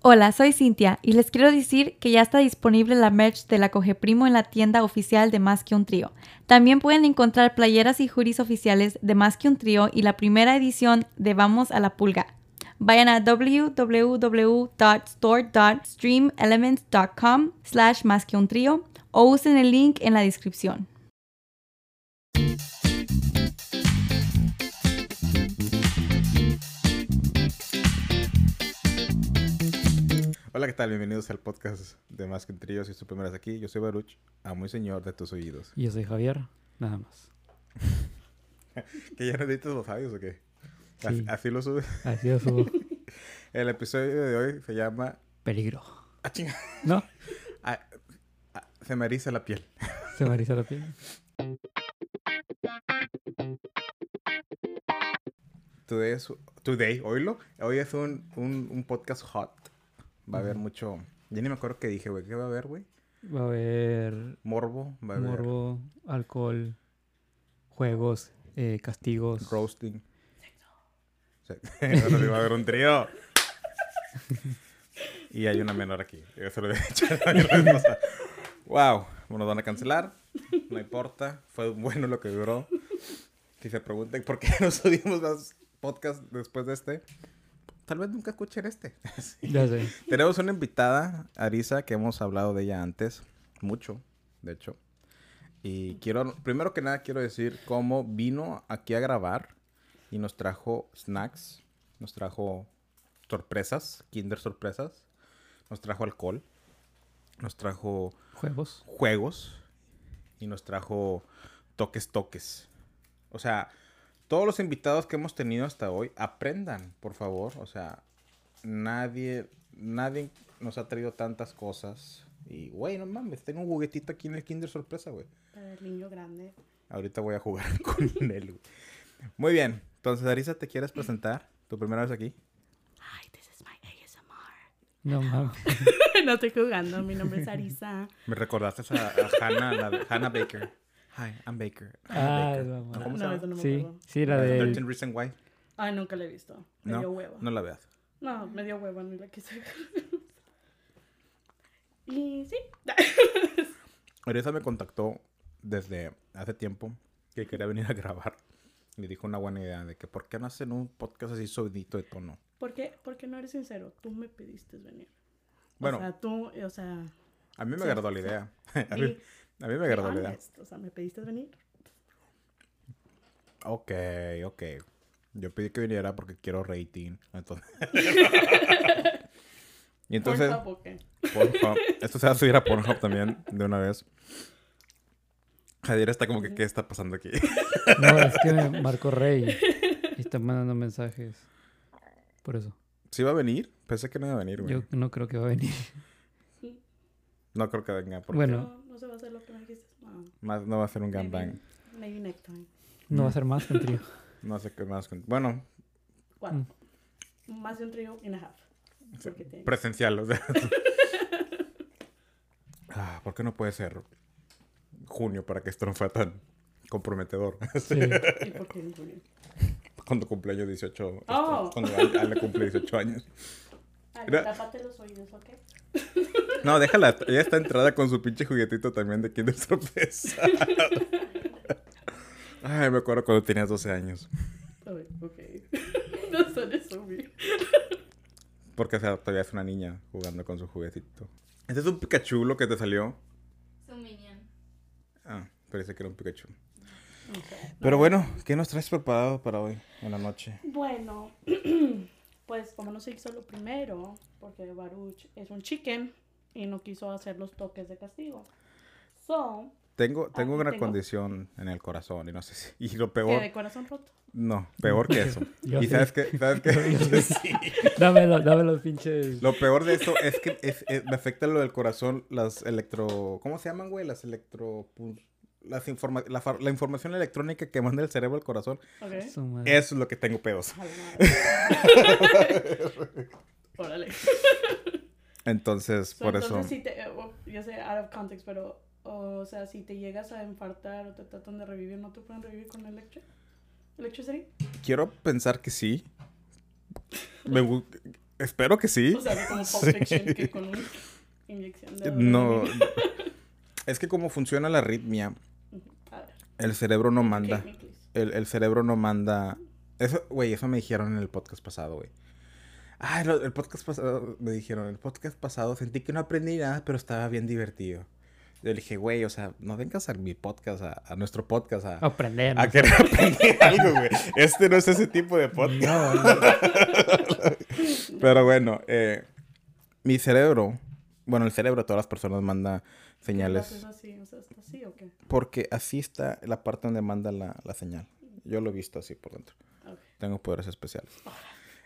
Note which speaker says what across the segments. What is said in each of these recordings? Speaker 1: Hola, soy Cintia y les quiero decir que ya está disponible la merch de la Coge Primo en la tienda oficial de Más que un Trío. También pueden encontrar playeras y juris oficiales de Más que un Trío y la primera edición de Vamos a la Pulga. Vayan a www.store.streamelements.com slash más que un trío o usen el link en la descripción.
Speaker 2: Hola, ¿qué tal? Bienvenidos al podcast de Más que un Trío. Si es tu primera vez aquí, yo soy Baruch, amo y señor de tus oídos.
Speaker 3: Y yo soy Javier, nada más.
Speaker 2: ¿Que ya no editas los audios o qué?
Speaker 3: Sí.
Speaker 2: Así, así lo subes.
Speaker 3: Así es su
Speaker 2: El episodio de hoy se llama...
Speaker 3: peligro.
Speaker 2: ¡Ah, chinga!
Speaker 3: ¿No?
Speaker 2: Ah, ah, se me eriza la piel.
Speaker 3: Se me eriza la piel.
Speaker 2: Today, es- today oílo. Hoy es un, un, un podcast hot. Va a haber mucho... Ya ni me acuerdo qué dije, güey. ¿Qué va a haber, güey?
Speaker 3: Va a haber
Speaker 2: Morbo. Va a haber
Speaker 3: morbo, alcohol, juegos, eh, castigos.
Speaker 2: roasting. Sexo. Ahora sí va a haber un trío. y hay una menor aquí. Yo se lo había dicho la vez pasada. Wow, nos van a cancelar. No importa. Fue bueno lo que duró. Si se preguntan por qué no subimos más podcast después de este, tal vez nunca escuchen este. Sí.
Speaker 3: Ya sé.
Speaker 2: Tenemos una invitada, Arisa, que hemos hablado de ella antes, mucho, de hecho. Y quiero, primero que nada, quiero decir cómo vino aquí a grabar y nos trajo snacks, nos trajo sorpresas, Kinder sorpresas, nos trajo alcohol, nos trajo
Speaker 3: Juegos.
Speaker 2: juegos y nos trajo toques toques. O sea, todos los invitados que hemos tenido hasta hoy, aprendan, por favor. O sea, nadie, nadie nos ha traído tantas cosas. Y, güey, no mames, tengo un juguetito aquí en el Kinder Sorpresa, güey.
Speaker 4: Para el niño grande.
Speaker 2: Ahorita voy a jugar con él, güey. Muy bien, entonces, Arisa, ¿te quieres presentar? ¿Tu primera vez aquí?
Speaker 4: Hi, this is my ASMR.
Speaker 3: No mames.
Speaker 4: no estoy jugando, mi nombre es Arisa.
Speaker 2: Me recordaste a, a Hannah, la de- Hannah Baker. Hi, I'm Baker. I'm
Speaker 3: Ah,
Speaker 2: Baker.
Speaker 3: mamá.
Speaker 2: ¿No? Ah, ¿Cómo se
Speaker 4: no,
Speaker 2: llama?
Speaker 4: eso no me
Speaker 3: Sí,
Speaker 4: acuerdo.
Speaker 3: sí, la
Speaker 2: La de
Speaker 3: del
Speaker 2: 13 Reasons Why.
Speaker 4: Ay, nunca la he visto. Me dio
Speaker 2: No,
Speaker 4: hueva.
Speaker 2: no la veas.
Speaker 4: No, me dio hueva, ni la quise ver. y sí.
Speaker 2: Arisa me contactó desde hace tiempo que quería venir a grabar. Me dijo una buena idea de que por qué no hacen un podcast así subidito de tono.
Speaker 4: ¿Por qué? Porque no eres sincero. Tú me pediste venir.
Speaker 2: Bueno,
Speaker 4: O sea, tú, o sea.
Speaker 2: a mí me
Speaker 4: sí,
Speaker 2: agradó la
Speaker 4: sí.
Speaker 2: idea. a, mí, a mí me agradó la idea.
Speaker 4: honest, O sea, me pediste venir.
Speaker 2: Ok, ok. Yo pedí que viniera porque quiero rating. Entonces... y entonces,
Speaker 4: Por favor, ¿qué?
Speaker 2: Pornhub. Esto se va a subir a Pornhub también de una vez. Javier está como que, ¿qué está pasando aquí?
Speaker 3: No, es que me marcó Rey. Y está mandando mensajes. Por eso.
Speaker 2: ¿Sí va a venir? Pensé que no iba a venir, güey.
Speaker 3: Yo no creo que va a venir.
Speaker 2: No creo que venga. Porque
Speaker 3: Bueno.
Speaker 4: No, no se va a hacer lo que me dijiste. No.
Speaker 2: Más no va a ser un gangbang.
Speaker 4: Maybe, maybe next time.
Speaker 3: No va a ser más que un trío.
Speaker 2: No sé qué más. con- Bueno,
Speaker 4: Cuatro. Más de un trío y a half. Porque te-
Speaker 2: presencial. o sea. ah, ¿Por qué no puede ser junio para que esto no fuera tan comprometedor?
Speaker 3: Sí.
Speaker 4: ¿Y por qué en junio?
Speaker 2: cuando cumple yo 18. este,
Speaker 4: Oh.
Speaker 2: Cuando Ale, Ale cumple 18 años.
Speaker 4: Ale,
Speaker 2: Era-
Speaker 4: Ah, tápate los oídos, ¿ok?
Speaker 2: No, déjala. Ella está entrada con su pinche juguetito también de Kinder Sorpresa. Ay, me acuerdo cuando tenías 12 años.
Speaker 4: Ay, ok. no suele subir.
Speaker 2: Porque, o sea, todavía es una niña jugando con su juguetito. Este es un Pikachu lo que te salió.
Speaker 5: Es un minion.
Speaker 2: Ah, parece que era un Pikachu.
Speaker 4: Ok.
Speaker 2: Pero bueno, ¿qué nos traes preparado para hoy en la noche?
Speaker 4: Bueno, pues como no se hizo lo primero, porque Baruch es un chicken y no quiso hacer los toques de castigo. So,
Speaker 2: Tengo, tengo
Speaker 4: Ah,
Speaker 2: una
Speaker 4: tengo.
Speaker 2: condición en el corazón y no sé si... Y lo
Speaker 4: que
Speaker 2: peor...
Speaker 4: de corazón roto.
Speaker 2: No, peor que eso.
Speaker 3: Yo
Speaker 2: y
Speaker 3: sí.
Speaker 2: sabes qué? ¿Sabes qué? Sí.
Speaker 3: Dame, los- dame los pinches.
Speaker 2: Lo peor de esto es que es- es- me afecta lo del corazón, las electro... ¿Cómo se llaman, güey? Las electro... pu- Las informa- la, fa- la información electrónica que manda el cerebro al corazón.
Speaker 4: Ok.
Speaker 3: Su madre.
Speaker 2: Eso es lo que tengo pedos.
Speaker 4: A la madre. Órale.
Speaker 2: Entonces,
Speaker 4: So,
Speaker 2: por
Speaker 4: entonces,
Speaker 2: eso...
Speaker 4: si te, eh, oh, yo sé, out of context, pero, o sea, si te llegas a infartar o te tratan de revivir, ¿no te pueden revivir con electric? ¿Electricity?
Speaker 2: Quiero pensar que sí. Me gu- Espero que sí.
Speaker 4: O sea, como Pulp Fiction que con una inyección
Speaker 2: Eh,
Speaker 4: de ¿eh?
Speaker 2: No.
Speaker 4: adrenalina.
Speaker 2: es que como funciona la arritmia,
Speaker 4: A ver.
Speaker 2: el cerebro no manda.
Speaker 4: Hit me, please.
Speaker 2: El, el cerebro no manda. Eso, güey, eso me dijeron en el podcast pasado, güey. Ah, el, el podcast pasado, me dijeron, el podcast pasado sentí que no aprendí nada, pero estaba bien divertido. Yo le dije, güey, o sea, no vengas a mi podcast, a, a nuestro podcast, a,
Speaker 3: Aprender.
Speaker 2: a querer aprender algo, güey. Este no es ese tipo de podcast. Pero bueno, eh, mi cerebro, bueno, el cerebro de todas las personas manda
Speaker 4: Haces
Speaker 2: señales.
Speaker 4: así, o sea, ¿está así o qué?
Speaker 2: Porque así está la parte donde manda la, la señal. Yo lo he visto así por dentro.
Speaker 4: Ok.
Speaker 2: Tengo poderes especiales.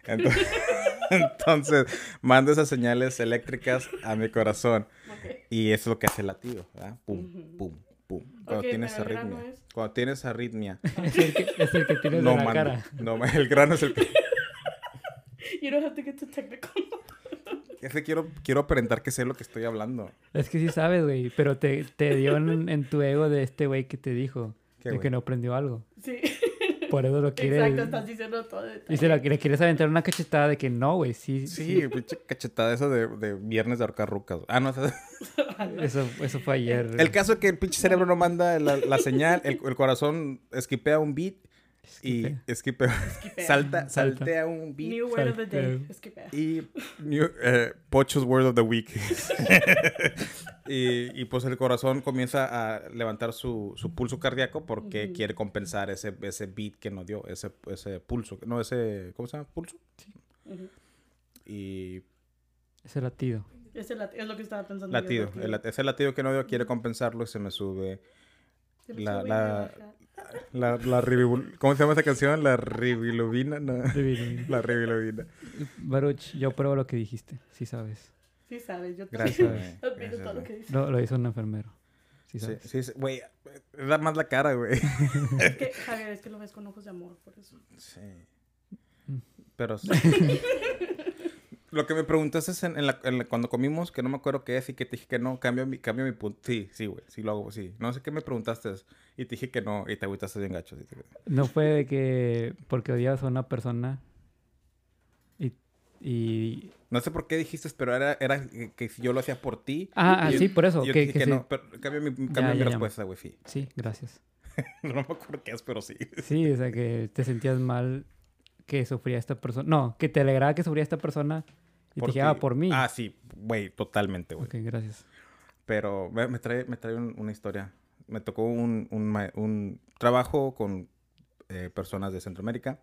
Speaker 2: Entonces, entonces manda esas señales eléctricas a mi corazón.
Speaker 4: Ok.
Speaker 2: Y eso es lo que hace el latido, ¿verdad? Pum,
Speaker 4: Ujú.
Speaker 2: pum, pum. Cuando
Speaker 4: Ok,
Speaker 2: tienes
Speaker 4: pero el grano
Speaker 2: arritmia.
Speaker 4: es-
Speaker 2: Cuando tienes arritmia.
Speaker 3: Es el que, es el que tienes
Speaker 2: No,
Speaker 3: de la
Speaker 2: man,
Speaker 3: cara.
Speaker 2: no, man, el grano es el que...
Speaker 4: You don't have to get too technical.
Speaker 2: Es que quiero, quiero aparentar que sé lo que estoy hablando.
Speaker 3: Es que sí sabes, güey, pero te, te dio en, en tu ego de este güey que te dijo
Speaker 2: ¿Qué,
Speaker 3: de
Speaker 2: güey?
Speaker 3: que no aprendió algo.
Speaker 4: Sí.
Speaker 3: Por eso lo quieres.
Speaker 4: Exacto, estás diciendo todo de
Speaker 3: Y se lo- le quieres aventar una cachetada de que no, güey, sí,
Speaker 2: Sí, pinche cachetada esa de, de viernes de ahorcar rucas. Ah, no, esa-
Speaker 3: Eso, eso fue ayer.
Speaker 2: el caso es que el pinche cerebro no manda la, la señal, el, el corazón esquipea un beat y
Speaker 3: Esquipea.
Speaker 2: esquipea,
Speaker 4: Esquipea.
Speaker 2: salta,
Speaker 3: Salta.
Speaker 2: saltea un beat
Speaker 4: New word of the day.
Speaker 3: Exacto.
Speaker 4: Esquipea.
Speaker 2: y new- eh, Pocho's Word of the Week. y, y, pues el corazón comienza a levantar su, su pulso cardíaco porque
Speaker 4: Ujú.
Speaker 2: quiere compensar ese, ese beat que no dio, ese, ese pulso, no, ese, ¿cómo se llama? Pulso.
Speaker 4: Ujú.
Speaker 2: Y
Speaker 3: Ese latido.
Speaker 4: Es, el lat- es lo que estaba pensando. yo,
Speaker 2: latido, el lat- ese latido que no dio quiere compensarlo y se me sube
Speaker 4: Se me
Speaker 2: la-
Speaker 4: sube y
Speaker 2: la-
Speaker 4: me baja.
Speaker 2: La, la ribibul- ¿Cómo se llama esa canción? La ribilobina. No.
Speaker 3: Divino.
Speaker 2: La ribilobina.
Speaker 3: Baruch, yo pruebo lo que dijiste, sí sabes.
Speaker 4: Sí, sabes, yo
Speaker 2: Gracias,
Speaker 4: también
Speaker 2: güey.
Speaker 4: admiro
Speaker 2: Gracias,
Speaker 4: todo lo
Speaker 2: güey.
Speaker 4: que dices.
Speaker 3: Lo, lo hizo un enfermero. Sí
Speaker 2: Sí,
Speaker 3: sabes.
Speaker 2: sí, sí, güey. Es la- más la cara, güey.
Speaker 4: Es que, Javier, es que lo ves con ojos de amor, por eso.
Speaker 2: Sí. Pero sí. Lo que me preguntaste es en, en la, en la- cuando comimos, que no me acuerdo qué es y que te dije que no, cambio mi, cambio mi punto. Sí, sí, güey, sí lo hago, sí. No sé qué me preguntaste y te dije que no y te agüitaste bien gacho. sí, sí.
Speaker 3: No fue de que porque odiabas a una persona y... y...
Speaker 2: No sé por qué dijiste, pero era, era que que yo lo hacía por ti.
Speaker 3: Ah, ah,
Speaker 2: Y yo-
Speaker 3: sí, por eso.
Speaker 2: y yo te
Speaker 3: que,
Speaker 2: dije
Speaker 3: que
Speaker 2: que
Speaker 3: sí.
Speaker 2: no, pero cambio mi, cambio
Speaker 3: Ya,
Speaker 2: mi
Speaker 3: ya, ya.
Speaker 2: respuesta, güey, sí.
Speaker 3: sí, gracias.
Speaker 2: No me acuerdo qué es, pero sí.
Speaker 3: Sí, o sea, que te sentías mal que sufría esta persona. No, que te alegraba que sufría esta persona y te
Speaker 2: Por
Speaker 3: dije,
Speaker 2: ti.
Speaker 3: ah, por mí.
Speaker 2: Ah, sí, güey, totalmente, güey.
Speaker 3: ok, gracias.
Speaker 2: Pero me, me trae, me trae un- una historia. Me tocó un, un ma- un trabajo con eh, personas de Centroamérica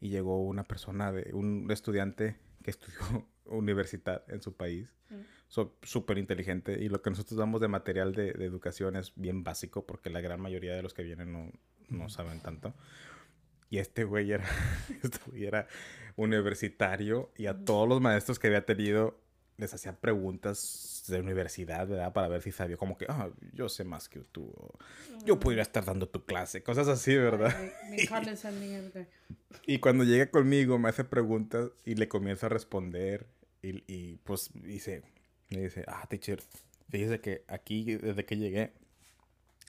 Speaker 2: y llegó una persona, de un estudiante que estudió universidad en su país.
Speaker 4: Mm.
Speaker 2: So- Súper inteligente y lo que nosotros damos de material de, de educación es bien básico porque la gran mayoría de los que vienen no, no saben tanto. Y este güey era, este güey era universitario y a
Speaker 4: Ujú.
Speaker 2: todos los maestros que había tenido les hacía preguntas de universidad, ¿verdad? Para ver si sabía, como que, ah, yo sé más que tú, o yo podría estar dando tu clase, cosas así, ¿verdad?
Speaker 4: Me encanta esa niña, ¿verdad?
Speaker 2: Y cuando llega conmigo me hace preguntas y le comienzo a responder y, y, pues dice, me dice, ah, teacher, fíjese que aquí desde que llegué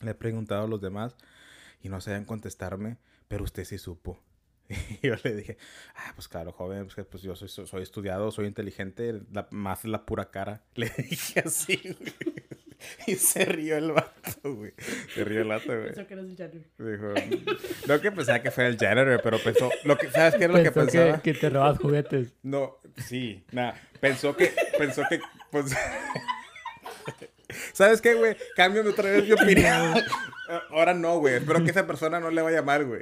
Speaker 2: le he preguntado a los demás y no sabían contestarme, pero usted sí supo. Y yo le dije, ah, pues claro, joven, pues, que, pues, yo soy, soy estudiado, soy inteligente, la- más la pura cara. Le dije así, güey. Y se rió el vato, güey. Se rió el vato, güey.
Speaker 4: Eso que eres el January.
Speaker 2: Dijo, no que pensaba que fuera el janitor, pero pensó, lo que, ¿sabes qué es lo que
Speaker 3: Pensó
Speaker 2: pensaba?
Speaker 3: que te robas juguetes.
Speaker 2: No, sí, nada, pensó que, pensó que, pues, ¿sabes qué, güey? Cámbiame otra vez mi opinión. Ahora no, güey, espero que esa persona no le vaya mal, güey.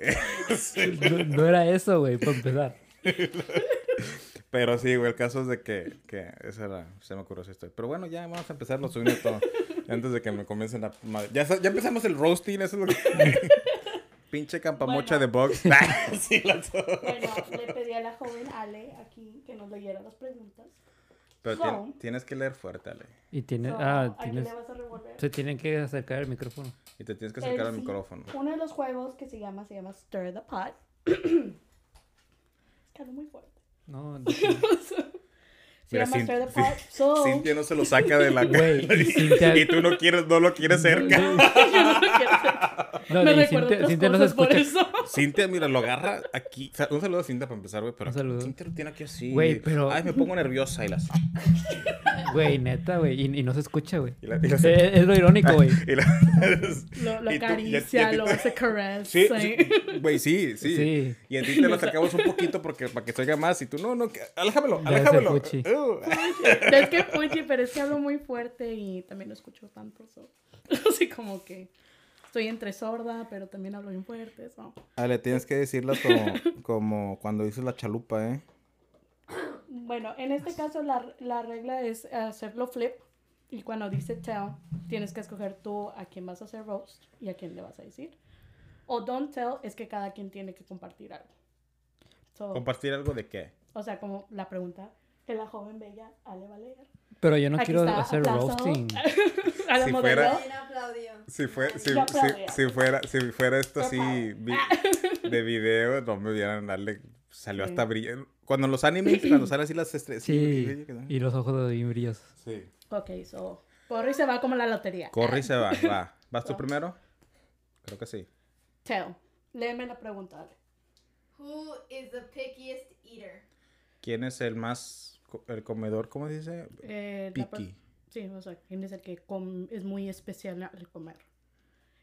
Speaker 3: No, no era eso, güey, para empezar.
Speaker 2: Pero sí, güey, el caso es de que, que esa era, se me ocurrió esa historia. Pero bueno, ya vamos a empezar los todo antes de que me comiencen a... madre- Ya, sa- ya empezamos el roasting, eso es lo que... Pinche campamocha de box. sí, la
Speaker 4: Bueno, le pedí a la joven Ale aquí que nos leyera las preguntas.
Speaker 3: Eh,
Speaker 2: Pero
Speaker 4: So-
Speaker 2: tien- tienes que leer fuerte, Ale.
Speaker 3: Y tienes...
Speaker 4: So,
Speaker 3: ah,
Speaker 4: aquí
Speaker 3: tienes...
Speaker 4: le vas a revolver.
Speaker 3: Se tienen que acercar el micrófono.
Speaker 2: Y te tienes que acercar
Speaker 4: Él
Speaker 2: al
Speaker 4: sí.
Speaker 2: micrófono.
Speaker 4: Uno de los juegos que se llama, se llama Stir the Pot. es que hablo muy fuerte.
Speaker 3: No,
Speaker 4: Se
Speaker 2: Mira,
Speaker 4: llama
Speaker 2: Cin-
Speaker 4: Stir the
Speaker 2: Cin-
Speaker 4: Pot. So,
Speaker 2: Cintia no se lo saca de la
Speaker 3: Güey,
Speaker 2: cara.
Speaker 3: Cintia-
Speaker 2: y tú no quieres, no lo quieres cerca.
Speaker 4: Yo no lo quiero hacer.
Speaker 3: No,
Speaker 4: me
Speaker 3: y
Speaker 4: recuerdo
Speaker 3: Cintia-
Speaker 4: otras
Speaker 3: Cintia no se
Speaker 4: cosas por
Speaker 3: escucha.
Speaker 4: eso.
Speaker 2: Cintia, mira, lo agarra aquí. O sea, un saludo a Cintia para empezar, güey. Pero
Speaker 3: Un saludo.
Speaker 2: Cintia lo tiene aquí así.
Speaker 3: Güey, pero-
Speaker 2: Ay, me pongo nerviosa y las.
Speaker 3: Güey, neta, güey. Y, y no se escucha, güey.
Speaker 2: Y la- y las-
Speaker 3: Es, es lo irónico, güey.
Speaker 2: y la-
Speaker 4: Lo, lo
Speaker 2: Y tú- y a- y a
Speaker 4: acaricia,
Speaker 2: ti
Speaker 4: lo
Speaker 2: te-
Speaker 4: hace caress.
Speaker 2: Sí,
Speaker 4: sí.
Speaker 2: sí, güey, sí, sí,
Speaker 3: Sí.
Speaker 2: Y a ti te lo sacamos un poquito porque, para que salga más. Y tú, no, no, que- aléjamelo,
Speaker 3: Ya se
Speaker 2: aléjamelo.
Speaker 3: fuchi.
Speaker 2: Uh.
Speaker 4: Es que Fuji, pero es que hablo muy fuerte y también no escucho tanto. so. Así como que estoy entre sorda, pero también hablo bien fuerte. so.
Speaker 2: Ah, le tienes que decirla como, como cuando dices la chalupa, ¿eh?
Speaker 4: Bueno, en este caso la, la regla es hacerlo flip. Y cuando dice tell, tienes que escoger tú a quién vas a hacer roast y a quién le vas a decir. O don't tell es que cada quien tiene que compartir algo. So,
Speaker 2: ¿Compartir algo de qué?
Speaker 4: o sea, como la pregunta que la joven bella Ale va a leer.
Speaker 3: Pero yo no
Speaker 4: Aquí
Speaker 3: quiero
Speaker 4: está,
Speaker 3: hacer
Speaker 4: aplauso.
Speaker 3: roasting.
Speaker 4: A la
Speaker 2: Si
Speaker 4: modelo.
Speaker 2: fuera-
Speaker 5: Nadie aplaudió.
Speaker 2: Si, fue, si,
Speaker 4: Yo
Speaker 2: si-
Speaker 4: aplaudía. Ah.
Speaker 2: si fuera, si fuera esto así vi- de video, no me vieran darle. Salió
Speaker 4: Sí.
Speaker 2: hasta brillar. Cuando los animes, cuando salen así las estrellas.
Speaker 3: Sí. Y los ojos de bien brillosos.
Speaker 2: sí.
Speaker 4: Ok, so. Corre y se va como la lotería.
Speaker 2: Corre y se va, va. ¿Vas tú primero? Creo que sí.
Speaker 4: Tell. Léeme la pregunta. Ale.
Speaker 5: Who is the pickiest eater?
Speaker 2: ¿Quién es el más. co- el comedor, ¿cómo se dice?
Speaker 4: Eh, la per-
Speaker 2: Piqui.
Speaker 4: Sí, o sea, quién es el que com- es muy especial al comer.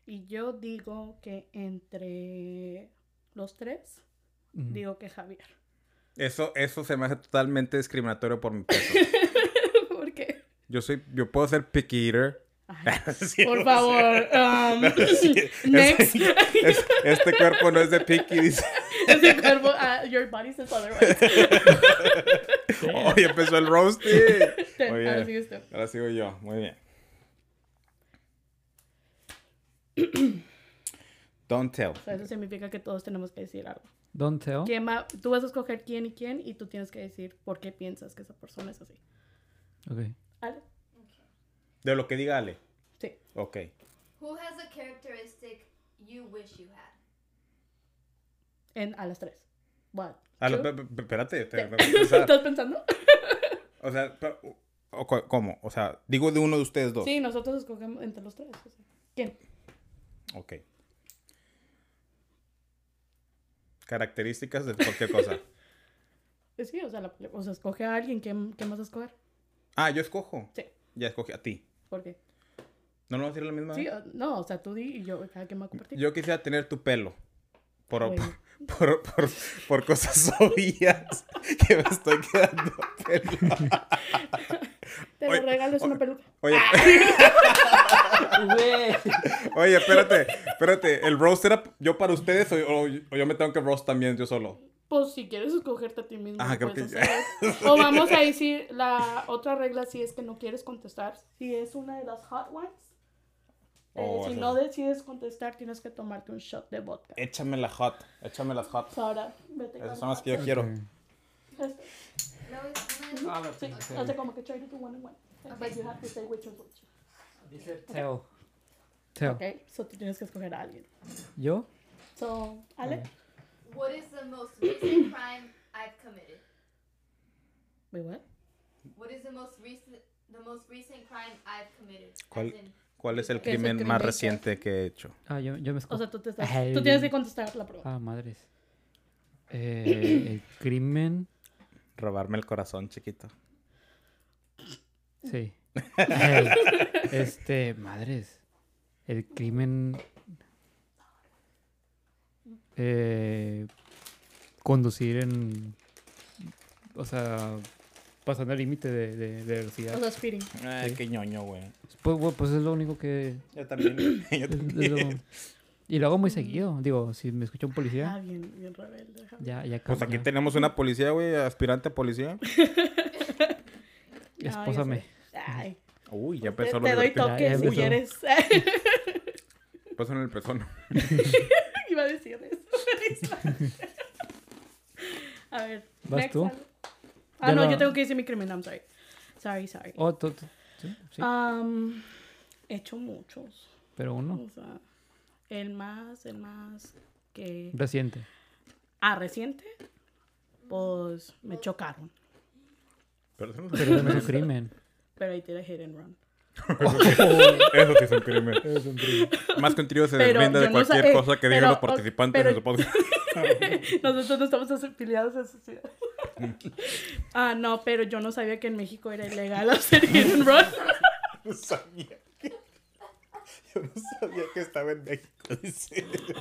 Speaker 4: Y yo digo que entre los tres,
Speaker 3: Ujú.
Speaker 4: digo que Javier.
Speaker 2: Eso, eso se me hace totalmente discriminatorio por mi peso.
Speaker 4: Porque,
Speaker 2: Yo soy, yo puedo ser picky eater. Sí,
Speaker 4: por
Speaker 2: no
Speaker 4: favor,
Speaker 2: sé.
Speaker 4: um,
Speaker 2: Es-
Speaker 4: next.
Speaker 2: es- este cuerpo no es de picky, dice.
Speaker 4: Ese cuervo, ah, your body says otherwise.
Speaker 2: Oye, empezó el roasting.
Speaker 4: Ten,
Speaker 2: Muy bien.
Speaker 4: ahora sigues tú.
Speaker 2: Ahora sigo yo, muy bien. Don't tell.
Speaker 4: O sea, eso significa que todos tenemos que decir algo.
Speaker 3: Don't tell.
Speaker 4: ¿Quién va- tú vas a escoger quién y quién y tú tienes que decir por qué piensas que esa persona es así.
Speaker 3: Ok.
Speaker 4: ¿Ale?
Speaker 2: De lo que diga Ale.
Speaker 4: Sí.
Speaker 2: Ok.
Speaker 5: Who has a characteristic you wish you had?
Speaker 4: En, a las tres. What?
Speaker 2: A Ah, lo-
Speaker 4: Two?
Speaker 2: pe- pe- espérate. te- o sea,
Speaker 4: ¿Estás pensando?
Speaker 2: o sea, pe- o cu- ¿cómo? O sea, digo de uno de ustedes dos.
Speaker 4: Sí, nosotros escogemos entre los tres. o sea. ¿Quién?
Speaker 2: Ok. Características de cualquier cosa.
Speaker 4: Eh, Sí, o sea, la- o sea, escoge a alguien. ¿Quién, quién vas a escoger?
Speaker 2: Ah, yo escojo.
Speaker 4: Sí.
Speaker 2: Ya escogí a ti.
Speaker 4: ¿Por qué?
Speaker 2: ¿No lo vas a decir la misma?
Speaker 4: Sí,
Speaker 2: vez?
Speaker 4: o- no, o sea, tú di y yo, cada quien va a compartir.
Speaker 2: Ah. Yo quisiera tener tu pelo. Por,
Speaker 4: Muy
Speaker 2: por, por, por- por cosas obvias que me estoy quedando pelado.
Speaker 4: Te
Speaker 2: Oye,
Speaker 4: lo regalo, es una peluca.
Speaker 2: Oye, oye, espérate, espérate. ¿El roast era yo para ustedes o, o- o yo me tengo que roast también yo solo?
Speaker 4: Pues si quieres escogerte a ti mismo.
Speaker 2: Ah,
Speaker 4: lo
Speaker 2: creo
Speaker 4: puedes
Speaker 2: que-
Speaker 4: hacer. O vamos a decir, la otra regla si es que no quieres contestar. Si es una de las hot ones. eh,
Speaker 2: Oh,
Speaker 4: si
Speaker 2: ajá.
Speaker 4: no decides contestar, tienes que tomarte un shot de vodka.
Speaker 2: Échame la hot, échame las hot.
Speaker 4: Ahora, vete.
Speaker 2: Esas
Speaker 4: con-
Speaker 2: son las que yo quiero.
Speaker 4: Este.
Speaker 5: No, it's not.
Speaker 4: Sí, o sea, como que try to do one and one. But you have to say which is which.
Speaker 3: Dice tell. Tell.
Speaker 4: Ok, so tú tienes que escoger a alguien.
Speaker 3: ¿Yo?
Speaker 4: So, Ale,
Speaker 3: Ah,
Speaker 5: What is the most recent crime I've committed?
Speaker 4: wait, what?
Speaker 5: What is the most recent the most recent crime I've committed? As
Speaker 2: ¿Cuál?
Speaker 5: in,
Speaker 2: ¿Cuál es el
Speaker 4: ¿Qué es el
Speaker 2: crimen más
Speaker 4: crimen que-
Speaker 2: reciente que he hecho?
Speaker 3: Ah, yo, yo me
Speaker 4: O
Speaker 3: escojo.
Speaker 4: sea, tú, te estás,
Speaker 3: Ay.
Speaker 4: tú tienes que contestar la pregunta.
Speaker 3: Ah, madres. Eh, el crimen.
Speaker 2: Robarme el corazón, chiquito.
Speaker 3: Sí. Ey, este, madres. El crimen. eh, conducir en. O sea, pasando el límite de, de- de velocidad.
Speaker 4: O sea, speeding.
Speaker 2: Ay,
Speaker 3: Sí.
Speaker 2: Eh, qué ñoño, güey.
Speaker 3: Pues, bueno, pues es lo único que.
Speaker 2: Yo también. yo
Speaker 3: es- es
Speaker 2: también.
Speaker 3: lo- y lo hago muy seguido. Digo, si me escucha un
Speaker 4: Ah,
Speaker 3: policía,
Speaker 4: bien, bien rebelde. Javi.
Speaker 3: ya, ya
Speaker 2: Pues aquí
Speaker 3: ya.
Speaker 2: tenemos una policía, güey, aspirante a policía.
Speaker 4: No, yo
Speaker 3: Espósame. Pues
Speaker 4: sé. Ay,
Speaker 2: Uy, ya
Speaker 4: te,
Speaker 2: empezó lo
Speaker 4: te doy
Speaker 2: divertido.
Speaker 3: Ya, ya
Speaker 4: toques si
Speaker 3: empezó.
Speaker 4: quieres.
Speaker 2: Empezó en el pezón.
Speaker 4: Iba a decir eso. a ver.
Speaker 3: ¿Vas
Speaker 4: next,
Speaker 3: tú?
Speaker 4: Ale. Ah,
Speaker 3: Ya
Speaker 4: no,
Speaker 3: no-
Speaker 4: yo tengo que decir mi crimen. I'm sorry. Sorry, sorry.
Speaker 3: Oh, tú- tú- sí, sí,
Speaker 4: Um, he hecho muchos.
Speaker 3: pero uno.
Speaker 4: O sea, el más, el más que...
Speaker 3: Reciente.
Speaker 4: Ah, reciente, pues me chocaron.
Speaker 2: Pero eso no-
Speaker 3: Pero no es un crimen.
Speaker 4: Pero ahí tiene hit and run.
Speaker 2: Eso sí es un crimen.
Speaker 3: Es un trío.
Speaker 2: Más que un trío se
Speaker 4: Pero
Speaker 2: deslinda de
Speaker 4: yo no sab-
Speaker 2: cualquier
Speaker 4: eh,
Speaker 2: cosa que digan
Speaker 4: pero,
Speaker 2: los participantes
Speaker 4: pero-
Speaker 2: de su podcast.
Speaker 4: Nosotros no estamos afiliados a esa ciudad. ah, no, pero yo no sabía que en México era ilegal hacer hit and run.
Speaker 2: No sabía. Yo no sabía que estaba en México.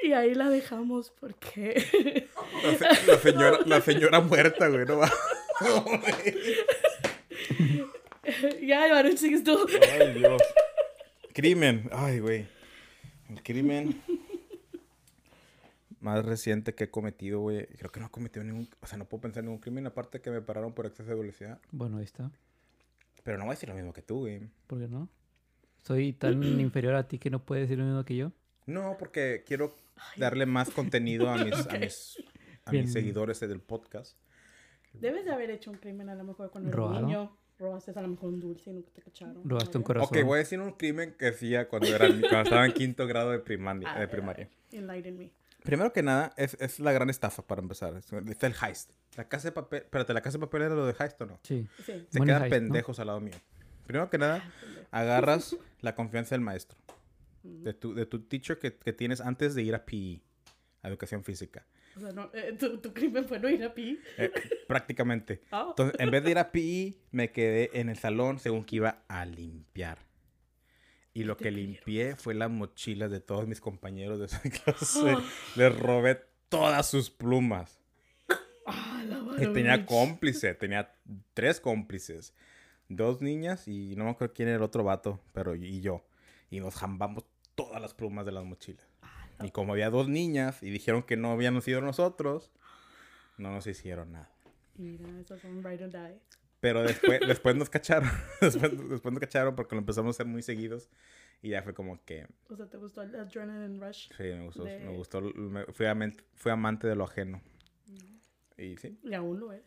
Speaker 4: Y ahí la dejamos porque
Speaker 2: La, se- la señora, la señora muerta, güey. No va.
Speaker 4: ya Iván sigues tú.
Speaker 2: Ay, Dios. Crimen. Ay, güey. El crimen más reciente que he cometido, güey. Creo que no he cometido ningún. O sea, no puedo pensar en ningún crimen aparte que me pararon por exceso de velocidad.
Speaker 3: Bueno, ahí está.
Speaker 2: Pero no voy a decir lo mismo que tú, güey.
Speaker 3: ¿Por qué no? Soy tan inferior a ti que no puedes decir lo mismo que yo.
Speaker 2: No, porque quiero darle más contenido a mis, a mis, a
Speaker 3: Bien.
Speaker 2: mis seguidores del podcast.
Speaker 4: Debes de haber hecho un crimen a lo mejor cuando
Speaker 3: Robado.
Speaker 4: eras niño. Robaste a lo mejor un dulce y nunca te cacharon.
Speaker 3: Robaste un
Speaker 4: Vaya.
Speaker 3: corazón.
Speaker 2: Ok, voy a decir un crimen que hacía cuando, era, cuando estaba en quinto grado de primaria.
Speaker 4: A
Speaker 2: De
Speaker 4: ver,
Speaker 2: Eh, primaria.
Speaker 4: Ah, Enlighten me.
Speaker 2: Primero que nada, es, es la gran estafa para empezar. Es- Está el heist. La casa de papel. Espérate, ¿la casa de papel era lo de heist o no?
Speaker 3: Sí.
Speaker 4: Sí.
Speaker 2: Se
Speaker 3: Money
Speaker 2: quedan
Speaker 3: heist, ¿no?
Speaker 2: pendejos al lado mío. Primero que nada, agarras la confianza del maestro.
Speaker 4: Mm.
Speaker 2: De tu, de tu teacher que, que tienes antes de ir a PE, a educación física.
Speaker 4: O sea, no, eh, tu, tu crimen fue no ir a pi.
Speaker 2: Eh, prácticamente.
Speaker 4: Ah.
Speaker 2: Entonces, en vez de ir a PE, me quedé en el salón según que iba a limpiar. Y lo que limpié fue las mochilas de todos mis compañeros de esa clase. Les robé todas sus plumas.
Speaker 4: Ah, la
Speaker 2: Y
Speaker 4: vara,
Speaker 2: tenía
Speaker 4: bitch.
Speaker 2: cómplice, tenía tres cómplices. Dos niñas y no me acuerdo quién era el otro vato, pero y yo. Y nos jambamos todas las plumas de las mochilas. Y como había dos niñas y dijeron que no habíamos sido nosotros, no nos hicieron nada.
Speaker 4: Mira, esos son right or die.
Speaker 2: Pero después, después nos cacharon. Después, después nos cacharon porque lo empezamos a hacer muy seguidos. Y ya fue como que,
Speaker 4: O sea, ¿te gustó el adrenaline rush?
Speaker 2: sí, me gustó.
Speaker 4: De-
Speaker 2: Me gustó me- fui, amen- fui amante de lo ajeno. Y sí, mm,
Speaker 4: Y aún lo es.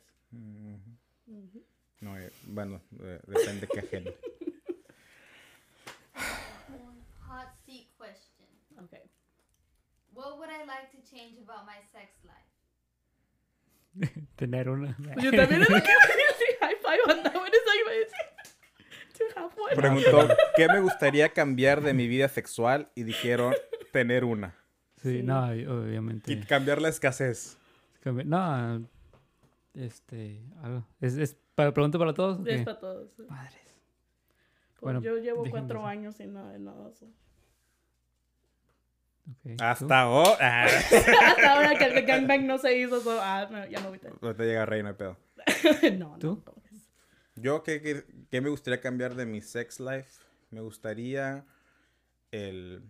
Speaker 2: no, eh, bueno, eh, depende qué ajeno.
Speaker 5: Hot seat question.
Speaker 4: Ok.
Speaker 5: What would I like to change about my sex life?
Speaker 3: Tener una.
Speaker 4: Pues Yo también es lo que iba a decir. High five on that one. Es lo que iba a decir. To have one.
Speaker 2: Preguntó, ¿qué me gustaría cambiar de mi vida sexual? Y dijeron, tener una.
Speaker 3: Sí,
Speaker 4: Sí.
Speaker 3: no, obviamente.
Speaker 2: Y cambiar la escasez.
Speaker 3: Cambia- No, este. algo. ¿Es, es para, pregunta para todos? o qué?
Speaker 4: Es para todos. Pues
Speaker 3: Madres. Bueno,
Speaker 4: yo llevo
Speaker 3: déjenme
Speaker 4: cuatro
Speaker 3: eso.
Speaker 4: años sin nada de nada. so.
Speaker 3: Ok, ¿tú?
Speaker 2: Hasta ahora.
Speaker 4: Hasta ahora que el gangbang no se hizo, so, ah, no, ya me voy a
Speaker 2: Ahorita llega Reina de pedo.
Speaker 4: No,
Speaker 3: ¿Tú?
Speaker 4: no. pobres.
Speaker 2: Yo, ¿qué, qué, qué me gustaría cambiar de mi sex life? Me gustaría, el,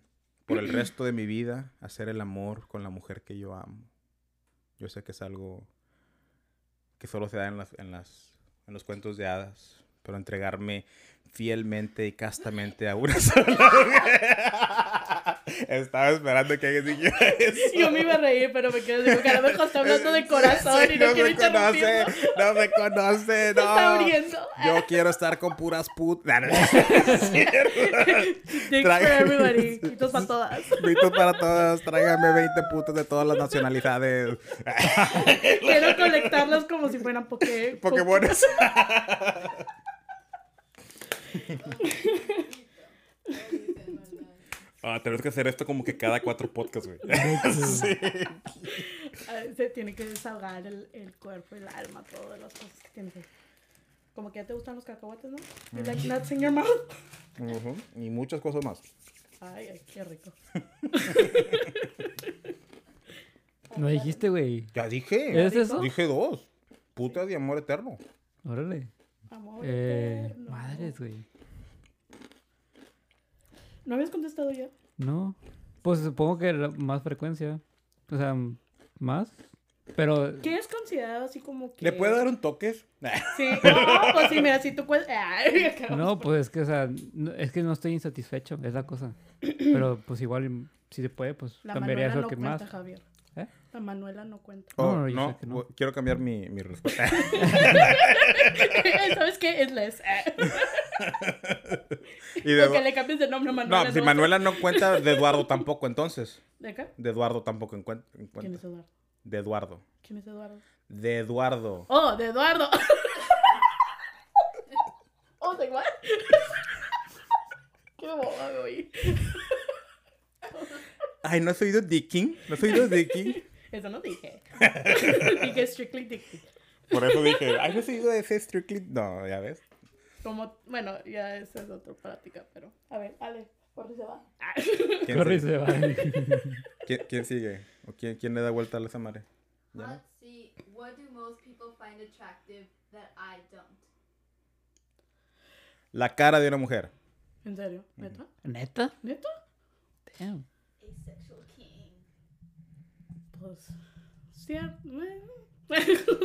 Speaker 2: por el resto de mi vida, hacer el amor con la mujer que yo amo. Yo sé que es algo que solo se da en, las, en, las, en los cuentos de hadas, pero entregarme fielmente y castamente a una sola mujer. Estaba esperando que alguien dijera eso.
Speaker 4: Yo me iba a reír, pero me quedé digo que a lo mejor está hablando de corazón
Speaker 2: Sí,
Speaker 4: y no, quiero
Speaker 2: me conoce,
Speaker 4: interrumpirlo.
Speaker 2: no me conoce,
Speaker 4: Se está
Speaker 2: no.
Speaker 4: abriendo.
Speaker 2: Yo quiero estar con puras putas.
Speaker 4: Dick for
Speaker 2: Traga-
Speaker 4: everybody. Quitos para todas.
Speaker 2: Gritos para todas. Tráigame 20 putas de todas las nacionalidades.
Speaker 4: Quiero colectarlas como si fueran Poké.
Speaker 2: Pokémones. Ah, tenemos que hacer esto como que cada cuatro podcasts, güey.
Speaker 4: Ah, Se tiene que desahogar el, el cuerpo, el alma, todas las cosas que tiene que. Como que ya te gustan los cacahuates, ¿no? You
Speaker 3: Mm.
Speaker 4: like nuts in your mouth.
Speaker 2: Ujú, Y muchas cosas más.
Speaker 4: Ay, ay, qué rico.
Speaker 3: No dijiste, güey.
Speaker 2: Ya dije.
Speaker 3: ¿Es eso?
Speaker 2: Dije dos. Putas de amor eterno.
Speaker 3: Órale.
Speaker 4: Amor.
Speaker 3: Eh,
Speaker 4: eterno.
Speaker 3: madres, güey.
Speaker 4: ¿No habías contestado ya?
Speaker 3: No. Pues supongo que la- más frecuencia. O sea, m- más. Pero.
Speaker 4: ¿Qué es considerado así como que.?
Speaker 2: ¿Le puedo dar un toque?
Speaker 4: Sí, no, pues sí, mira, si tú cuel- Ay, acabamos
Speaker 3: No,
Speaker 4: por-
Speaker 3: pues es que, o sea, no- es que no estoy insatisfecho, es la cosa. Pero pues igual, mm, si se puede, pues
Speaker 4: La
Speaker 3: cambiaría
Speaker 4: Manuela
Speaker 3: eso
Speaker 4: no
Speaker 3: que
Speaker 4: cuenta,
Speaker 3: más.
Speaker 4: Javier.
Speaker 3: ¿Eh?
Speaker 4: La Manuela no cuenta.
Speaker 3: No,
Speaker 2: Oh,
Speaker 3: no, yo
Speaker 2: no,
Speaker 3: sé que no.
Speaker 2: bu- quiero cambiar mi, mi respuesta.
Speaker 4: ¿Sabes qué? Es Les.
Speaker 2: Y de-
Speaker 4: Porque le cambies de nombre a Manuela.
Speaker 2: no, pues si
Speaker 4: vas a-
Speaker 2: Manuela no cuenta, de Eduardo tampoco, entonces.
Speaker 4: ¿De acá?
Speaker 2: De Eduardo tampoco encuent- en
Speaker 4: ¿Quién es
Speaker 2: cuenta.
Speaker 4: Eduardo?
Speaker 2: De Eduardo.
Speaker 4: ¿Quién es Eduardo?
Speaker 2: De Eduardo.
Speaker 4: Oh, de Eduardo. oh, de
Speaker 2: Ay, ¿no has oído Dicking? ¿No has oído Dicking?
Speaker 4: Eso no dije. dije strictly dicking.
Speaker 2: Por eso dije, ¿ay, no has oído ese Strictly? No, ya ves.
Speaker 4: Como, bueno, ya esa es otra práctica, pero. A ver, Ale, ¿por qué se va? Ah.
Speaker 2: ¿Quién,
Speaker 3: Corre y
Speaker 2: sigue?
Speaker 3: se va.
Speaker 2: ¿Quién, quién sigue? ¿O quién, quién le da vuelta a la Samare? ¿Ya?
Speaker 5: Let's see. What do most people find attractive that I don't?
Speaker 2: La cara de una mujer.
Speaker 4: ¿En serio? ¿Neta?
Speaker 3: ¿Neta?
Speaker 4: ¿Neta?
Speaker 3: Damn.
Speaker 5: Asexual king.
Speaker 4: Pues. ah, Cierto.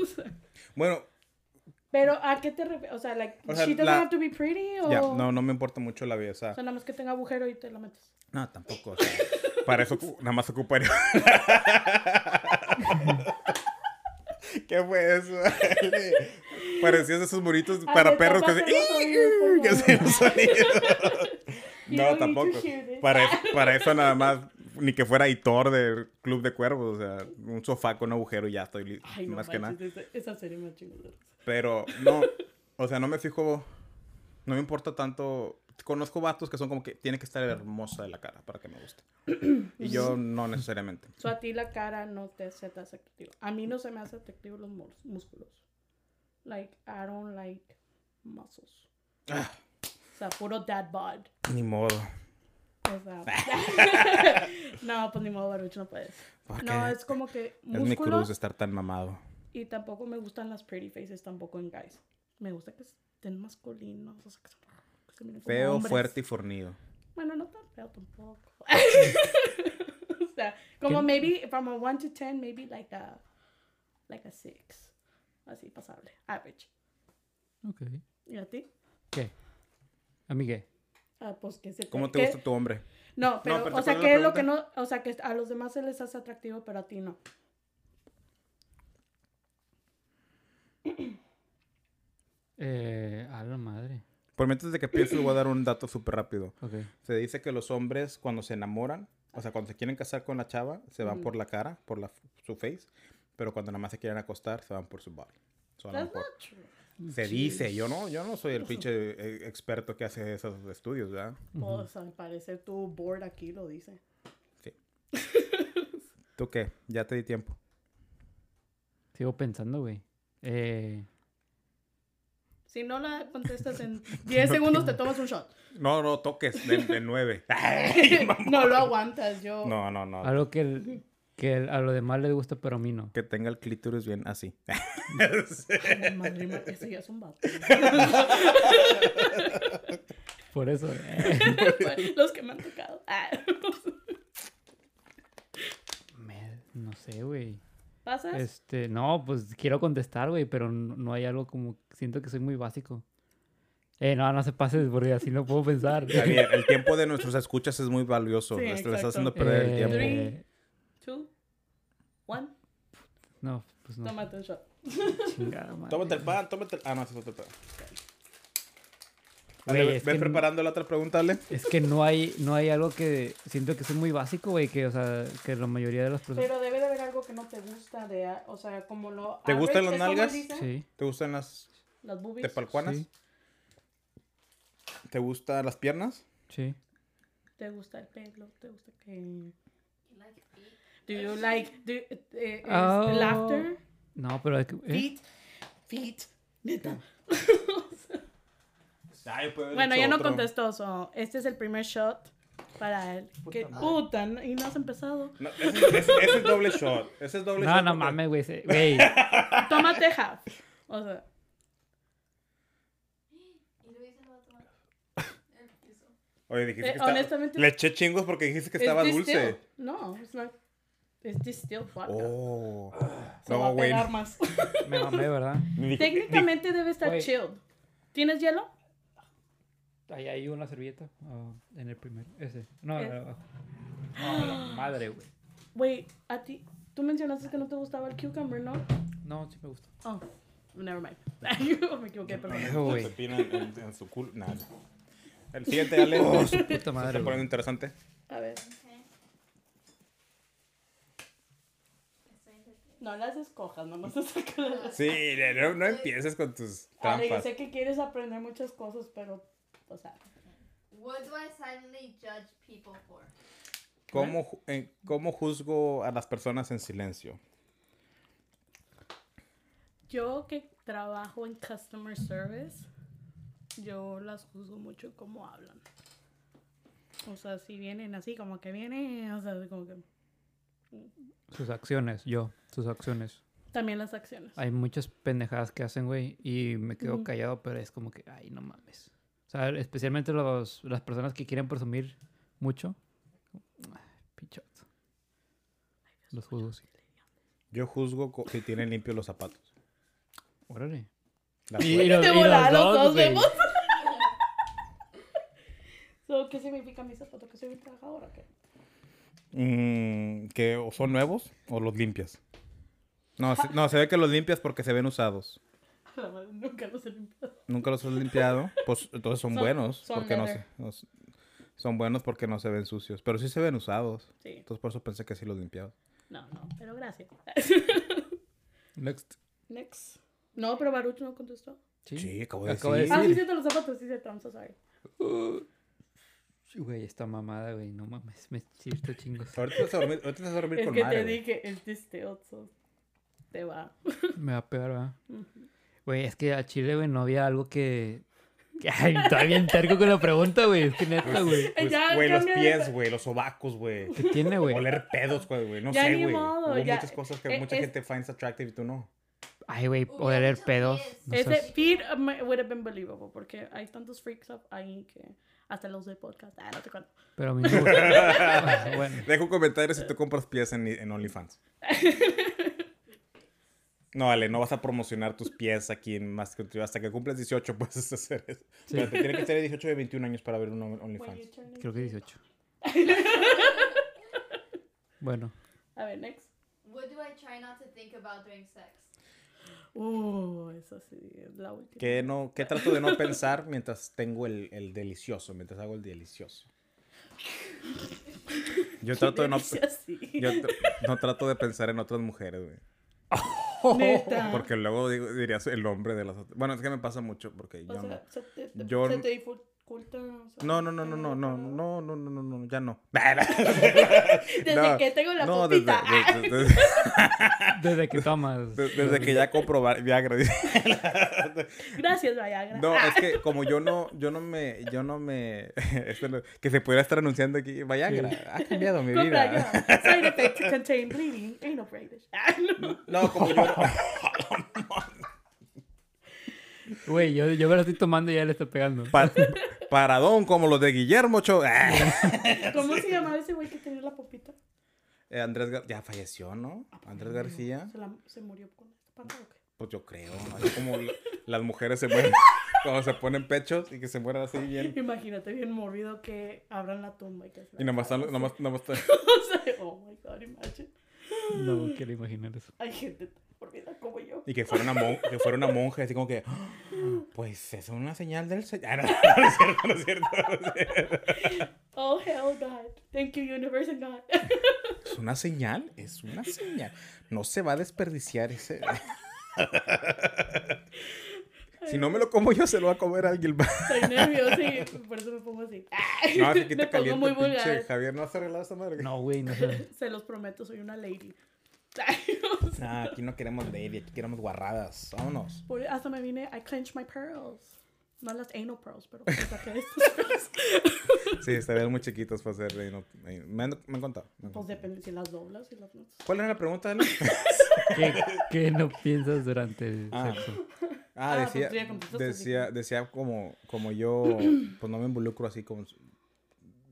Speaker 4: o sea,
Speaker 2: Bueno,
Speaker 4: pero, ¿a qué te refieres? O sea, like,
Speaker 2: O sea,
Speaker 4: she doesn't
Speaker 2: la-
Speaker 4: have to be pretty o.
Speaker 2: ya, no, no me importa mucho la belleza.
Speaker 4: Oh. O sea, nada más que tenga agujero y te lo metes.
Speaker 2: No, tampoco. o sea, para eso ocu- nada más ocuparía. ¿Qué fue eso? Parecías esos muritos para
Speaker 4: Ale,
Speaker 2: perros que
Speaker 4: toca
Speaker 2: hacen
Speaker 4: hacer los
Speaker 2: que
Speaker 4: sonidos, por
Speaker 2: hacen el
Speaker 4: favor.
Speaker 2: sonido.
Speaker 4: You
Speaker 2: No,
Speaker 4: don't need to
Speaker 2: tampoco.
Speaker 4: hear this.
Speaker 2: Para, es- para eso nada más, ni que fuera Hitor del Club de Cuervos. O sea, un sofá con agujero y ya estoy listo.
Speaker 4: Ay, no
Speaker 2: más que nada.
Speaker 4: manches, esa- Esa serie me chingó. de risa.
Speaker 2: Pero no, o sea, no me fijo, no me importa tanto. Conozco vatos que son como que tiene que estar hermosa de la cara para que me guste. Y yo no necesariamente.
Speaker 4: So, a ti la cara no te se te hace atractivo. A mí no se me hace atractivo los mus- músculos. Like, I don't like muscles.
Speaker 2: Ah.
Speaker 4: O sea, puro dad bod.
Speaker 2: Ni modo.
Speaker 4: O sea,
Speaker 2: Ah.
Speaker 4: no, pues ni modo, Baruch, no puedes.
Speaker 2: ¿Por
Speaker 4: No,
Speaker 2: qué?
Speaker 4: es como que
Speaker 2: es mi
Speaker 4: músculos
Speaker 2: cruz estar tan mamado.
Speaker 4: y tampoco me gustan las pretty faces tampoco en guys. Me gusta que estén masculinos, o sea, que se, que se miren como
Speaker 2: Feo,
Speaker 4: hombres.
Speaker 2: fuerte y fornido.
Speaker 4: Bueno, no tan feo tampoco. o sea, como
Speaker 3: ¿Qué?
Speaker 4: maybe from a 1 to 10, maybe like a like a 6. Así pasable, average.
Speaker 3: Ok.
Speaker 4: ¿Y a ti?
Speaker 3: ¿Qué? Amigué.
Speaker 4: Ah, pues que se
Speaker 2: ¿Cómo te
Speaker 4: que-
Speaker 2: gusta tu hombre?
Speaker 4: No, pero,
Speaker 2: pero
Speaker 4: o
Speaker 2: ¿te
Speaker 4: sea,
Speaker 2: acuerdas
Speaker 4: que
Speaker 2: la
Speaker 4: es lo que no, o sea, que a los demás se les hace atractivo, pero a ti no.
Speaker 3: Eh, a la madre.
Speaker 2: Por mientras de que pienso, voy a dar un dato súper rápido.
Speaker 3: Ok.
Speaker 4: Pues.
Speaker 2: Se dice que los hombres cuando se enamoran, o sea, cuando se quieren casar con la chava, se
Speaker 4: Mm.
Speaker 2: van por la cara, por la, su face. Pero cuando nada más se quieren acostar, se van por su body. So, a lo
Speaker 4: That's
Speaker 2: mejor-
Speaker 4: not true.
Speaker 2: Se dice, yo no, yo no soy el pinche eh, experto que hace esos estudios, ¿verdad?
Speaker 4: O sea, Pues, al parecer tu board aquí lo dice.
Speaker 2: ¿Tú qué? Ya te di tiempo.
Speaker 3: Sigo pensando, güey. Eh,
Speaker 4: Si no la contestas en 10 segundos, te tomas un shot.
Speaker 2: No, no, toques de, de nueve.
Speaker 4: no lo aguantas, yo.
Speaker 2: No, no, no.
Speaker 3: algo que, el- que el- a los demás les gusta, pero a mí no.
Speaker 2: Que tenga el clítoris bien así.
Speaker 4: Ay, madre mía, ese ya es un vato.
Speaker 3: Por eso. eh.
Speaker 4: Los que me han tocado. Ah.
Speaker 3: Me- no sé, güey.
Speaker 4: ¿Pasas?
Speaker 3: Este, no, pues quiero contestar, güey, pero n- no hay algo como. Siento que soy muy básico. Eh, no, no se pases porque así no puedo pensar.
Speaker 2: Está bien, el tiempo de nuestros escuchas es muy valioso.
Speaker 4: Sí,
Speaker 2: Les les
Speaker 4: exacto.
Speaker 2: está haciendo perder el
Speaker 3: Eh,
Speaker 2: tiempo.
Speaker 4: Three. Two, one.
Speaker 3: No, pues no.
Speaker 4: Tómate un shot.
Speaker 3: Chingada madre.
Speaker 2: Tómate el pan, tómate el... Ah, no, ese es otro pan.
Speaker 3: Güey, es
Speaker 2: ven
Speaker 3: que-
Speaker 2: preparando la otra pregunta, Ale.
Speaker 3: Es que no hay, no hay algo que. Siento que soy muy básico, güey, que, o sea, que la mayoría de las
Speaker 2: Pues
Speaker 3: personas.
Speaker 4: Pero debe de haber algo que no te gusta de, a- o sea, como lo.
Speaker 2: ¿Te gustan
Speaker 4: average,
Speaker 2: las
Speaker 4: ¿es como
Speaker 2: nalgas?
Speaker 4: dicen?
Speaker 3: Sí.
Speaker 2: ¿Te gustan las
Speaker 4: Las boobies.
Speaker 2: tepalcuanas?
Speaker 3: Sí.
Speaker 2: ¿Te gustan las piernas?
Speaker 3: Sí.
Speaker 4: ¿Te gusta el pelo? ¿Te gusta que?
Speaker 5: You like feet?
Speaker 4: Do you like do, eh, eh,
Speaker 3: Oh.
Speaker 2: ¿eh?
Speaker 4: laughter?
Speaker 3: No, pero. es que- ¿eh?
Speaker 4: Feet, feet. Neta.
Speaker 2: Ay, puede Ah, haber
Speaker 4: bueno,
Speaker 2: dicho
Speaker 4: ya no
Speaker 2: otro.
Speaker 4: contestó. so, este es el primer shot para él. que puta, ¿no? y no has empezado.
Speaker 2: No, ese, ese- ese es doble shot. Ese es doble
Speaker 3: No,
Speaker 2: shot.
Speaker 3: no
Speaker 2: porque-
Speaker 3: mames, güey. se- Güey.
Speaker 4: Tómate half. O sea,
Speaker 5: Y Luis no va a tomar. El piso.
Speaker 2: Oye, dijiste
Speaker 4: Eh,
Speaker 2: que estaba...
Speaker 4: honestamente-
Speaker 2: Le eché chingos porque dijiste que
Speaker 4: es
Speaker 2: estaba
Speaker 4: distilled.
Speaker 2: dulce.
Speaker 4: No, es not. Es distilled vodka.
Speaker 2: Oh.
Speaker 4: Se va
Speaker 2: No,
Speaker 4: a
Speaker 2: güey.
Speaker 4: pegar más.
Speaker 3: Me mamé, ¿verdad?
Speaker 2: Ni dije-
Speaker 4: Técnicamente debe estar
Speaker 3: Güey.
Speaker 4: chilled. ¿Tienes hielo?
Speaker 3: Ahí hay una servilleta. ah, en el primero. Ese. No,
Speaker 4: Eh.
Speaker 3: no, no, la madre, güey.
Speaker 4: Güey, a ti. Tú mencionaste que no te gustaba el cucumber, ¿no?
Speaker 3: No, sí me gusta.
Speaker 4: Oh, never mind. Me equivoqué, perdón.
Speaker 3: Pero, güey.
Speaker 2: Se pina en, en- en su culo. Nada. El siguiente, Ale. se
Speaker 3: Oh, Puta
Speaker 2: está
Speaker 3: madre.
Speaker 2: poniendo
Speaker 3: güey.
Speaker 2: interesante.
Speaker 4: A ver.
Speaker 5: Okay. Estoy entretenida.
Speaker 4: No las escojas, no las escojas.
Speaker 2: Sí, no, no empieces con tus
Speaker 4: Ahora, yo
Speaker 2: trampas.
Speaker 4: sé que quieres aprender muchas cosas, pero, o sea,
Speaker 5: What do I silently judge people for?
Speaker 2: ¿Cómo, ju- en- ¿Cómo juzgo a las personas en silencio?
Speaker 4: Yo que trabajo en customer service, yo las juzgo mucho cómo hablan. O sea, si vienen así, como que vienen, o sea, como que...
Speaker 3: Sus acciones, yo, sus acciones.
Speaker 4: También las acciones.
Speaker 3: Hay muchas pendejadas que hacen, güey, y me quedo
Speaker 4: Ujú.
Speaker 3: callado, pero es como que, ay, no mames. O sea, especialmente los, las personas que quieren presumir mucho. Ay, Pichoto. Los juzgo, sí.
Speaker 2: Yo juzgo co- si tienen limpios los zapatos.
Speaker 3: Órale.
Speaker 2: La suela.
Speaker 4: De volar, Este los dos vemos. So, ¿Qué significa mi zapato? ¿Que soy bien trabajadora? o ¿Qué?
Speaker 2: Mm, que o son nuevos o los limpias. No, se, no, se ve que los limpias porque se ven usados.
Speaker 4: La madre, Nunca los he limpiado.
Speaker 2: Nunca los has limpiado, pues entonces son,
Speaker 4: Son-
Speaker 2: buenos.
Speaker 4: son
Speaker 2: porque no
Speaker 4: leather.
Speaker 2: se- no se- son buenos porque no se ven sucios. Pero sí se ven usados.
Speaker 4: Sí.
Speaker 2: Entonces por eso pensé que sí los limpiaba.
Speaker 4: No, no, pero gracias.
Speaker 3: Next.
Speaker 4: Next. No, pero Baruch no contestó.
Speaker 3: Sí,
Speaker 2: Sí, acabo de
Speaker 3: Acabo de
Speaker 2: decir.
Speaker 4: Ah, sí,
Speaker 3: decir.
Speaker 4: siento los zapatos, sí, siento, I'm so sorry.
Speaker 3: Sí, Güey, esta mamada, güey, no mames, me siento chingos.
Speaker 2: Ahorita te vas a dormir, ahorita te vas a dormir
Speaker 4: Ah, Es
Speaker 2: con
Speaker 4: que
Speaker 2: madre,
Speaker 4: te
Speaker 2: güey.
Speaker 4: dije, es este distilled, so te va.
Speaker 3: Me va a pegar, ¿verdad? Güey, es que a Chile, güey, no había algo que... que- Ay, está bien terco con la pregunta, güey, es que neta, Ah, güey.
Speaker 2: Pues,
Speaker 4: Ya,
Speaker 2: güey, los
Speaker 4: cambia de-
Speaker 2: pies, güey, los sobacos, güey.
Speaker 3: ¿Qué tiene, güey?
Speaker 2: Oler pedos, güey, güey. No
Speaker 4: Ya
Speaker 2: sé,
Speaker 4: ni
Speaker 2: güey.
Speaker 4: modo,
Speaker 2: Hubo
Speaker 4: ya.
Speaker 2: muchas cosas que
Speaker 4: Eh,
Speaker 2: mucha
Speaker 4: es-
Speaker 2: gente finds attractive y tú no.
Speaker 3: Ay, güey,
Speaker 5: Hubiera
Speaker 3: oler
Speaker 5: dicho
Speaker 3: pedos.
Speaker 5: pies.
Speaker 3: no
Speaker 4: Ese
Speaker 3: seas-
Speaker 4: feed um, would have been believable porque hay tantos freaks up ahí que hasta los de podcast. Ah, no te cuento.
Speaker 3: Pero a mí no me gusta. Ah, bueno.
Speaker 2: Deja un comentario si tú compras pies en, en OnlyFans. No, Ale, no vas a promocionar tus pies aquí en Más que un Trío. Hasta que cumples 18 puedes hacer eso.
Speaker 3: Sí.
Speaker 2: Pero te tiene que tener 18 de 21 años para ver un on-
Speaker 4: When you
Speaker 2: OnlyFans.
Speaker 4: turn
Speaker 3: Creo que 18. Bueno,
Speaker 4: A ver, next.
Speaker 5: What do I try not to think about during sex?
Speaker 4: Uh, eso sí, es la última.
Speaker 2: ¿Qué, no, ¿Qué trato de no pensar mientras tengo el, el delicioso? Mientras hago el delicioso. Yo trato de no...
Speaker 4: Dice así.
Speaker 2: Yo tr- no trato de pensar en otras mujeres, güey.
Speaker 4: Neta.
Speaker 2: Porque luego digo- dirías el hombre de las otras. Bueno, es que me pasa mucho porque
Speaker 4: O
Speaker 2: yo no.
Speaker 4: sea, se te, te-
Speaker 2: yo
Speaker 4: se
Speaker 2: no-
Speaker 4: te dificulta. o sea,
Speaker 2: No, no, no, no,
Speaker 4: tener
Speaker 2: no,
Speaker 4: la
Speaker 2: no,
Speaker 4: palabra.
Speaker 2: no, no, no, no, no, ya no.
Speaker 4: Desde
Speaker 2: No,
Speaker 4: que tengo la
Speaker 2: no, desde,
Speaker 4: pupita. ah,
Speaker 2: de- de- de-
Speaker 3: desde que tomas.
Speaker 2: de- desde que ya compro va- Viagra. dice.
Speaker 4: Gracias, Viagra.
Speaker 2: No,
Speaker 4: Ah,
Speaker 2: es que como yo no, yo no me, yo no me, esto no- que se pudiera estar anunciando aquí, Viagra, ha cambiado mi
Speaker 4: compra
Speaker 2: vida.
Speaker 4: ya. Side effects contain bleeding, anal breakage. Ah, no.
Speaker 2: No, como yo,
Speaker 3: Güey, yo, yo me lo estoy tomando y ya le está pegando.
Speaker 2: pa- paradón como los de Guillermo Cho.
Speaker 4: ¿Cómo se llamaba ese güey que tenía la popita?
Speaker 2: Eh, Andrés, Gar- ya falleció, ¿no? Andrés García.
Speaker 4: ¿Se, la- se murió con esta pata o qué?
Speaker 2: Pues yo creo, ¿no? Así como la- las mujeres se mueren cuando se ponen pechos y que se mueren así bien.
Speaker 4: Imagínate bien morbido que abran la tumba y que se la
Speaker 2: Y nomás están,
Speaker 4: abran,
Speaker 2: nomás, nomás están-
Speaker 4: o sea, oh my god, imagine.
Speaker 3: No quiero imaginar eso.
Speaker 4: Hay gente tan morbida como yo.
Speaker 2: Y que fuera una, mon- que fuera una monja, así como que, "Ah, pues es una señal del Señor. Ah, no, no es cierto, no es cierto. no es cierto.
Speaker 4: Oh hell god. Thank you universe and god.
Speaker 2: Es una señal, es una señal. No se va a desperdiciar ese. Si no me lo como yo, se lo va a comer alguien más.
Speaker 4: Estoy nerviosa y por eso me pongo así.
Speaker 2: No, se quita
Speaker 4: me pongo
Speaker 2: caliente,
Speaker 4: muy
Speaker 2: pinche
Speaker 4: vulgar.
Speaker 2: Javier. ¿No has arreglado esta madre?
Speaker 3: No, güey, no sé.
Speaker 4: Se los prometo, soy una lady. Ay, o
Speaker 2: Ah,
Speaker 4: sea,
Speaker 2: aquí no queremos lady, aquí queremos guarradas. Vámonos.
Speaker 4: por- hasta me vine, I clench my pearls. No las anal pearls, pero me saqué estas pearls.
Speaker 2: Sí, estarían muy chiquitos para hacer reino. Me han, me han contado. me han contado.
Speaker 4: Pues depende si las doblas y las notas.
Speaker 2: ¿Cuál era la pregunta, Ale?
Speaker 3: ¿Qué, qué no piensas durante el
Speaker 2: Ah.
Speaker 3: sexo?
Speaker 2: Ah,
Speaker 4: Ah,
Speaker 2: decía,
Speaker 4: pues ya contestaste,
Speaker 2: decía, decía como, como yo, pues no me involucro así como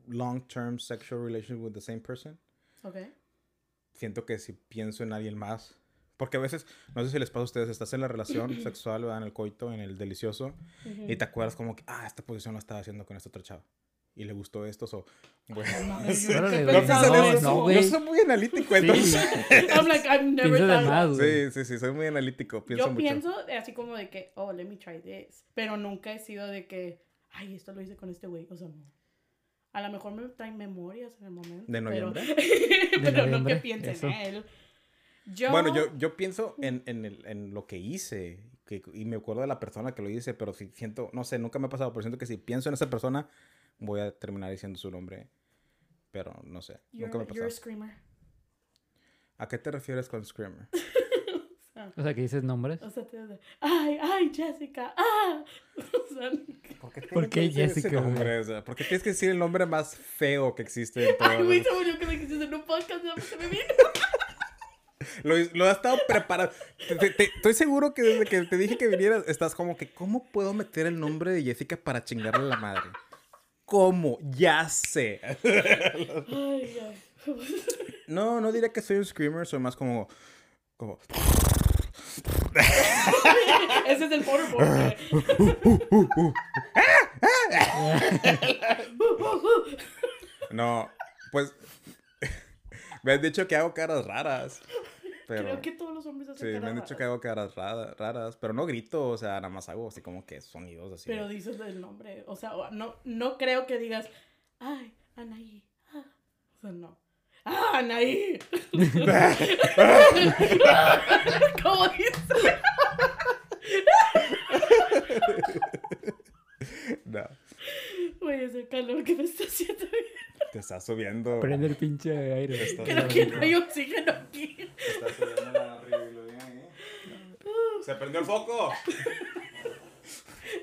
Speaker 2: long term sexual relationship with the same person.
Speaker 4: Ok.
Speaker 2: Siento que si pienso en alguien más, porque a veces, no sé si les pasa a ustedes, estás en la relación sexual, ¿verdad? en el coito, en el delicioso, y te acuerdas como que, ah, esta posición la estaba haciendo con esta otra chava. Y le gustó esto, o... Bueno,
Speaker 4: Madre,
Speaker 3: Órale,
Speaker 4: qué
Speaker 3: güey,
Speaker 2: no, pienso en
Speaker 4: pensado
Speaker 3: no,
Speaker 2: eso.
Speaker 4: eso.
Speaker 3: no, güey.
Speaker 2: yo soy muy analítico, entonces.
Speaker 3: Sí,
Speaker 4: I'm like, I've never
Speaker 3: pienso
Speaker 4: thought
Speaker 3: de más, güey.
Speaker 2: Sí, sí, sí, soy muy analítico, pienso
Speaker 4: Yo
Speaker 2: mucho.
Speaker 4: pienso así como de que, oh, let me try this. Pero nunca he sido de que, ay, esto lo hice con este güey. O sea, no. a lo mejor me traen memorias en el momento.
Speaker 2: ¿De
Speaker 4: pero-
Speaker 2: noviembre?
Speaker 4: Pero,
Speaker 3: noviembre,
Speaker 4: no que piense
Speaker 3: eso.
Speaker 4: en él. Yo,
Speaker 2: Bueno, yo, yo pienso en, en, el- en lo que hice que- y me acuerdo de la persona que lo hice, pero si siento, no sé, nunca me ha pasado, pero siento que si pienso en esa persona, voy a terminar diciendo su nombre Pero no sé.
Speaker 4: You're,
Speaker 2: nunca me ha
Speaker 4: you're a
Speaker 2: pasado.
Speaker 4: screamer.
Speaker 2: ¿A qué te refieres con Screamer?
Speaker 3: O sea, que dices nombres.
Speaker 4: O sea, te dice, ay, ay, Jessica, ah. O sea,
Speaker 2: ¿Por qué,
Speaker 3: ¿Por qué Jessica, güey?
Speaker 2: ¿Por qué tienes que decir el nombre más feo que existe en todo
Speaker 4: ay,
Speaker 2: el
Speaker 4: güey, se murió que me quisiste en un podcast, ya se me vino.
Speaker 2: Lo, lo has estado preparado. Te- te- te- estoy seguro que desde que te dije que vinieras, estás como que, ¿cómo puedo meter el nombre de Jessica para chingarle a la madre? ¿Cómo? Ya sé.
Speaker 4: Ay, ay.
Speaker 2: No, no diría que soy un screamer, soy más como. como
Speaker 4: Ese es el Potterboard. güey.
Speaker 2: no, pues. me han dicho que hago caras raras. Pero.
Speaker 4: Creo que todos los hombres hacen
Speaker 2: Sí, me han dicho que hago caras rara- raras, pero no grito, o sea, nada más hago así como que sonidos así. de-
Speaker 4: Pero dices el nombre, o sea, o- no, no creo que digas, ay, Anaí, ah. O sea, no. ¡Ah, Anaí! ¿Cómo dices?
Speaker 2: No,
Speaker 4: Güey, es el calor que me está haciendo.
Speaker 2: te está subiendo.
Speaker 3: Prende el pinche aire.
Speaker 2: Está
Speaker 4: Creo que no hay oxígeno aquí.
Speaker 2: Te está subiendo la ridiculidad, ¿eh? ¡Se prendió el foco!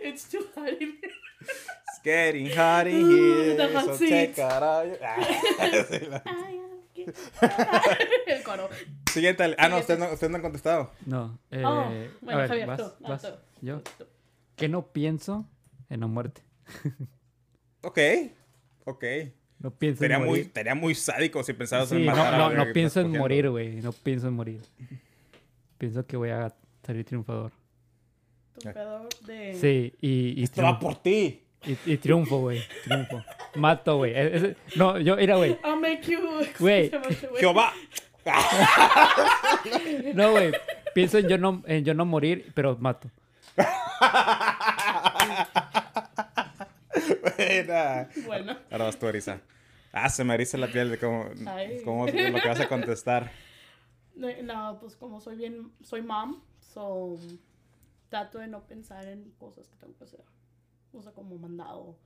Speaker 4: It's too hot in here.
Speaker 2: It's getting hot in
Speaker 4: Uh,
Speaker 2: here.
Speaker 4: the hot
Speaker 2: so
Speaker 4: seat.
Speaker 2: take out all your- Ah, sí, la-
Speaker 4: Ay, ay, qué- El coro.
Speaker 2: Siguiente. Ale- Ah, no, ustedes no, ustedes no han contestado.
Speaker 3: No. Eh,
Speaker 4: Oh, bueno,
Speaker 3: a ver,
Speaker 4: Javier,
Speaker 3: vas,
Speaker 4: tú, ah,
Speaker 3: vas.
Speaker 4: tú,
Speaker 3: Yo.
Speaker 4: tú.
Speaker 3: Que no pienso en la muerte.
Speaker 2: Ok. Ok.
Speaker 3: No pienso
Speaker 2: Sería
Speaker 3: en
Speaker 2: muy,
Speaker 3: morir.
Speaker 2: estaría muy sádico si pensabas
Speaker 3: Sí,
Speaker 2: en matar a
Speaker 3: no, no,
Speaker 2: alguien
Speaker 3: no
Speaker 2: que estás
Speaker 3: pienso en
Speaker 2: cogiendo.
Speaker 3: morir, güey. No pienso en morir. Pienso que voy a salir triunfador.
Speaker 4: Tu pedo de...
Speaker 3: Sí, y, y,
Speaker 2: Esto va
Speaker 3: triunfo-
Speaker 2: por ti.
Speaker 3: y- y triunfo, güey. Triunfo. Mato, güey. Es- es- no, yo, mira, güey.
Speaker 4: I'll make you...
Speaker 3: Güey.
Speaker 2: Jehová.
Speaker 3: No, güey. Pienso en yo, no, en yo no morir, pero mato.
Speaker 2: Buena.
Speaker 4: Bueno.
Speaker 2: Ahora vas tú, Arisa. Ah, se me eriza la piel de cómo,
Speaker 4: Ay.
Speaker 2: cómo de lo que vas a contestar.
Speaker 4: No, no, pues como soy bien, soy mom, so trato de no pensar en cosas que tengo que hacer. O sea, como mandado,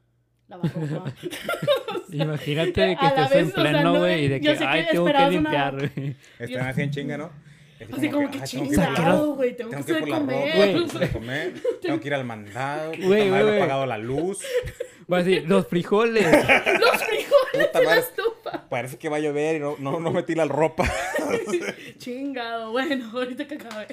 Speaker 4: lavar ropa.
Speaker 3: Imagínate que
Speaker 4: A la
Speaker 3: estés
Speaker 4: vez,
Speaker 3: en
Speaker 4: o sea,
Speaker 3: plano,
Speaker 4: no,
Speaker 3: güey, y de
Speaker 4: yo
Speaker 3: que,
Speaker 4: sé que
Speaker 3: ay, tengo que
Speaker 4: esperabas una-
Speaker 3: limpiar, güey.
Speaker 2: Están así en chinga, ¿no? Así,
Speaker 4: Así como que
Speaker 2: ay, tengo ir por la
Speaker 4: chingado, güey, tengo,
Speaker 2: Tengo
Speaker 4: que
Speaker 2: que ir
Speaker 4: hacer
Speaker 2: por la ropa,
Speaker 3: Güey.
Speaker 4: comer.
Speaker 2: tengo que hacer comer, tengo que ir al mandado, puta madre,
Speaker 3: Güey, güey,
Speaker 2: no he
Speaker 3: güey.
Speaker 2: pagado la luz,
Speaker 3: Va a decir, los frijoles.
Speaker 4: Los frijoles
Speaker 2: Puta
Speaker 4: en la
Speaker 2: madre.
Speaker 4: estufa.
Speaker 2: parece que va a llover y no, no, no metí la ropa.
Speaker 4: Chingado, bueno, ahorita que acabe.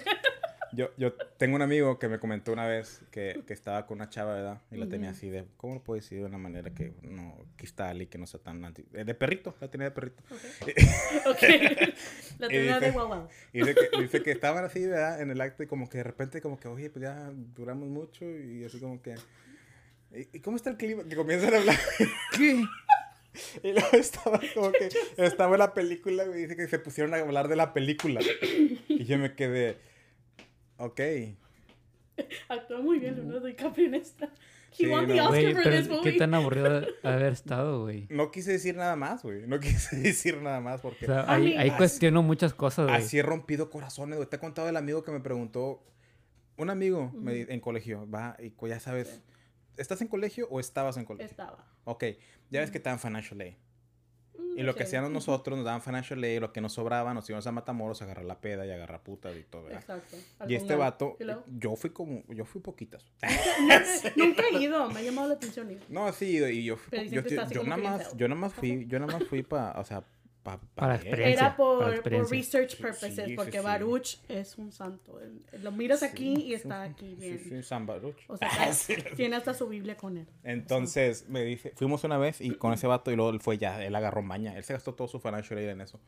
Speaker 2: Yo, yo tengo un amigo que me comentó una vez que, que estaba con una chava, ¿verdad? Y la tenía así de, ¿cómo lo puedo decir de una manera que no, que está ali, que no sea tan anti... eh, De perrito, la tenía de perrito.
Speaker 4: Ok. La tenía de
Speaker 2: dice-
Speaker 4: guagua.
Speaker 2: Y dice que, dice que estaban así, ¿verdad? En el acto y como que de repente como que, oye, pues ya duramos mucho y así como que... ¿Y y cómo está el clima? Que comienzan a hablar.
Speaker 3: ¿Qué?
Speaker 2: Y luego estaba como que estaba en la película y dice que se pusieron a hablar de la película. Y yo me quedé, ok.
Speaker 4: Actuó muy bien Leonardo DiCaprio en esta. He
Speaker 2: Sí,
Speaker 4: won the
Speaker 2: no,
Speaker 4: Oscar
Speaker 3: Güey,
Speaker 4: for this
Speaker 3: pero qué
Speaker 4: movie.
Speaker 3: tan aburrido haber estado, güey.
Speaker 2: No quise decir nada más, güey. No quise decir nada más
Speaker 3: O
Speaker 2: porque
Speaker 3: sea,
Speaker 4: A mí-
Speaker 3: ahí, ahí cuestiono muchas cosas, güey.
Speaker 2: así he rompido corazones, güey. Te he contado el amigo que me preguntó, un amigo me di- en colegio, va, y cu- ya sabes, ¿estás en colegio o estabas en colegio?
Speaker 4: Estaba.
Speaker 2: Ok, ya ves que te dan financial aid.
Speaker 4: Mm,
Speaker 2: Y lo
Speaker 4: sí.
Speaker 2: que hacíamos nosotros, nos daban financial aid, lo que nos sobraba, nos íbamos a Matamoros a agarrar la peda y agarrar putas y todo, ¿verdad?
Speaker 4: Exacto.
Speaker 2: Y este
Speaker 4: Algún-
Speaker 2: vato,
Speaker 4: ¿Y luego?
Speaker 2: yo fui como, yo fui poquitas.
Speaker 4: Nunca he ido, me ha llamado la atención ir.
Speaker 2: No, sí, y yo,
Speaker 4: Pero dicen
Speaker 2: yo,
Speaker 4: que
Speaker 2: estoy-
Speaker 4: está así
Speaker 2: yo
Speaker 4: como
Speaker 2: nada
Speaker 4: que bien
Speaker 2: más,
Speaker 4: feo.
Speaker 2: yo nada más fui, yo nada más fui para, o sea, pa- pa
Speaker 3: Para
Speaker 2: ver.
Speaker 3: experiencia.
Speaker 4: Era por,
Speaker 3: para
Speaker 4: por
Speaker 3: experiencia.
Speaker 4: research
Speaker 2: Sí,
Speaker 4: purposes,
Speaker 2: sí,
Speaker 4: porque
Speaker 2: sí.
Speaker 4: Baruch es un santo. Él- Lo miras aquí
Speaker 2: Sí,
Speaker 4: y está
Speaker 2: sí,
Speaker 4: aquí
Speaker 2: Sí,
Speaker 4: bien.
Speaker 2: sí, San Baruch.
Speaker 4: O sea, está-
Speaker 2: Sí.
Speaker 4: tiene hasta su Biblia con él.
Speaker 2: Entonces, me dice, fuimos una vez y con ese vato y luego él fue ya, él agarró maña, él se gastó todo su financial aid en eso.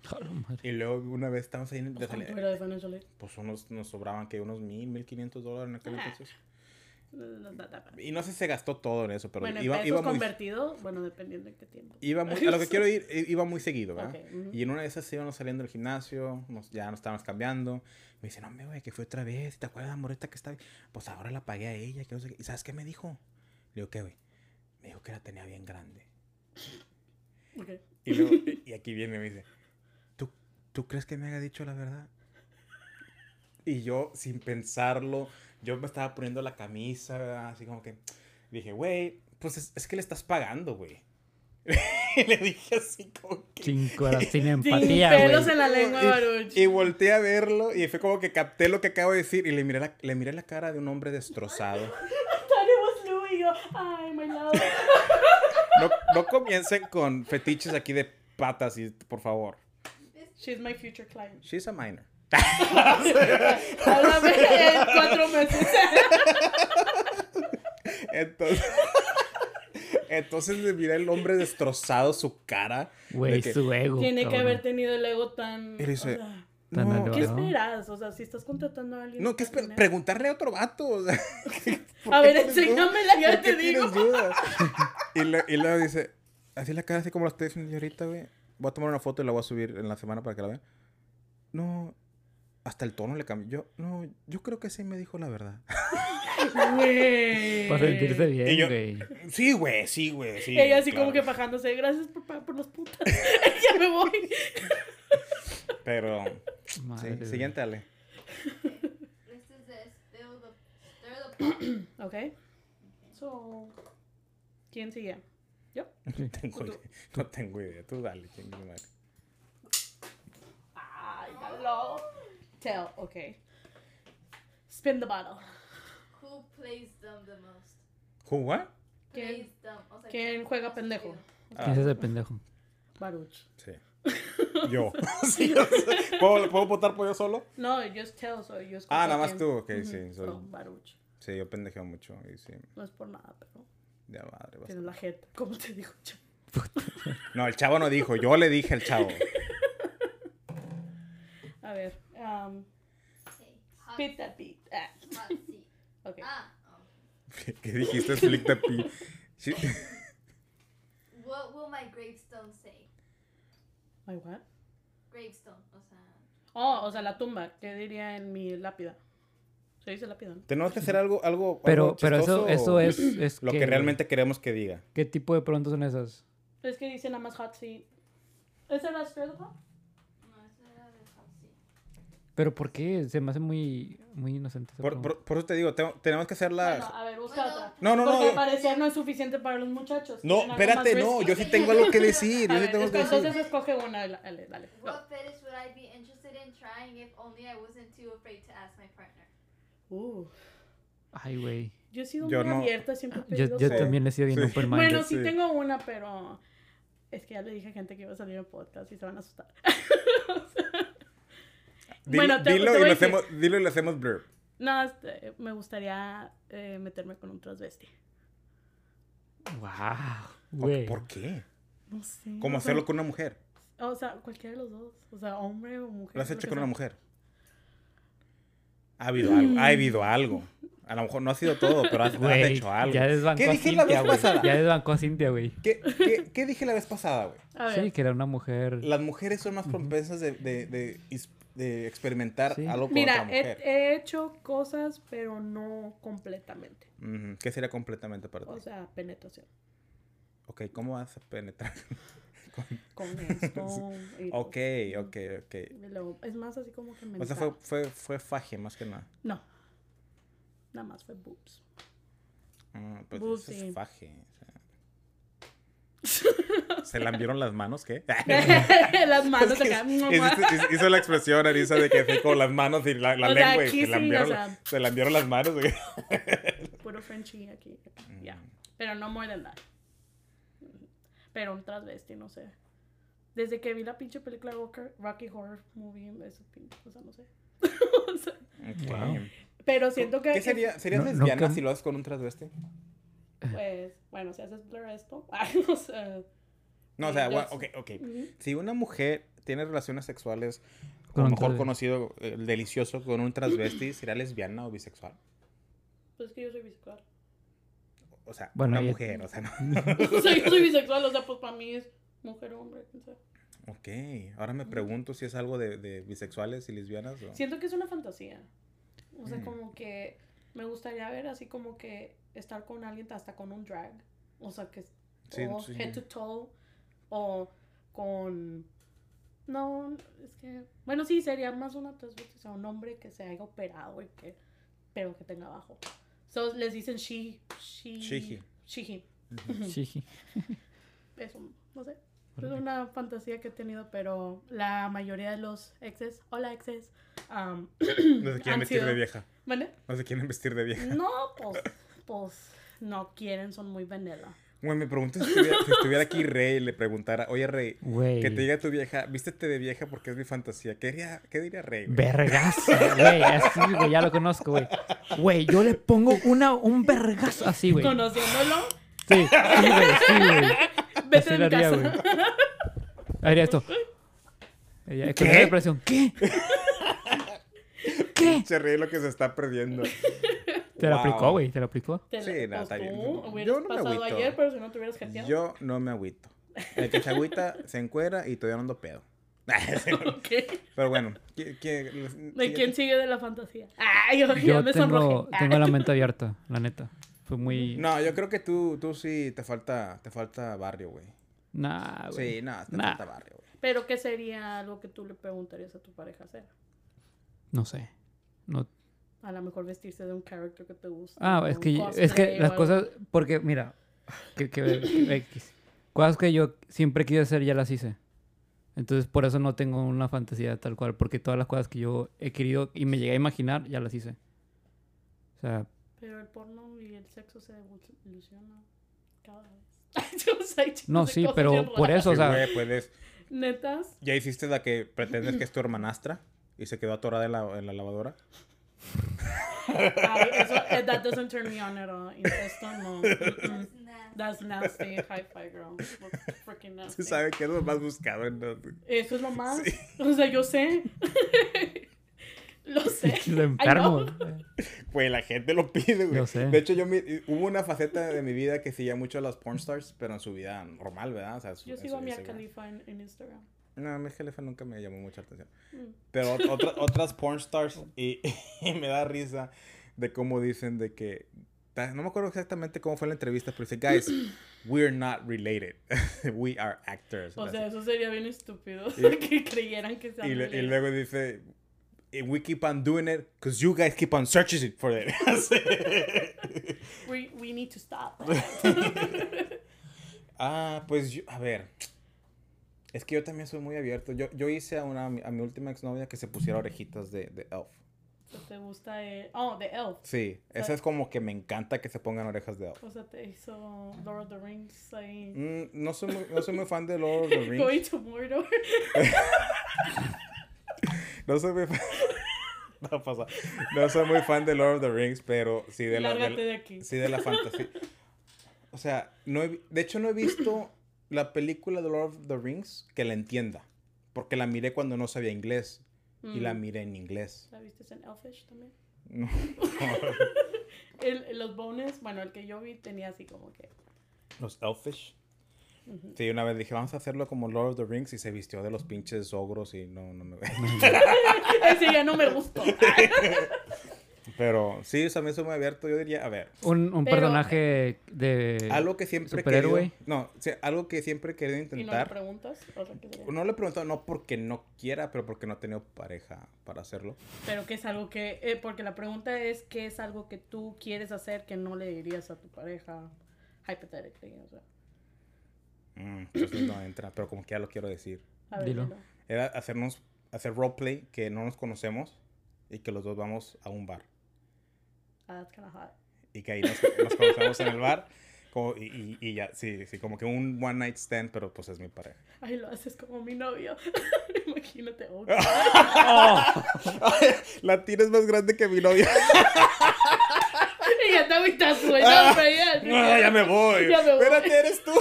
Speaker 2: Y luego una vez estábamos ahí en- de
Speaker 4: ¿Cuánto
Speaker 2: salida,
Speaker 4: era de financial aid?
Speaker 2: pues unos, nos sobraban que unos mil, mil quinientos dólares en aquel
Speaker 4: Ah.
Speaker 2: entonces.
Speaker 4: No, no, no, no, no.
Speaker 2: Y no sé si se gastó todo en eso, pero
Speaker 4: Bueno, en
Speaker 2: iba,
Speaker 4: pesos
Speaker 2: iba muy
Speaker 4: convertido, bueno, dependiendo de qué tiempo.
Speaker 2: Iba muy, a lo que quiero ir, i- iba muy seguido, ¿verdad?
Speaker 4: Ok, ujú.
Speaker 2: Y en una de esas íbamos saliendo del gimnasio, nos- ya nos estábamos cambiando. Me dice, no, hombre, güey, que fue otra vez, ¿te acuerdas de la moreta que está? Pues ahora la pagué a ella, que no sé qué. ¿Y sabes qué me dijo? Le digo, ¿qué, güey? Me dijo que la tenía bien grande.
Speaker 4: Ok.
Speaker 2: Y, luego, y aquí viene y me dice, ¿Tú, ¿tú crees que me haya dicho la verdad? Y yo, sin pensarlo, yo me estaba poniendo la camisa, ¿verdad? así como que dije, güey, pues es, es que le estás pagando, güey. Y le dije así como que...
Speaker 3: Cinco horas sin
Speaker 4: Sin
Speaker 3: empatía,
Speaker 4: pelos
Speaker 3: güey.
Speaker 4: en la lengua, Baruch.
Speaker 2: Y, y volteé a verlo y fue como que capté lo que acabo de decir y le miré la, le miré la cara de un hombre destrozado.
Speaker 4: thought it was Louis. Yo, ay, my love.
Speaker 2: No, no comiencen con fetiches aquí de patas, y, por favor.
Speaker 4: She's my future client.
Speaker 2: She's a minor.
Speaker 4: Háblame en cuatro meses.
Speaker 2: Entonces, entonces le miré el hombre destrozado su cara.
Speaker 3: Güey,
Speaker 2: de que-
Speaker 3: su ego.
Speaker 4: Tiene que
Speaker 3: cabrón.
Speaker 4: haber tenido el ego tan.
Speaker 2: Y le dice,
Speaker 4: o sea,
Speaker 3: Tan
Speaker 2: no,
Speaker 4: ¿Qué
Speaker 2: ¿qué,
Speaker 3: elevado.
Speaker 4: esperas? O sea, si estás contratando a alguien.
Speaker 2: no, ¿qué
Speaker 4: para
Speaker 2: esper-
Speaker 4: tener-
Speaker 2: Preguntarle a otro vato. o sea, ¿por
Speaker 4: A
Speaker 2: qué
Speaker 4: ver,
Speaker 2: tienes dudas?
Speaker 4: enséñamela, ya
Speaker 2: ¿Por qué
Speaker 4: te digo.
Speaker 2: tienes dudas? Y, le- y luego dice, así la cara, así como la estoy diciendo yo ahorita, güey. Voy a tomar una foto y la voy a subir en la semana para que la vean. No, hasta el tono le cambió. Yo, no, yo creo que sí me dijo la verdad.
Speaker 4: Güey.
Speaker 3: Para sentirse
Speaker 2: Eh, Y
Speaker 3: bien,
Speaker 2: yo-
Speaker 3: güey.
Speaker 2: Sí, güey, sí, güey, sí.
Speaker 4: Ella así como que
Speaker 2: claro.
Speaker 4: bajándose. Gracias por, pagar por las putas. ya me voy.
Speaker 2: Pero,
Speaker 3: Madre,
Speaker 2: sí,
Speaker 3: güey.
Speaker 2: siguiente, Ale.
Speaker 5: This is the spill the stir the pot.
Speaker 4: Ok. So. ¿Quién sigue?
Speaker 2: No tengo, idea, no tengo idea. Tú dale, chingue su madre.
Speaker 4: Ay, hello. Tell, ok. Spin the bottle.
Speaker 5: Who plays dumb the most?
Speaker 2: Who, what?
Speaker 4: ¿Quién?
Speaker 5: Plays dumb. O sea,
Speaker 4: ¿Quién juega pendejo?
Speaker 3: ¿Quién es ese pendejo?
Speaker 4: Baruch.
Speaker 2: Ah, Sí. Yo. Sí, yo sé. ¿Puedo, ¿Puedo votar por yo solo?
Speaker 4: No, yo es Tell, so yo escucho
Speaker 2: Ah,
Speaker 4: a
Speaker 2: nada más
Speaker 4: quién.
Speaker 2: tú. Ok, sí.
Speaker 4: Ujú, Oh.
Speaker 2: soy-
Speaker 4: no, Baruch.
Speaker 2: sí, yo pendejeo mucho. Y sí,
Speaker 4: No es por nada, pero
Speaker 2: ya madre. basta.
Speaker 4: tiene la jeta. ¿Cómo te digo? chavo?
Speaker 2: No, el chavo no dijo. Yo le dije al chavo.
Speaker 4: A ver. Um,
Speaker 5: Hey, hot,
Speaker 4: beat that beat. Ah,
Speaker 5: hot seat.
Speaker 4: ok.
Speaker 5: Ah, oh.
Speaker 2: ¿Qué dijiste? Flick the pi. Sí.
Speaker 5: What will my gravestone say?
Speaker 4: Ay, what?
Speaker 5: Gravestone, o sea,
Speaker 4: Oh, o sea, la tumba. ¿Qué diría en mi lápida? Se dice lápida, ¿no?
Speaker 2: Tenemos que hacer algo, algo,
Speaker 3: Pero,
Speaker 2: algo
Speaker 3: pero eso,
Speaker 2: chistoso
Speaker 3: eso
Speaker 2: o
Speaker 3: es, es
Speaker 2: Lo que
Speaker 3: güey?
Speaker 2: realmente queremos que diga.
Speaker 3: ¿Qué tipo de preguntas son esas?
Speaker 4: Es que dice nada más hot seat. ¿Esa era straight up?
Speaker 5: no, eso era de hot seat.
Speaker 3: Pero ¿por qué? Se me hace muy, muy inocente. esa
Speaker 2: Por,
Speaker 3: pregunta.
Speaker 2: por- por eso te digo, tengo- tenemos que hacerla.
Speaker 4: Bueno, a ver, busca
Speaker 5: Bueno.
Speaker 4: otra.
Speaker 2: No, no, no.
Speaker 4: Porque
Speaker 2: yo-
Speaker 4: al parecer no es suficiente para los muchachos.
Speaker 2: No,
Speaker 4: Quieren algo más
Speaker 2: espérate, no.
Speaker 4: risky.
Speaker 2: Yo sí tengo algo que decir.
Speaker 4: A
Speaker 2: Yo sí
Speaker 4: ver,
Speaker 2: tengo que
Speaker 4: entonces
Speaker 2: decir.
Speaker 4: escoge una, dale, dale.
Speaker 5: What fetish would I be interested in trying if only I wasn't too afraid to ask my partner?
Speaker 4: Uh,
Speaker 3: Ay, güey.
Speaker 4: yo he sido
Speaker 2: Yo
Speaker 4: muy
Speaker 2: no-
Speaker 4: abierta, siempre he
Speaker 3: Yo,
Speaker 4: pedido
Speaker 3: yo
Speaker 2: Sí.
Speaker 4: cosas.
Speaker 3: también he sido bien
Speaker 2: Sí.
Speaker 3: open minded.
Speaker 4: Bueno, sí,
Speaker 2: sí.
Speaker 4: tengo una, pero es que ya le dije a gente que iba a salir en podcast y se van a asustar.
Speaker 2: Dilo,
Speaker 4: Bueno, te-
Speaker 2: dilo
Speaker 4: te
Speaker 2: y
Speaker 4: voy
Speaker 2: lo
Speaker 4: a decir.
Speaker 2: hacemos, dilo y lo hacemos blurb.
Speaker 4: No, este, me gustaría eh, meterme con un transvesti.
Speaker 3: Wow,
Speaker 2: ¿Por-
Speaker 3: güey.
Speaker 2: ¿Por qué?
Speaker 4: No sé.
Speaker 2: ¿Cómo
Speaker 4: o sea,
Speaker 2: hacerlo con una mujer?
Speaker 4: O sea, cualquiera de los dos. O sea, hombre o mujer.
Speaker 2: ¿Lo has
Speaker 4: lo
Speaker 2: hecho
Speaker 4: que
Speaker 2: con una
Speaker 4: sea.
Speaker 2: mujer? Ha habido algo. Ha habido algo. A lo mejor no ha sido todo, pero has, has
Speaker 3: Güey,
Speaker 2: hecho algo.
Speaker 3: Ya desbancó
Speaker 2: ¿Qué
Speaker 3: a
Speaker 2: dije la vez
Speaker 3: Cintia, güey.
Speaker 2: pasada?
Speaker 3: Ya desbancó a Cintia, güey.
Speaker 2: ¿Qué, qué, qué dije la vez pasada, güey?
Speaker 4: A ver,
Speaker 3: Sí, que era una mujer.
Speaker 2: Las mujeres son más propensas de, de, de, is- de experimentar
Speaker 3: Sí.
Speaker 2: algo con otra
Speaker 4: mira, eh, he,
Speaker 2: mujer.
Speaker 4: he hecho cosas, pero no completamente.
Speaker 2: Ujú. ¿Qué sería completamente para ti?
Speaker 4: O sea, penetración.
Speaker 2: ok, ¿cómo vas a penetrar?
Speaker 4: Con esto. y-
Speaker 2: ok, ok, ok.
Speaker 4: y luego- es más, así como que me.
Speaker 2: O sea, fue, fue, fue faje más que nada.
Speaker 4: No. Nada más fue boobs.
Speaker 2: Ah, pues
Speaker 4: Bus,
Speaker 2: eso
Speaker 4: sí.
Speaker 2: es faje. o sea. ¿Se lambieron las manos? ¿Qué?
Speaker 4: Las
Speaker 2: Es
Speaker 4: manos
Speaker 2: que
Speaker 4: acá.
Speaker 2: hizo-
Speaker 4: mamá.
Speaker 2: hizo- hizo la expresión, Arisa, de que fue con las manos y la, la
Speaker 4: O sea,
Speaker 2: lengua. y
Speaker 4: aquí
Speaker 2: se,
Speaker 4: sí,
Speaker 2: lambieron,
Speaker 4: o
Speaker 2: la-
Speaker 4: sea.
Speaker 2: se lambieron las manos. güey.
Speaker 4: Puro Frenchy aquí.
Speaker 2: Mm.
Speaker 4: Ya. Pero no more than that. Pero un transvesti, no sé. Desde que vi la pinche película Rocker- Rocky Horror Movie, eso pinche, o sea, no sé. O sea,
Speaker 2: Mm, Ok.
Speaker 3: Wow.
Speaker 4: Pero siento que.
Speaker 2: ¿Qué sería? ¿Serías
Speaker 3: No-
Speaker 2: lesbiana
Speaker 3: nunca-
Speaker 2: si lo haces con un transvesti?
Speaker 4: Pues, bueno, si haces blur esto. o sea,
Speaker 2: No, o sea,
Speaker 4: Sí,
Speaker 2: gua-
Speaker 4: yo-
Speaker 2: ok, ok.
Speaker 4: ujú.
Speaker 2: Si una mujer tiene relaciones sexuales,
Speaker 3: Con
Speaker 2: o
Speaker 3: un
Speaker 2: mejor
Speaker 3: transvesti.
Speaker 2: conocido, eh, el delicioso, con un transvesti, ¿será lesbiana o bisexual?
Speaker 4: Pues es que yo soy bisexual.
Speaker 2: O sea,
Speaker 3: Bueno,
Speaker 2: una
Speaker 3: ella-
Speaker 2: mujer, o sea, no.
Speaker 4: O sea, yo soy bisexual, o sea, pues para mí es mujer o hombre, quién sabe.
Speaker 2: Ok, ahora me pregunto si es algo de, de bisexuales y lesbianas o...
Speaker 4: Siento que es una fantasía. O sea,
Speaker 2: Mm.
Speaker 4: como que me gustaría ver así como que estar con alguien hasta con un drag. O sea, que
Speaker 2: Sí,
Speaker 4: o
Speaker 2: sí.
Speaker 4: head to toe o con no, es que bueno, sí sería más una transvesti, o sea, un hombre que se haya operado y que pero que tenga abajo. So les dicen she, she,
Speaker 2: Shiji.
Speaker 4: shiji.
Speaker 3: Sí.
Speaker 4: es un, no sé, es una fantasía que he tenido, pero la mayoría de los exes, hola exes, am,
Speaker 2: No se quieren
Speaker 4: Han
Speaker 2: vestir de
Speaker 4: sido-
Speaker 2: vieja.
Speaker 4: ¿vale?
Speaker 2: No se quieren vestir de vieja.
Speaker 4: No, pues, pues, no quieren, son muy vanilla.
Speaker 2: Güey, me preguntas si estuviera, si estuviera aquí Rey y le preguntara, oye Rey,
Speaker 3: Güey.
Speaker 2: que te diga tu vieja, vístete de vieja porque es mi fantasía. ¿Qué diría, qué diría Rey? güey?
Speaker 3: Vergazo, güey. Así, güey, ya lo conozco, güey. Güey, yo le pongo una, un vergazo así, güey.
Speaker 4: Conociéndolo,
Speaker 3: Sí, sí, güey, sí, güey.
Speaker 4: vete
Speaker 3: Así
Speaker 4: de
Speaker 3: lo
Speaker 4: mi
Speaker 3: haría,
Speaker 4: casa.
Speaker 3: güey. Haría esto. Ella, con
Speaker 2: ¿Qué?
Speaker 3: esa expresión, ¿Qué? ¿Qué?
Speaker 2: Se ríe lo que se está perdiendo.
Speaker 3: Te lo
Speaker 2: Wow.
Speaker 3: aplicó, güey. Te lo aplicó.
Speaker 4: Te
Speaker 2: Sí,
Speaker 4: la-
Speaker 2: no,
Speaker 4: pues
Speaker 2: está
Speaker 4: tú
Speaker 2: bien.
Speaker 4: hubieras
Speaker 2: Yo no me
Speaker 4: pasado
Speaker 2: agüito.
Speaker 4: ayer, pero si no te hubieras jeteado.
Speaker 2: Yo no me agüito. El que se agüita se encuera y todavía no ando pedo.
Speaker 4: Ok.
Speaker 2: Pero bueno, ¿qui- qui-
Speaker 4: ¿De quién sigue de la fantasía? Ay, yo, ya
Speaker 3: Yo
Speaker 4: me
Speaker 3: tengo,
Speaker 4: sonrojé. Ah.
Speaker 3: tengo la mente abierta, la neta. Fue muy.
Speaker 2: No, yo creo que tú, tú sí te falta, te falta barrio, güey.
Speaker 4: Ah,
Speaker 3: Nah, güey.
Speaker 2: Sí, no, te
Speaker 3: Nah.
Speaker 2: falta barrio, güey.
Speaker 4: Pero ¿qué sería algo que tú le preguntarías a tu pareja hacer?
Speaker 3: No sé. No.
Speaker 4: A lo mejor vestirse de un character que te gusta.
Speaker 3: Ah,
Speaker 4: de
Speaker 3: es
Speaker 4: un
Speaker 3: que, es
Speaker 4: cosplay
Speaker 3: que
Speaker 4: o
Speaker 3: las
Speaker 4: algo.
Speaker 3: cosas. Porque, mira. Que, que, X. Cosas que yo siempre quise hacer ya las hice. Entonces, por eso no tengo una fantasía tal cual. Porque todas las cosas que yo he querido y me llegué a imaginar, ya las hice. O sea,
Speaker 4: Pero el porno y el sexo se evoluciona cada vez. Yo sé, chicos,
Speaker 3: no,
Speaker 4: de
Speaker 3: sí,
Speaker 4: cosas bien
Speaker 3: pero por
Speaker 4: raras.
Speaker 3: eso, o
Speaker 2: Sí,
Speaker 3: sea.
Speaker 2: güey, puedes.
Speaker 4: Netas,
Speaker 2: Ya hiciste la que pretendes que es tu hermanastra y se quedó atorada en la, en la lavadora.
Speaker 4: ay, eso, eh, that doesn't turn me on at all. Incesto, no. Mm-mm.
Speaker 5: That's nasty.
Speaker 4: That's nasty, high five, girl. That's freaking nasty.
Speaker 2: Se sabe que es lo más buscado en los-
Speaker 4: Eso es lo más. O sea, yo sé. Lo sé.
Speaker 3: Lo
Speaker 4: I know.
Speaker 3: enfermo.
Speaker 2: Güey, la gente lo pide, güey.
Speaker 3: Yo sé.
Speaker 2: De hecho, yo mi- hubo una faceta de mi vida que seguía mucho a las pornstars, pero en su vida normal, ¿verdad? O sea, su-
Speaker 4: Yo
Speaker 2: en
Speaker 4: sigo a
Speaker 2: su-
Speaker 4: mi
Speaker 2: su-
Speaker 4: Khalifa en, en Instagram.
Speaker 2: No, mi jefa nunca me llamó mucha atención.
Speaker 4: Mm.
Speaker 2: Pero ot- otra- otras pornstars y, y me da risa de cómo dicen de que... ta- No me acuerdo exactamente cómo fue la entrevista, pero dice, guys, we're not related. We are actors.
Speaker 4: O
Speaker 2: Así.
Speaker 4: sea, eso sería bien estúpido.
Speaker 2: Y-
Speaker 4: que creyeran que se
Speaker 2: y, le- y luego dice, "And we keep on doing it because you guys keep on searching it for it. Así.
Speaker 4: We, we need to stop.
Speaker 2: Ah, pues yo, a ver. Es que yo también soy muy abierto. Yo, yo hice a, una, a mi última exnovia que se pusiera orejitas de, de elf.
Speaker 4: So, ¿Te gusta el... Oh, The Elf.
Speaker 2: Sí, esa es como que me encanta que se pongan orejas de elf.
Speaker 4: O sea, te hizo Lord of the Rings ahí.
Speaker 2: Mm, no, soy muy, no soy muy fan de Mm, Lord of the
Speaker 4: Going
Speaker 2: Rings.
Speaker 4: to Mordor.
Speaker 2: No soy muy fan... No, pasa. No soy muy fan de Lord of the Rings, pero sí de la...
Speaker 4: Lárgate
Speaker 2: de
Speaker 4: de,
Speaker 2: la-
Speaker 4: aquí.
Speaker 2: Sí, de la fantasía. O sea, no he vi- de hecho no he visto la película de Lord of the Rings que la entienda. Porque la miré cuando no sabía inglés. Y la
Speaker 4: Mm.
Speaker 2: miré en inglés.
Speaker 4: ¿La viste en Elfish también?
Speaker 2: No.
Speaker 4: El, los bones, bueno, el que yo vi tenía así como que...
Speaker 2: Los Elfish. Sí, una vez dije, vamos a hacerlo como Lord of the Rings y se vistió de los pinches ogros y no, no me...
Speaker 4: Ese ya no me gustó.
Speaker 2: Pero sí, o sea, me soy muy abierto. Yo diría, a ver,
Speaker 3: Un, un
Speaker 4: Pero-
Speaker 3: personaje de.
Speaker 2: algo que siempre he querido...
Speaker 3: Superhéroe.
Speaker 2: No, sí, algo que siempre he querido
Speaker 4: ¿Y no le
Speaker 2: intentar.
Speaker 4: preguntas? O sea, que sería-
Speaker 2: No le he preguntado, no porque no quiera, pero porque no he tenido pareja para hacerlo.
Speaker 4: Pero que es algo que... eh, porque la pregunta es qué es algo que tú quieres hacer que no le dirías a tu pareja, hypothetically. O sea,
Speaker 2: Mm, entonces no entra, pero como que ya lo quiero decir.
Speaker 4: a ver,
Speaker 3: Dilo.
Speaker 4: dilo.
Speaker 2: Era hacernos, hacer roleplay que no nos conocemos y que los dos vamos a un bar.
Speaker 4: Ah, that's kinda hot.
Speaker 2: Y que ahí nos, nos conocemos en el bar. como- y, y- y ya, sí, sí, como que un one night stand, pero pues es mi pareja.
Speaker 4: Ay, lo haces como mi novio. Imagínate. oh,
Speaker 2: La tira es más grande que mi novia.
Speaker 4: Y ya te avitas, güey. No, pero ya.
Speaker 2: Ah. No, ya me voy.
Speaker 4: Ya me voy.
Speaker 2: Espérate, eres tú.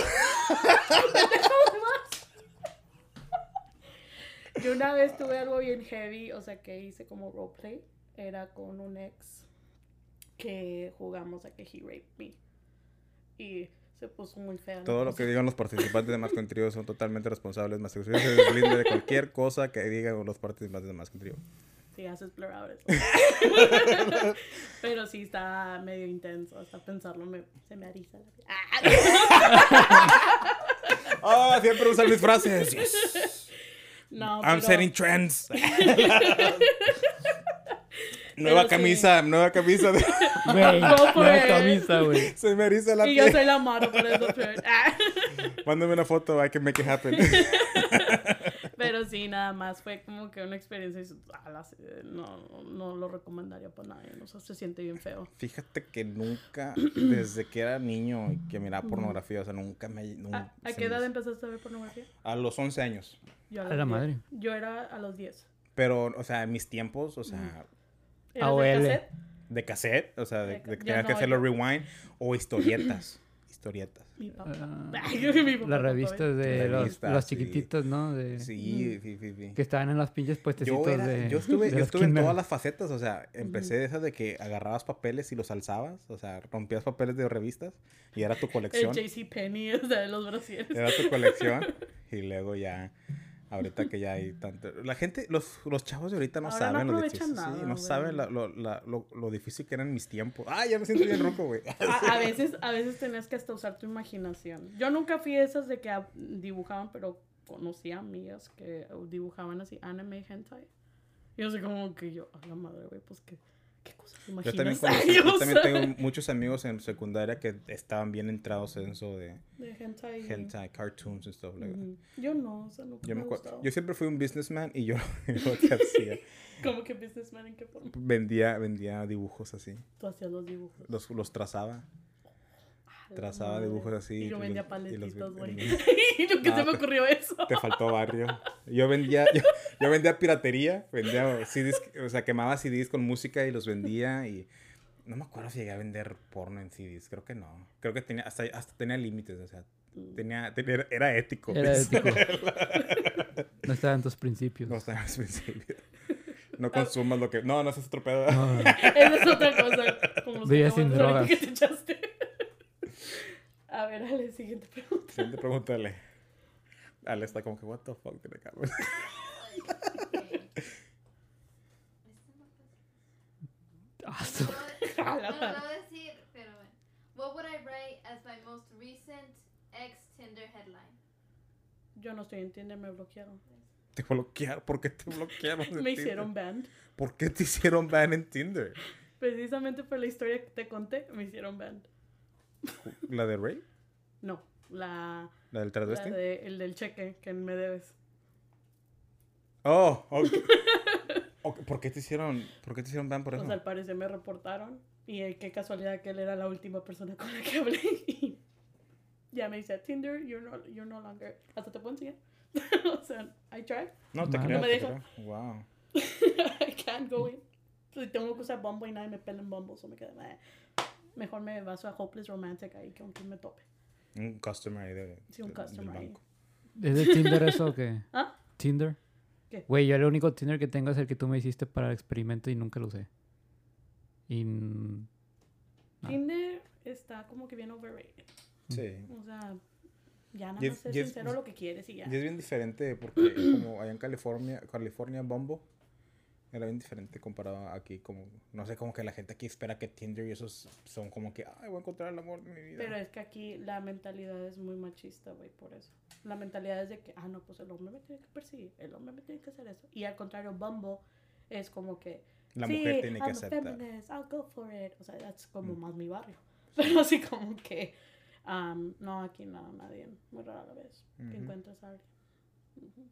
Speaker 4: Yo una vez tuve algo bien heavy, o sea, que hice como roleplay. Era con un ex que jugamos a que he raped me. Y se puso muy fea. la
Speaker 2: Todo lo
Speaker 4: cosa.
Speaker 2: que digan los participantes de Más que un Trío son totalmente responsables. Más que un Trío se deslinde de cualquier cosa que digan los participantes de Más que un Trío.
Speaker 4: Sí, haces explorar eso. Pero sí está medio intenso. Hasta pensarlo me- se me eriza la piel. Ah,
Speaker 2: Ah, siempre usan mis frases. Yes.
Speaker 4: Ah,
Speaker 2: I'm
Speaker 4: no, pero-
Speaker 2: setting trends. Nueva
Speaker 4: Pero sí.
Speaker 2: camisa, nueva camisa. de-
Speaker 3: Güey,
Speaker 4: Go for
Speaker 3: nueva
Speaker 4: it.
Speaker 3: camisa, güey.
Speaker 2: Se me eriza la
Speaker 4: Y yo
Speaker 2: piel.
Speaker 4: soy la mano, pero es lo peor. Ah,
Speaker 2: Mándame una foto, I can make it happen.
Speaker 4: pero sí, nada más. Fue como que una experiencia. y dices, "Ah, la- No, no lo recomendaría para nadie. O sea, se siente bien feo.
Speaker 2: Fíjate que nunca, desde que era niño y que miraba pornografía, o sea, nunca me...
Speaker 4: ¿A,
Speaker 2: nunca
Speaker 4: a
Speaker 2: Mm, se
Speaker 4: qué
Speaker 2: me
Speaker 4: edad em-
Speaker 2: hizo.
Speaker 4: empezaste a ver pornografía?
Speaker 2: A los 11 años.
Speaker 4: Yo
Speaker 3: A
Speaker 4: los
Speaker 3: la
Speaker 4: 10.
Speaker 3: madre.
Speaker 4: Yo era a los 10.
Speaker 2: Pero, o sea, en mis tiempos, o sea,
Speaker 4: ¿Eras de
Speaker 3: AOL.
Speaker 4: cassette?
Speaker 2: de cassette, o sea, de,
Speaker 4: De
Speaker 2: de
Speaker 4: ca-
Speaker 2: que
Speaker 4: yo
Speaker 2: tenías que
Speaker 4: no,
Speaker 2: hacerlo
Speaker 4: yo-
Speaker 2: rewind o historietas. historietas.
Speaker 4: Mi papá.
Speaker 3: Ah,
Speaker 4: Ay, mi papá,
Speaker 3: Las
Speaker 4: papá,
Speaker 3: revistas de
Speaker 2: La
Speaker 3: los-
Speaker 2: revista,
Speaker 3: las
Speaker 2: sí.
Speaker 3: chiquititas, ¿no? De-
Speaker 4: Mm.
Speaker 2: Sí, sí, sí, sí.
Speaker 3: Que estaban en los pinches puestecitos
Speaker 2: Yo, era-
Speaker 3: de.
Speaker 2: yo estuve,
Speaker 3: de
Speaker 2: yo
Speaker 3: las
Speaker 2: estuve en
Speaker 3: Kinder.
Speaker 2: todas las facetas, o sea, empecé de esas de que agarrabas papeles y los alzabas, o sea, rompías papeles de revistas y era tu
Speaker 4: El
Speaker 2: colección.
Speaker 4: JC Penny es de los brasieres.
Speaker 2: Era tu colección y luego ya, ahorita que ya hay tanto... La gente, los, los chavos de ahorita no
Speaker 4: Ahora no
Speaker 2: saben lo
Speaker 4: aprovechan
Speaker 2: difícil,
Speaker 4: nada,
Speaker 2: sí, no
Speaker 4: güey.
Speaker 2: saben la- lo, la- lo- lo difícil que eran mis tiempos. Ah, ya me siento bien roco, güey.
Speaker 4: A, a veces, a veces tenías que hasta usar tu imaginación. Yo nunca fui de esas de que ah, dibujaban, pero conocí amigas que dibujaban así anime hentai. Y así como que yo, a la madre, güey, pues qué, qué cosas te
Speaker 2: Yo
Speaker 4: imaginas.
Speaker 2: también, conocí-
Speaker 4: Ay,
Speaker 2: yo
Speaker 4: o
Speaker 2: también
Speaker 4: sea,
Speaker 2: tengo muchos amigos en secundaria que estaban bien entrados en eso de
Speaker 4: de hentai.
Speaker 2: hentai, cartoons and stuff like that.
Speaker 4: Ujú. Yo no, o sea, nunca
Speaker 2: Yo, me
Speaker 4: Mm, me,
Speaker 2: acuer-
Speaker 4: gustaba.
Speaker 2: yo siempre fui un businessman y yo lo que hacía,
Speaker 4: Como que businessman en qué forma.
Speaker 2: vendía, vendía dibujos así,
Speaker 4: Tú hacías los dibujos.
Speaker 2: los, los trazaba,
Speaker 4: A la
Speaker 2: trazaba
Speaker 4: madre.
Speaker 2: dibujos así.
Speaker 4: Y yo
Speaker 2: los-
Speaker 4: vendía
Speaker 2: y los-
Speaker 4: paletitos, güey.
Speaker 2: y-
Speaker 4: ¿Y nunca
Speaker 2: No,
Speaker 4: se me
Speaker 2: te-
Speaker 4: ocurrió eso?
Speaker 2: Te faltó barrio. Yo vendía, yo, yo vendía piratería, vendía CDs, o sea, quemaba CDs con música y los vendía y no me acuerdo si llegué a vender porno en CDs, creo que no. Creo que tenía, hasta, hasta tenía límites, o sea, tenía, tenía- era ético.
Speaker 3: Era ético. no estaban tus principios.
Speaker 2: No estaba en los principios. No consumas lo que, no, no seas tropedo.
Speaker 3: No,
Speaker 4: Esa es otra cosa. Como los
Speaker 3: Vivías sin
Speaker 4: cacahuates ahorita
Speaker 3: drogas.
Speaker 4: que te echaste. A ver, Ale, siguiente pregunta.
Speaker 2: Siguiente pregunta, Ale. Ale está como que, what the fuck, tiene Carmen.
Speaker 3: Ah, su-
Speaker 5: No, no, no voy a decir, pero bueno. What would I write as my most recent ex Tinder headline?
Speaker 4: Yo no estoy en Tinder, me bloquearon.
Speaker 2: Te bloquearon, ¿por qué te bloquearon? en
Speaker 4: Me
Speaker 2: Tinder?
Speaker 4: hicieron band.
Speaker 2: ¿Por qué te hicieron ban en Tinder?
Speaker 4: Precisamente por la historia que te conté, me hicieron band.
Speaker 2: ¿La de Ray?
Speaker 4: No, la,
Speaker 2: ¿La este? del
Speaker 4: la
Speaker 2: travesti?
Speaker 4: de, el del cheque que me debes.
Speaker 2: Oh, ok. Ok, ¿Por qué te hicieron, por qué te hicieron ban por
Speaker 4: O
Speaker 2: eso?
Speaker 4: sea, al parecer me reportaron. Y eh, qué casualidad que él era la última persona con la que hablé. Y ya me dice, Tinder, you're no, you're no longer. Hasta te puedo enseñar. o sea, I tried.
Speaker 2: no, te
Speaker 3: no
Speaker 2: creo,
Speaker 4: me
Speaker 2: te
Speaker 4: deja.
Speaker 2: creo. Wow.
Speaker 4: I can't go in. Entonces, tengo que usar Bumble y nadie me pela en Bumble. so me quedé, "Meh". Mejor me baso a Hopeless Romantic ahí que aunque me tope.
Speaker 2: Un customer ahí de,
Speaker 4: Sí, un
Speaker 2: de- del
Speaker 4: customer ahí.
Speaker 2: banco.
Speaker 3: ¿Es de Tinder eso o qué?
Speaker 4: ¿Ah?
Speaker 3: ¿Tinder?
Speaker 4: ¿Qué?
Speaker 3: Güey, yo el único Tinder que tengo es el que tú me hiciste para el experimento y nunca lo usé. Y. n- Ah.
Speaker 4: Tinder está como que bien overrated.
Speaker 2: Sí.
Speaker 4: O sea, ya nada
Speaker 2: Y
Speaker 4: más
Speaker 2: es-
Speaker 4: ser
Speaker 2: y es-
Speaker 4: sincero lo que quieres y ya.
Speaker 2: Y es bien diferente porque como allá en California, California Bumble era bien diferente comparado a aquí como no sé como que la gente aquí espera que Tinder y esos son como que ay voy a encontrar el amor de mi vida.
Speaker 4: Pero es que aquí la mentalidad es muy machista, güey, por eso. La mentalidad es de que, ah, no, pues el hombre me tiene que perseguir, el hombre me tiene que hacer eso. Y al contrario, Bumble es como que,
Speaker 2: la
Speaker 4: "Sí,
Speaker 2: mujer tiene que
Speaker 4: I'm a
Speaker 2: aceptar.
Speaker 4: feminist, I'll go for it. O sea, that's como
Speaker 2: Mm.
Speaker 4: más mi barrio. Pero así como que, um, no, aquí no, nadie, muy rara vez
Speaker 2: Ujú.
Speaker 4: que encuentras a alguien. Ujú.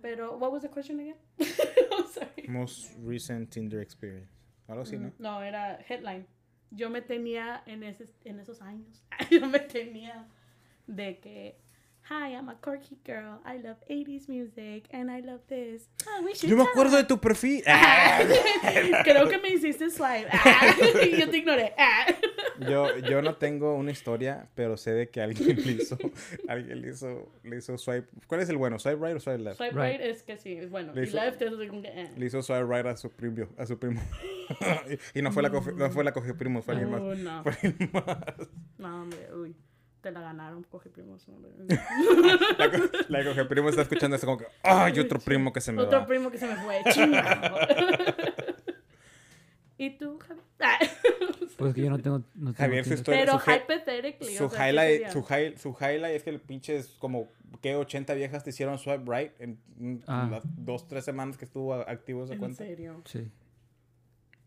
Speaker 4: Pero, what was the question again? I'm sorry.
Speaker 2: Most recent Tinder experience. Algo así, ¿no?
Speaker 4: Mm, No, era headline. Yo me tenía en, ese, en esos años, yo me tenía de que, hi, I'm a quirky girl, I love 80s music, and I love this. Ah, we should
Speaker 2: Yo me
Speaker 4: talk."
Speaker 2: acuerdo de tu perfil.
Speaker 4: Creo que me hiciste slide. Ah, y yo te ignoré. Ah.
Speaker 2: Yo, yo no tengo una historia, pero sé de que alguien le hizo, alguien le hizo, le hizo swipe. ¿Cuál es el bueno? ¿Swipe right o swipe left?
Speaker 4: Swipe
Speaker 3: Right.
Speaker 4: right es que sí, es bueno.
Speaker 2: Le
Speaker 4: Y
Speaker 2: hizo-
Speaker 4: left es como que, eh.
Speaker 2: Le hizo swipe right a su primo, a su primo. y no fue la coge, no fue la coge primo, fue alguien más. Pues
Speaker 4: Uh, no,
Speaker 2: Fue alguien más.
Speaker 4: no, hombre, uy. Te la ganaron, coge primos. no, hombre.
Speaker 2: La, co- la coge primo está escuchando eso como que, ay, otro primo que se me
Speaker 4: Otro
Speaker 2: va.
Speaker 4: primo que se me fue. chingado. ¿Y tú, Javier? Ah.
Speaker 3: Pues que yo no tengo. no tengo
Speaker 2: Javier, su
Speaker 3: Tinder.
Speaker 2: historia-
Speaker 4: Pero
Speaker 2: su hi-
Speaker 4: hypothetically.
Speaker 2: Su
Speaker 4: o sea, ¿qué
Speaker 2: highlight,
Speaker 4: sería?
Speaker 2: su, high, su highlight es que el pinche es como que 80 viejas te hicieron swipe right en mm,
Speaker 3: Ah.
Speaker 2: las dos, tres semanas que estuvo a- activo esa
Speaker 4: En
Speaker 2: cuenta.
Speaker 4: serio.
Speaker 3: Sí.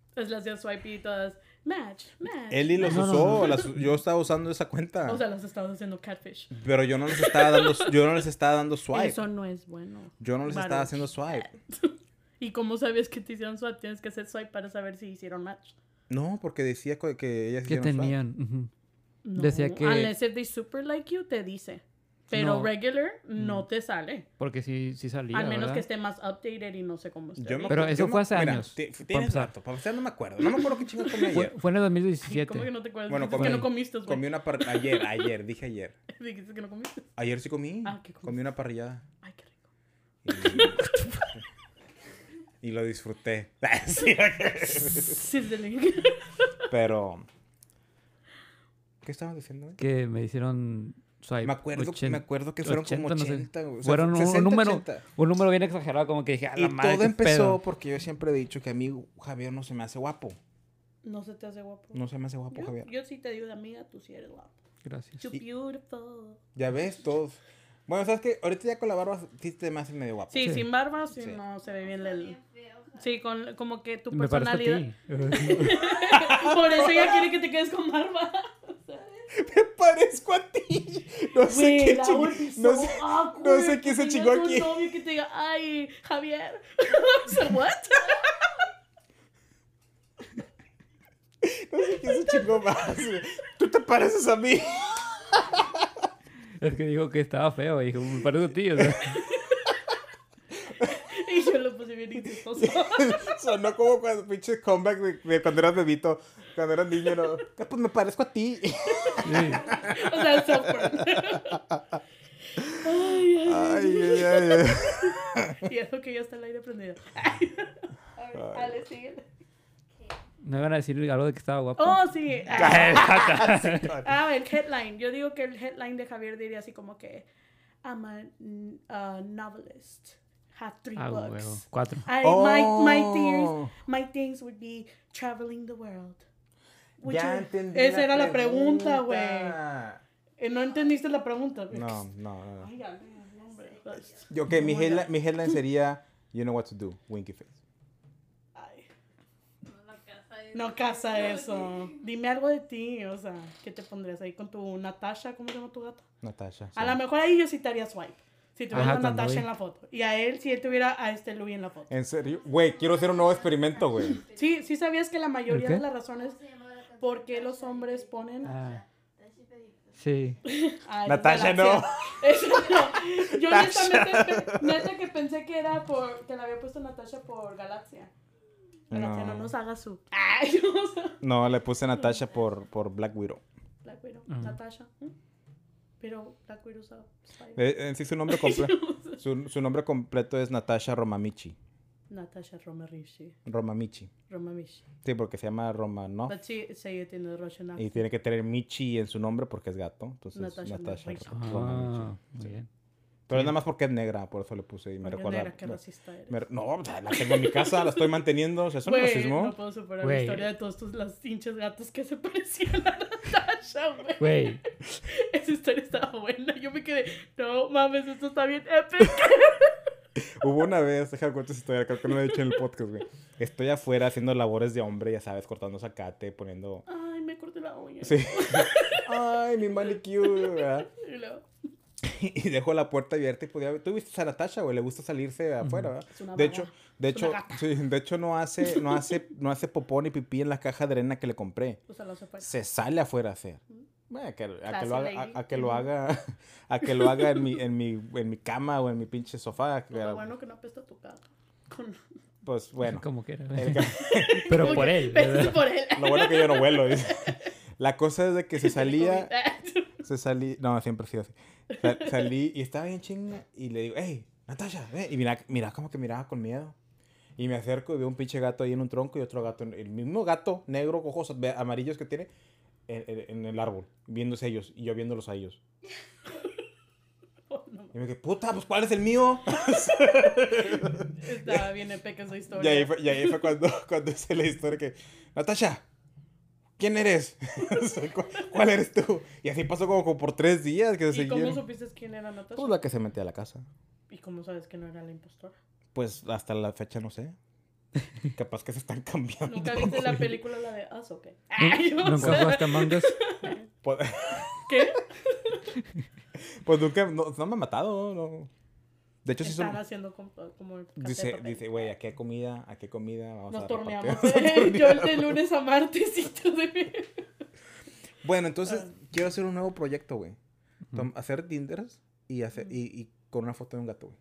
Speaker 4: Entonces le hacía swipe y todas, match, match.
Speaker 2: Eli los
Speaker 3: No, no,
Speaker 2: usó,
Speaker 3: no.
Speaker 2: las- yo estaba usando esa cuenta.
Speaker 4: O sea, los estados haciendo catfish.
Speaker 2: pero yo no les estaba dando, yo no les estaba dando swipe.
Speaker 4: Eso no es bueno.
Speaker 2: Yo no les estaba
Speaker 4: Baruch.
Speaker 2: haciendo swipe.
Speaker 4: ¿Y cómo sabías que te hicieron swipe? Tienes que hacer swipe para saber si hicieron match.
Speaker 2: No, porque decía co- que ellas
Speaker 3: que
Speaker 2: hicieron swipe.
Speaker 3: tenían. ujú.
Speaker 4: No.
Speaker 3: Decía que-
Speaker 4: Unless if they super like you, te dice. Pero
Speaker 3: No.
Speaker 4: regular no te sale.
Speaker 3: Porque sí, sí salía.
Speaker 4: Al menos
Speaker 3: ¿verdad?
Speaker 4: que esté más updated y no sé cómo esté.
Speaker 2: Yo me
Speaker 4: ahorita.
Speaker 3: Pero
Speaker 2: acuerdo-
Speaker 3: eso
Speaker 2: yo me-
Speaker 3: fue hace
Speaker 2: mira,
Speaker 3: años,
Speaker 2: ti-
Speaker 3: para
Speaker 2: Tienes
Speaker 3: empezar.
Speaker 2: rato, para empezar no me acuerdo. No me acuerdo qué chingados comí
Speaker 3: Fue,
Speaker 2: ayer.
Speaker 3: fue en el
Speaker 4: Ay, ¿Cómo que
Speaker 3: 2017.
Speaker 4: no te acuerdas?
Speaker 2: Bueno,
Speaker 4: Dices
Speaker 2: comí,
Speaker 4: que no comiste, güey.
Speaker 2: comí una parrilla. Ayer, ayer, dije ayer.
Speaker 4: Dijiste que no comiste.
Speaker 2: Ayer sí comí.
Speaker 4: Ah, ¿qué comiste?
Speaker 2: comí una parrillada.
Speaker 4: Ay, qué rico.
Speaker 2: Y, y lo disfruté. Sí,
Speaker 4: Sí, es delicioso.
Speaker 2: Pero. ¿Qué estaban diciendo? güey?
Speaker 3: Que me hicieron swipe.
Speaker 2: Me acuerdo,
Speaker 3: ochen-
Speaker 2: me acuerdo que fueron
Speaker 3: 80,
Speaker 2: como
Speaker 3: no sé.
Speaker 2: 80, güey. O sea,
Speaker 3: Fueron un-
Speaker 2: 60,
Speaker 3: un, número,
Speaker 2: 80.
Speaker 3: un número bien exagerado, como que dije, a la
Speaker 2: Y
Speaker 3: madre.
Speaker 2: todo
Speaker 3: qué
Speaker 2: empezó
Speaker 3: pedo".
Speaker 2: porque yo siempre he dicho que a mí Javier no se me hace guapo.
Speaker 4: No se te hace guapo.
Speaker 2: No se me hace guapo,
Speaker 4: yo,
Speaker 2: Javier.
Speaker 4: yo sí te digo de amiga, tú sí eres guapo.
Speaker 3: Gracias.
Speaker 4: You're beautiful.
Speaker 2: Ya ves, todos. Bueno, ¿sabes qué? Ahorita ya con la barba sí te me hace medio guapo.
Speaker 4: Sí,
Speaker 3: Sí.
Speaker 4: sin barba, sí,
Speaker 2: Sí.
Speaker 4: no se ve bien el...
Speaker 5: feo.
Speaker 4: Sí, con, como que tu
Speaker 3: Me parece a
Speaker 4: personalidad...
Speaker 3: ti.
Speaker 4: Por eso ella quiere que te quedes con barba.
Speaker 2: Parezco a ti. No sé
Speaker 4: Güey,
Speaker 2: qué
Speaker 4: la
Speaker 2: ching-
Speaker 4: Orbi es
Speaker 2: No
Speaker 4: so
Speaker 2: sé,
Speaker 4: awkward
Speaker 2: no sé qué se
Speaker 4: que tengas
Speaker 2: chingó aquí.
Speaker 4: un novio que te diga, ay, Javier. So, what?
Speaker 2: no sé qué se chingó más. güey. Tú te pareces a mí.
Speaker 3: Es que dijo que estaba feo. y Dijo, me parece a ti. o sea.
Speaker 4: Y yo lo puse bien chistoso.
Speaker 2: Sonó como cuando pinche comeback de, de cuando eras bebito, cuando eras niño. ¿no? Ah, Pues me parezco a ti.
Speaker 3: Sí.
Speaker 4: O sea, es awkward. Ay, ay.
Speaker 2: Ay, ay, ay.
Speaker 4: Y eso que ya está el aire prendido. A ver, Ale, síguele.
Speaker 3: Me van a decir algo de que estaba guapo.
Speaker 4: Oh, sí. Ah, el headline. Yo digo que el headline de Javier diría así como que I'm a, n- a novelist. Have three
Speaker 3: ah,
Speaker 4: books.
Speaker 3: huevo. Cuatro.
Speaker 4: I, my,
Speaker 2: Oh.
Speaker 4: my things, my things would be traveling the world. Would you- Esa era la pregunta, güey. Eh, No entendiste la pregunta. güey.
Speaker 2: No, no, no. no.
Speaker 4: Ay, Ale, no, hombre.
Speaker 2: Yo, ok, mi, headline, mi headline sería You know what to do, Winky Face.
Speaker 4: Ay,
Speaker 5: La casa es-
Speaker 4: No casa eso. Dime algo de ti, o sea, ¿qué te pondrías ahí con tu Natasha? ¿Cómo se llama tu gata?
Speaker 2: Natasha.
Speaker 4: A lo mejor ahí yo sí te haría swipe. Si tuviera
Speaker 3: Ajá,
Speaker 4: a
Speaker 3: cuando vi.
Speaker 4: Natasha en la foto. Y a él, si él tuviera a este Louis en la foto.
Speaker 2: En serio, güey, quiero hacer un nuevo experimento, güey.
Speaker 4: Sí, sí sabías que la mayoría
Speaker 3: qué?
Speaker 4: de las razones por qué los hombres ponen
Speaker 3: Ah, sí.
Speaker 4: a
Speaker 2: Natasha,
Speaker 4: Galaxia. Eso no. Yo honestamente, pe- neta que pensé que era por, que la había puesto Natasha por Galaxia. Galaxia, no,
Speaker 2: No.
Speaker 4: nos haga su. Ay, no, o sea,
Speaker 2: No, le puse Natasha por, por Black Widow.
Speaker 4: Black Widow,
Speaker 3: Ajá.
Speaker 4: Natasha. ¿Mm? Pero Black Widow usaba Spider.
Speaker 2: Eh, en sí, su nombre, comple- su, su nombre completo es Natasha Romamichi.
Speaker 4: Natasha Romarishi.
Speaker 2: Romamichi.
Speaker 4: Romamishi.
Speaker 2: Sí, porque se llama Romanov.
Speaker 4: But she, she tiene Russian
Speaker 2: Y
Speaker 4: accent.
Speaker 2: tiene que tener Michi en su nombre porque es gato. Entonces,
Speaker 4: Natasha
Speaker 2: Natasha,
Speaker 4: Romamichi.
Speaker 2: Ro- Romamichi.
Speaker 3: Ah, muy bien.
Speaker 2: Pero es nada más porque es negra, por eso le puse y me
Speaker 4: Porque
Speaker 2: recuerda.
Speaker 4: negra, qué
Speaker 2: me-
Speaker 4: racista eres.
Speaker 2: me re- no, o sea, la tengo en mi casa, la estoy manteniendo. o sea, ¿Eso no es
Speaker 4: Güey,
Speaker 2: racismo?
Speaker 4: No puedo superar la
Speaker 3: Güey.
Speaker 4: historia de todos tus las hinchas gatos que se parecían a Natasha, güey.
Speaker 3: Güey,
Speaker 4: Esa historia estaba buena. Yo me quedé, no mames, esto está bien épico.
Speaker 2: Hubo una vez, déjame cuento esa historia, creo que no lo he dicho en el podcast, güey. Estoy afuera haciendo labores de hombre, ya sabes, cortando zacate, poniendo...
Speaker 4: Ay, me corté la uña.
Speaker 2: Sí. Ay, mi manicure, ¿verdad?
Speaker 4: Y luego,
Speaker 2: y dejó la puerta abierta y podía ver. Tú viste a Natasha, güey, le gusta salirse afuera, ¿verdad?
Speaker 4: Es una
Speaker 2: de
Speaker 4: vaga.
Speaker 2: hecho, de
Speaker 4: Es una
Speaker 2: hecho,
Speaker 4: gata.
Speaker 2: sí, de hecho no hace, no hace, no hace popó ni pipí en la caja de arena que le compré.
Speaker 4: o sea, lo hace fuera.
Speaker 2: Se sale afuera a hacer. Bueno, a que, a que
Speaker 4: Classy
Speaker 2: lo haga,
Speaker 4: Pues lady.
Speaker 2: a, a que lo haga, a que lo haga en mi, en mi, en mi cama o en mi pinche sofá.
Speaker 4: No, lo bueno que no apesta tu cara. Con...
Speaker 2: Pues bueno.
Speaker 3: como quiera.
Speaker 2: el ca-
Speaker 3: Pero por él.
Speaker 4: Pero
Speaker 3: ¿verdad?
Speaker 4: por él.
Speaker 2: Lo bueno que yo no vuelo. dice. La cosa es de que se salía,
Speaker 4: COVID.
Speaker 2: se salí, no, siempre ha sido así. Sal- salí y estaba bien chinga y le digo, hey, Natasha, ven. Y mira, mira, como que miraba con miedo. Y me acerco y veo un pinche gato ahí en un tronco y otro gato, en- el mismo gato negro, ojos ve- amarillos que tiene, en, en- en el árbol, viéndose ellos y yo viéndolos a ellos.
Speaker 4: Oh, no,
Speaker 2: Y me dije, puta, pues ¿cuál es el mío?
Speaker 4: estaba bien épica esa historia.
Speaker 2: Y ahí fue, y ahí fue cuando, cuando hice la historia que, Natasha, ¿quién eres? O sea, "¿Cu- ¿Cuál eres tú? Y así pasó como, como por tres días que se
Speaker 4: ¿Y cómo
Speaker 2: siguieron.
Speaker 4: supiste quién era Natasha?
Speaker 2: Pues la que se metía a la casa.
Speaker 4: ¿Y cómo sabes que no era la impostora?
Speaker 2: Pues hasta la fecha no sé. Capaz que se están cambiando.
Speaker 4: Nunca viste la película la de Us, ok.
Speaker 3: ¿Nunca jugaste Among Us?
Speaker 2: Pues,
Speaker 4: ¿Qué?
Speaker 2: pues nunca, no, no me han matado, no. De hecho, sí
Speaker 4: Están
Speaker 2: son...
Speaker 4: haciendo com- como el casete de
Speaker 2: Dice,
Speaker 4: papel.
Speaker 2: dice, güey, ¿a qué comida? ¿A qué comida? Vamos
Speaker 4: Nos
Speaker 2: a
Speaker 4: torneamos. ¿eh?
Speaker 2: repartir". Nos
Speaker 4: Yo el
Speaker 2: torneamos.
Speaker 4: de lunes a martes y tú de...
Speaker 2: Bueno, entonces
Speaker 4: Ah.
Speaker 2: quiero hacer un nuevo proyecto, güey. Tom-
Speaker 3: Ujú.
Speaker 2: Hacer Tinders y, hacer, y, y con una foto de un gato, güey.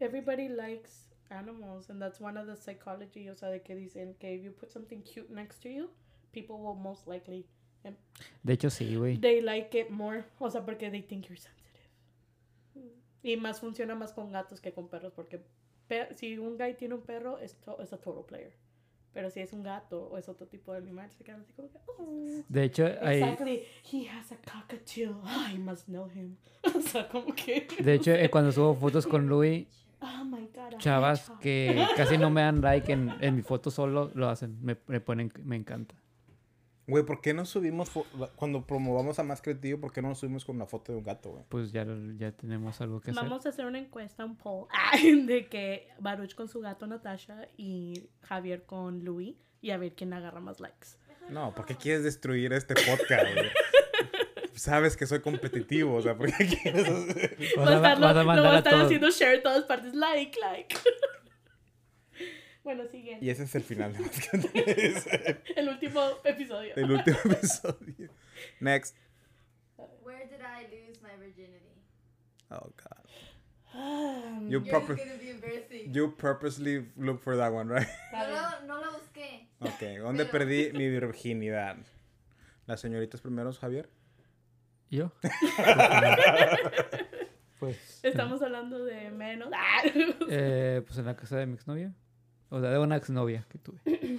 Speaker 4: Everybody likes animals, and that's one of the psychology, o sea, de que dicen que if you put something cute next to you, people will most likely,
Speaker 3: De hecho, sí, güey.
Speaker 4: they like it more, o sea, porque they think you're sensitive. Y más funciona más con gatos que con perros, porque pe- si un guy tiene un perro, es, to- es a total player. Pero si es un gato o es otro tipo de animal, se quedan así como que, oh.
Speaker 3: De hecho, hay,
Speaker 4: Exactly, he has a cockatiel, I must know him. O sea, como que,
Speaker 3: de hecho eh, cuando subo fotos con Louis,
Speaker 4: oh my god. a
Speaker 3: chavas
Speaker 4: hedgehog.
Speaker 3: que casi no me dan like en, en mi foto solo lo hacen. Me, me ponen, me encanta.
Speaker 2: Güey, ¿por qué no subimos, fo- la- cuando promovamos a Más Creativo, ¿por qué no nos subimos con una foto de un gato, güey?
Speaker 3: Pues ya, ya tenemos algo que hacer.
Speaker 4: Vamos a hacer una encuesta, un poll, de que Baruch con su gato Natasha y Javier con Louis y a ver quién agarra más likes.
Speaker 2: No, ¿por qué quieres destruir este podcast, güey? Sabes que soy competitivo, o sea, ¿por qué quieres hacer-
Speaker 3: Vas
Speaker 4: Va a
Speaker 3: a,
Speaker 4: estar, lo-
Speaker 3: vas a
Speaker 4: lo va
Speaker 3: mandar
Speaker 4: a
Speaker 3: a
Speaker 4: estar
Speaker 3: todos.
Speaker 4: haciendo share en todas partes, like, like. bueno, siguiente.
Speaker 2: Y ese es el final de Más Creativo.
Speaker 4: El último episodio.
Speaker 2: El último episodio. Next.
Speaker 5: Where did I lose my virginity?
Speaker 2: Oh, God.
Speaker 4: Ah,
Speaker 2: You,
Speaker 5: You're
Speaker 2: proper-
Speaker 5: just gonna be embarrassing.
Speaker 2: you purposely look for that one, right?
Speaker 4: está
Speaker 5: No,
Speaker 4: bien.
Speaker 5: lo- no, lo busqué.
Speaker 2: Ok, ¿dónde
Speaker 5: Pero-
Speaker 2: perdí mi virginidad? Las señoritas primeros, Javier.
Speaker 3: ¿Yo?
Speaker 2: Pues.
Speaker 4: Estamos hablando de Ah, menos.
Speaker 3: Eh, pues en la casa de mi exnovia. O sea, de una exnovia que tuve.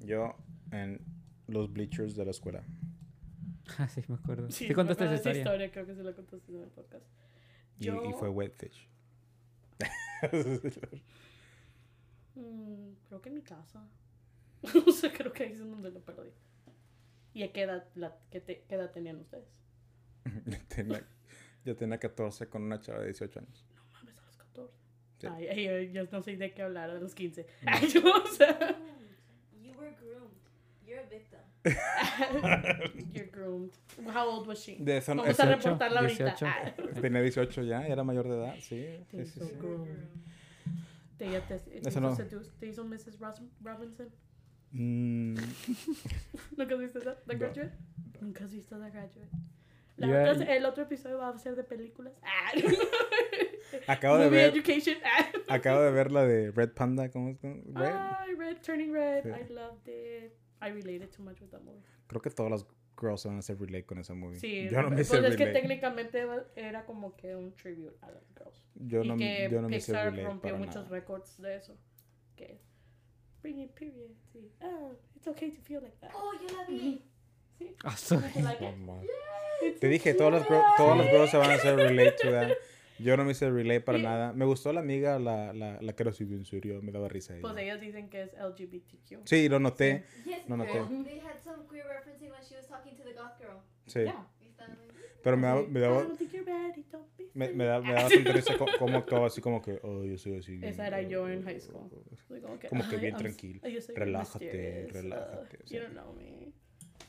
Speaker 2: Yo en los bleachers de la escuela.
Speaker 3: Ah, sí, me acuerdo. Sí,
Speaker 4: me
Speaker 3: contaste esa
Speaker 4: acuerdo de
Speaker 3: historia.
Speaker 4: Creo que se la contaste en el podcast.
Speaker 2: Y,
Speaker 4: Yo-
Speaker 2: y fue Wetfish.
Speaker 4: Mm, creo que en mi casa. o sea, creo que ahí es donde lo perdí. ¿Y a qué edad, la, qué te- qué edad tenían ustedes?
Speaker 2: Tenía- yo tenía 14 con una chava de 18 años.
Speaker 4: Mames, a los 14.
Speaker 2: Sí.
Speaker 4: Ay, ay, ay, yo no sé de qué hablar a los 15. Ay, yo, o sea.
Speaker 5: You were groomed. You're a victim.
Speaker 4: You're groomed. How old was she?
Speaker 2: De eso,
Speaker 4: Vamos a
Speaker 2: eso-
Speaker 3: 18,
Speaker 4: reportarla ahorita.
Speaker 3: 18.
Speaker 4: Ah.
Speaker 2: tenía 18 ya, era mayor de edad, sí.
Speaker 4: Te
Speaker 2: sí, sí,
Speaker 4: hizo
Speaker 2: sí.
Speaker 4: groomed. Te, ya te, te
Speaker 2: Eso
Speaker 4: hizo
Speaker 2: no.
Speaker 4: seduce- te hizo Mrs. Ros- Robinson.
Speaker 2: Mm,
Speaker 4: ¿Nunca has visto esa- The
Speaker 2: No.
Speaker 4: Graduate? Nunca has visto The Graduate. La
Speaker 3: Yo-
Speaker 4: otra- el otro episodio va a ser de películas. Ah.
Speaker 2: acabo, de
Speaker 4: Movie
Speaker 2: ver,
Speaker 4: Education. Ah.
Speaker 2: acabo de ver la de Red Panda. ¿cómo es? Red.
Speaker 4: Ay, Red, Turning Red.
Speaker 2: Sí.
Speaker 4: I loved it. I related too much with that movie.
Speaker 2: Creo que todas las girls se van a hacer relate con esa movie.
Speaker 4: Sí,
Speaker 2: yo no me
Speaker 4: pues
Speaker 2: hice
Speaker 4: es que
Speaker 2: relate.
Speaker 4: técnicamente era como que un tribute a las girls.
Speaker 2: Yo
Speaker 4: y
Speaker 2: no,
Speaker 4: que
Speaker 2: yo no me hice
Speaker 4: Pixar
Speaker 2: relate
Speaker 4: rompió
Speaker 2: para
Speaker 4: muchos
Speaker 2: nada.
Speaker 4: récords de eso. Que bringing period. Sí. Ah, it's okay to feel like that.
Speaker 5: Oh, yo la vi.
Speaker 3: Ah, su-
Speaker 4: Like it.
Speaker 2: Mamá.
Speaker 4: It's
Speaker 2: Te dije, todas las, bro- todas las bros se van a hacer relate to that. Yo no me hice relate para nada. Me gustó la amiga, la, la, la que recibió en serio. Me daba risa
Speaker 4: Pues
Speaker 2: ella.
Speaker 4: ellos dicen que es LGBTQ.
Speaker 2: Sí, lo noté.
Speaker 5: Yes,
Speaker 2: No, no
Speaker 5: girl.
Speaker 2: tengo.
Speaker 5: They had some queer referencing when she was talking to the goth girl.
Speaker 2: Sí.
Speaker 4: Yeah.
Speaker 2: Pero me daba, me
Speaker 4: I
Speaker 2: daba,
Speaker 4: don't think you're ready, don't be
Speaker 2: me,
Speaker 4: silly.
Speaker 2: me daba, me daba bastante risa co- cómo actuaba así como que, oh, yo soy así. bien,
Speaker 4: Esa era
Speaker 2: oh,
Speaker 4: yo en
Speaker 2: oh,
Speaker 4: high
Speaker 2: oh,
Speaker 4: school.
Speaker 2: oh, oh".
Speaker 4: Like, okay,
Speaker 2: Como que
Speaker 4: I
Speaker 2: bien
Speaker 4: am-
Speaker 2: tranquil.
Speaker 4: yo soy
Speaker 2: Relájate,
Speaker 4: mysterious, uh,
Speaker 2: relájate, o
Speaker 4: you
Speaker 2: sea.
Speaker 4: don't know me.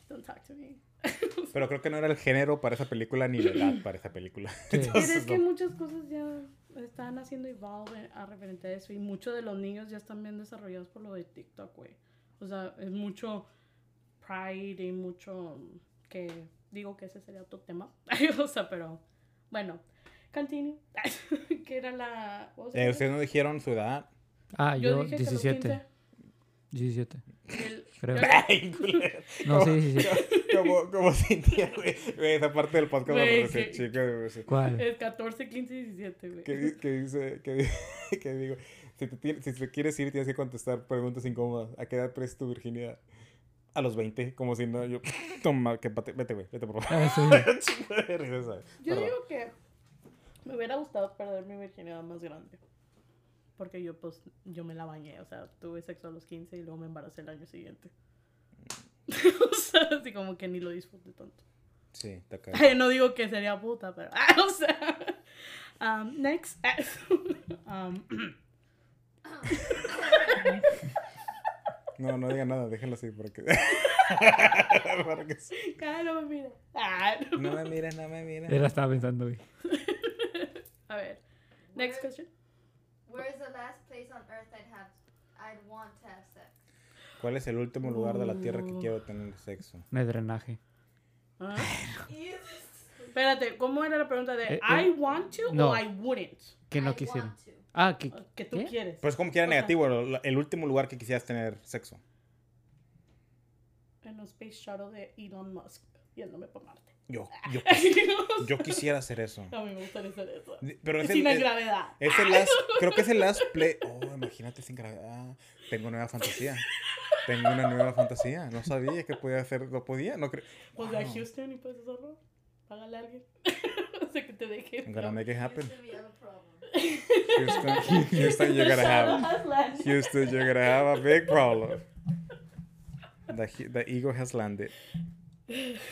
Speaker 4: Don't talk to me.
Speaker 2: Pero creo que no era el género para esa película ni la edad para esa película.
Speaker 3: Sí.
Speaker 4: Pero es
Speaker 2: Entonces,
Speaker 4: que
Speaker 2: no.
Speaker 4: muchas cosas ya están haciendo evolve a referente a eso y muchos de los niños ya están bien desarrollados por lo de TikTok, güey. O sea, es mucho pride y mucho mm, que digo que ese sería otro tema. o sea, pero bueno, continue. que era la ¿cómo se
Speaker 2: Eh,
Speaker 4: llama?
Speaker 2: Ustedes no dijeron su edad.
Speaker 3: Ah, yo,
Speaker 4: dije que a los
Speaker 3: 17. 17.
Speaker 4: 15, el-
Speaker 3: Creo.
Speaker 4: yo-
Speaker 3: No, sí, 17.
Speaker 2: Como, como Cintia, güey. Güey, Esa parte del podcast
Speaker 4: Güey,
Speaker 2: de
Speaker 4: que-
Speaker 2: chica, güey, sí.
Speaker 3: ¿Cuál?
Speaker 4: el 14, 15 y 17, güey.
Speaker 2: que, di- que dice, que, di- que digo, si te, ti- si te quieres ir tienes que contestar preguntas incómodas. ¿A qué edad prestes tu virginidad? A los 20, como si no, yo, toma, que pate- vete, güey, vete, por favor.
Speaker 3: Ah, sí.
Speaker 2: Chingo de risa, ¿sabes?
Speaker 4: Yo
Speaker 2: Perdón.
Speaker 4: digo que me hubiera gustado perder mi virginidad más grande. Porque yo, pues, yo me la bañé. O sea, tuve sexo a los 15 y luego me embaracé el año siguiente. o sea, así como que ni lo disfruté tanto.
Speaker 2: Sí, te acabo.
Speaker 4: Ay, no digo que sería puta, pero. ah, o sea. Um, next. um,
Speaker 2: No, no diga nada, déjenlo así porque. para que-
Speaker 4: ya no me mira. Ah, no.
Speaker 2: No me mires, no me mires.
Speaker 3: Él la estaba pensando, güey.
Speaker 4: A ver. Next question.
Speaker 5: Where is the last place on earth I'd have, I'd want to have sex?
Speaker 2: ¿Cuál es el último lugar de la tierra que quiero tener sexo?
Speaker 3: No es drenaje.
Speaker 4: Ah.
Speaker 5: Ew.
Speaker 4: Espérate, ¿cómo era la pregunta
Speaker 3: Eh,
Speaker 4: de
Speaker 3: eh,
Speaker 4: I want to
Speaker 3: no.
Speaker 4: o I wouldn't?
Speaker 3: Que no
Speaker 5: I'd
Speaker 3: quisiera.
Speaker 5: want to.
Speaker 3: Ah, que.
Speaker 4: Que tú
Speaker 3: ¿Qué?
Speaker 4: quieres.
Speaker 2: Pues como quiera
Speaker 4: O sea-
Speaker 2: negativo, lo- el último lugar que quisieras tener sexo.
Speaker 4: En un space shuttle de Elon Musk yéndome para Marte.
Speaker 2: Yo, yo,
Speaker 4: no,
Speaker 2: yo quisiera hacer eso.
Speaker 4: a mí me gustaría hacer eso.
Speaker 2: Pero es
Speaker 4: Sin
Speaker 2: el,
Speaker 4: la
Speaker 2: es-
Speaker 4: gravedad.
Speaker 2: es el last, creo que es el last play. Oh, imagínate sin gravedad. Tengo nueva fantasía. Tengo una nueva fantasía. No sabía que podía hacer, no podía, no creo.
Speaker 4: Pues de a
Speaker 2: Wow.
Speaker 4: Houston y puedes hacerlo. Págale a alguien. o sea, que te deje.
Speaker 2: I'm gonna make it happen.
Speaker 5: Houston, we have a problem.
Speaker 2: Houston, Houston, you're gonna have.
Speaker 4: Atlantic.
Speaker 2: Houston, you're gonna have a big problem. The, he- the ego has landed.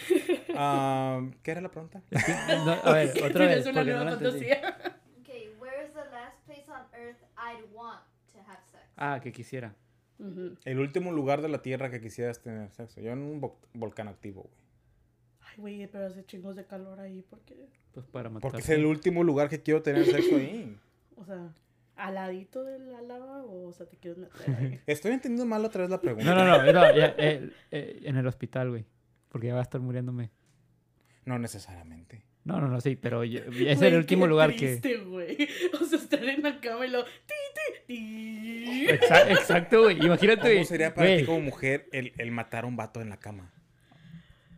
Speaker 2: Um, ¿Qué era la pregunta?
Speaker 3: No, a ver, otra vez.
Speaker 4: Tienes una
Speaker 3: porque no
Speaker 4: nueva
Speaker 3: la entendí.
Speaker 4: fantasía.
Speaker 5: Okay, where is the last place on earth I'd want to have sex?
Speaker 3: Ah, que quisiera.
Speaker 4: Ujú.
Speaker 2: El último lugar de la tierra que quisieras tener sexo. Yo en un vo- volcán activo, güey.
Speaker 4: Ay, güey, pero hace chingos de calor ahí porque,
Speaker 3: Pues para matar.
Speaker 2: Porque es el último lugar que quiero tener sexo ahí.
Speaker 4: o sea, al ladito de la lava o, o sea, te quieres meter ahí.
Speaker 2: Estoy entendiendo mal otra vez la pregunta.
Speaker 3: No, no, no. no, ya, eh, eh, en el hospital, güey. Porque ya va a estar muriéndome.
Speaker 2: No necesariamente.
Speaker 3: No, no, no, sí, pero yo- es
Speaker 4: Güey,
Speaker 3: el último
Speaker 4: qué
Speaker 3: lugar que.
Speaker 4: triste, güey. O sea, estar en la cama y lo. Ti, ti, ti.
Speaker 3: Exa- Exacto, güey. Imagínate,
Speaker 2: ¿Cómo
Speaker 3: güey.
Speaker 2: sería para ti
Speaker 3: Güey,
Speaker 2: como mujer el, el matar a un vato en la cama?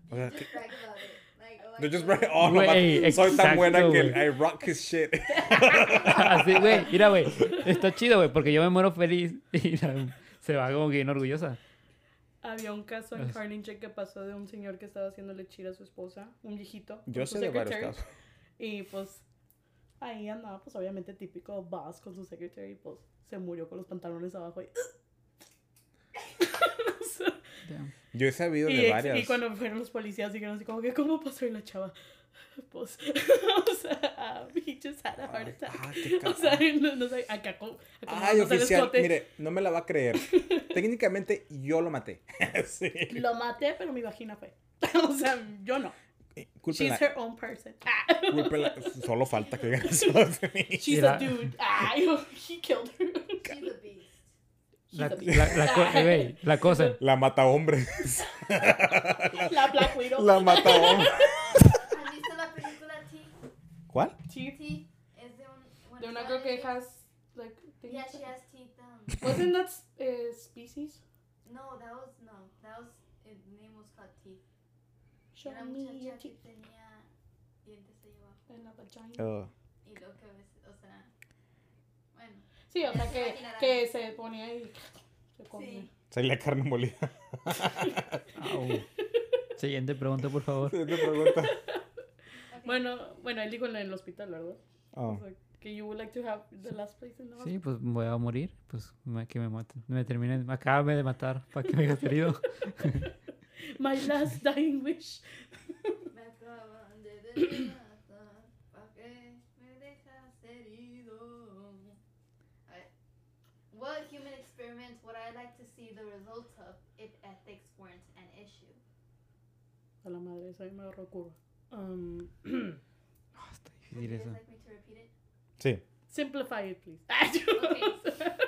Speaker 2: O sea, que-
Speaker 5: Brag about it. Like, oh, I
Speaker 2: no, just
Speaker 5: killed
Speaker 2: right-
Speaker 5: him.
Speaker 2: oh, no,
Speaker 3: Güey,
Speaker 2: mames. soy tan
Speaker 3: exacto,
Speaker 2: buena que
Speaker 3: güey.
Speaker 2: I rock his shit.
Speaker 4: Pues
Speaker 3: Así, güey. Mira, güey. Está chido, güey, porque yo me muero feliz y la- se va como que bien orgullosa.
Speaker 4: Había un caso en Carnage que pasó de un señor que estaba haciendo lechira a su esposa, un viejito. con
Speaker 2: Yo
Speaker 4: su
Speaker 2: sé de varios
Speaker 4: secretary,
Speaker 2: casos.
Speaker 4: Y pues ahí andaba, pues obviamente típico Buzz con su secretary, pues se murió con los pantalones abajo y. O sea,
Speaker 2: Yo he sabido
Speaker 4: y,
Speaker 2: de
Speaker 4: ex-
Speaker 2: varias.
Speaker 4: y cuando fueron los policías dijeron así como que cómo pasó y la chava pues o sea um, he just had a heart
Speaker 2: Ay,
Speaker 4: attack
Speaker 2: ah, qué
Speaker 4: o sea
Speaker 2: cabrón.
Speaker 4: no, no sé acá como
Speaker 2: Ay, oficial, mire, no me la va a creer. Técnicamente yo lo maté. sí.
Speaker 4: lo maté pero mi vagina fue o sea yo no
Speaker 2: Eh,
Speaker 4: she's
Speaker 2: Cúlpenla,
Speaker 4: her own person Ah,
Speaker 2: cúlpenla. Solo falta que digan eso de mí.
Speaker 4: she's
Speaker 3: Mira.
Speaker 4: a dude ah, he killed her
Speaker 5: She's a beast.
Speaker 4: She's
Speaker 3: La,
Speaker 4: a bitch.
Speaker 3: la- la co- eh, güey, la cosa.
Speaker 2: La mata hombres.
Speaker 4: la Black Widow
Speaker 2: La mata hombres.
Speaker 5: ¿Han visto la película T?
Speaker 2: ¿Cuál?
Speaker 4: teeth
Speaker 5: T es de un...
Speaker 4: de una creo que has like things-
Speaker 5: Yeah, she has teeth. Um,
Speaker 4: wasn't that eh, species
Speaker 5: no, that was... No, that was... El name was called Teeth.
Speaker 4: show
Speaker 5: Era
Speaker 4: me
Speaker 5: muchacha
Speaker 4: your
Speaker 5: que
Speaker 4: teeth
Speaker 5: tenía dientes ahí abajo.
Speaker 4: en la vagina
Speaker 2: Oh.
Speaker 5: Y lo que ves, o sea... Bueno.
Speaker 4: Sí, o
Speaker 5: Ya
Speaker 4: sea,
Speaker 5: se
Speaker 4: que,
Speaker 5: imaginarán.
Speaker 4: que se ponía y se comía.
Speaker 5: Sí.
Speaker 2: Sería carne molida.
Speaker 3: Au. Siguiente pregunta, por favor.
Speaker 2: Siguiente pregunta.
Speaker 5: Ok.
Speaker 4: Bueno, bueno, él dijo en el hospital, ¿verdad?
Speaker 2: Oh.
Speaker 4: O sea, que you would like to have the last place in the
Speaker 3: Sí,
Speaker 4: hospital.
Speaker 3: pues me voy a morir. Pues me- que me maten. Me terminen. Acábame de matar para que me hayas herido.
Speaker 4: My last dying wish.
Speaker 5: Me acaban de desatar, ¿pa' qué me dejas herido? A ver. What human experiment would I like to see the results of if ethics weren't an issue?
Speaker 4: A la madre, eso ahí me agarró curva. Um,
Speaker 3: Ah, está
Speaker 5: Would
Speaker 3: difícil
Speaker 5: you
Speaker 3: eso.
Speaker 5: guys like me to repeat it?
Speaker 2: Sí.
Speaker 4: simplify it, please.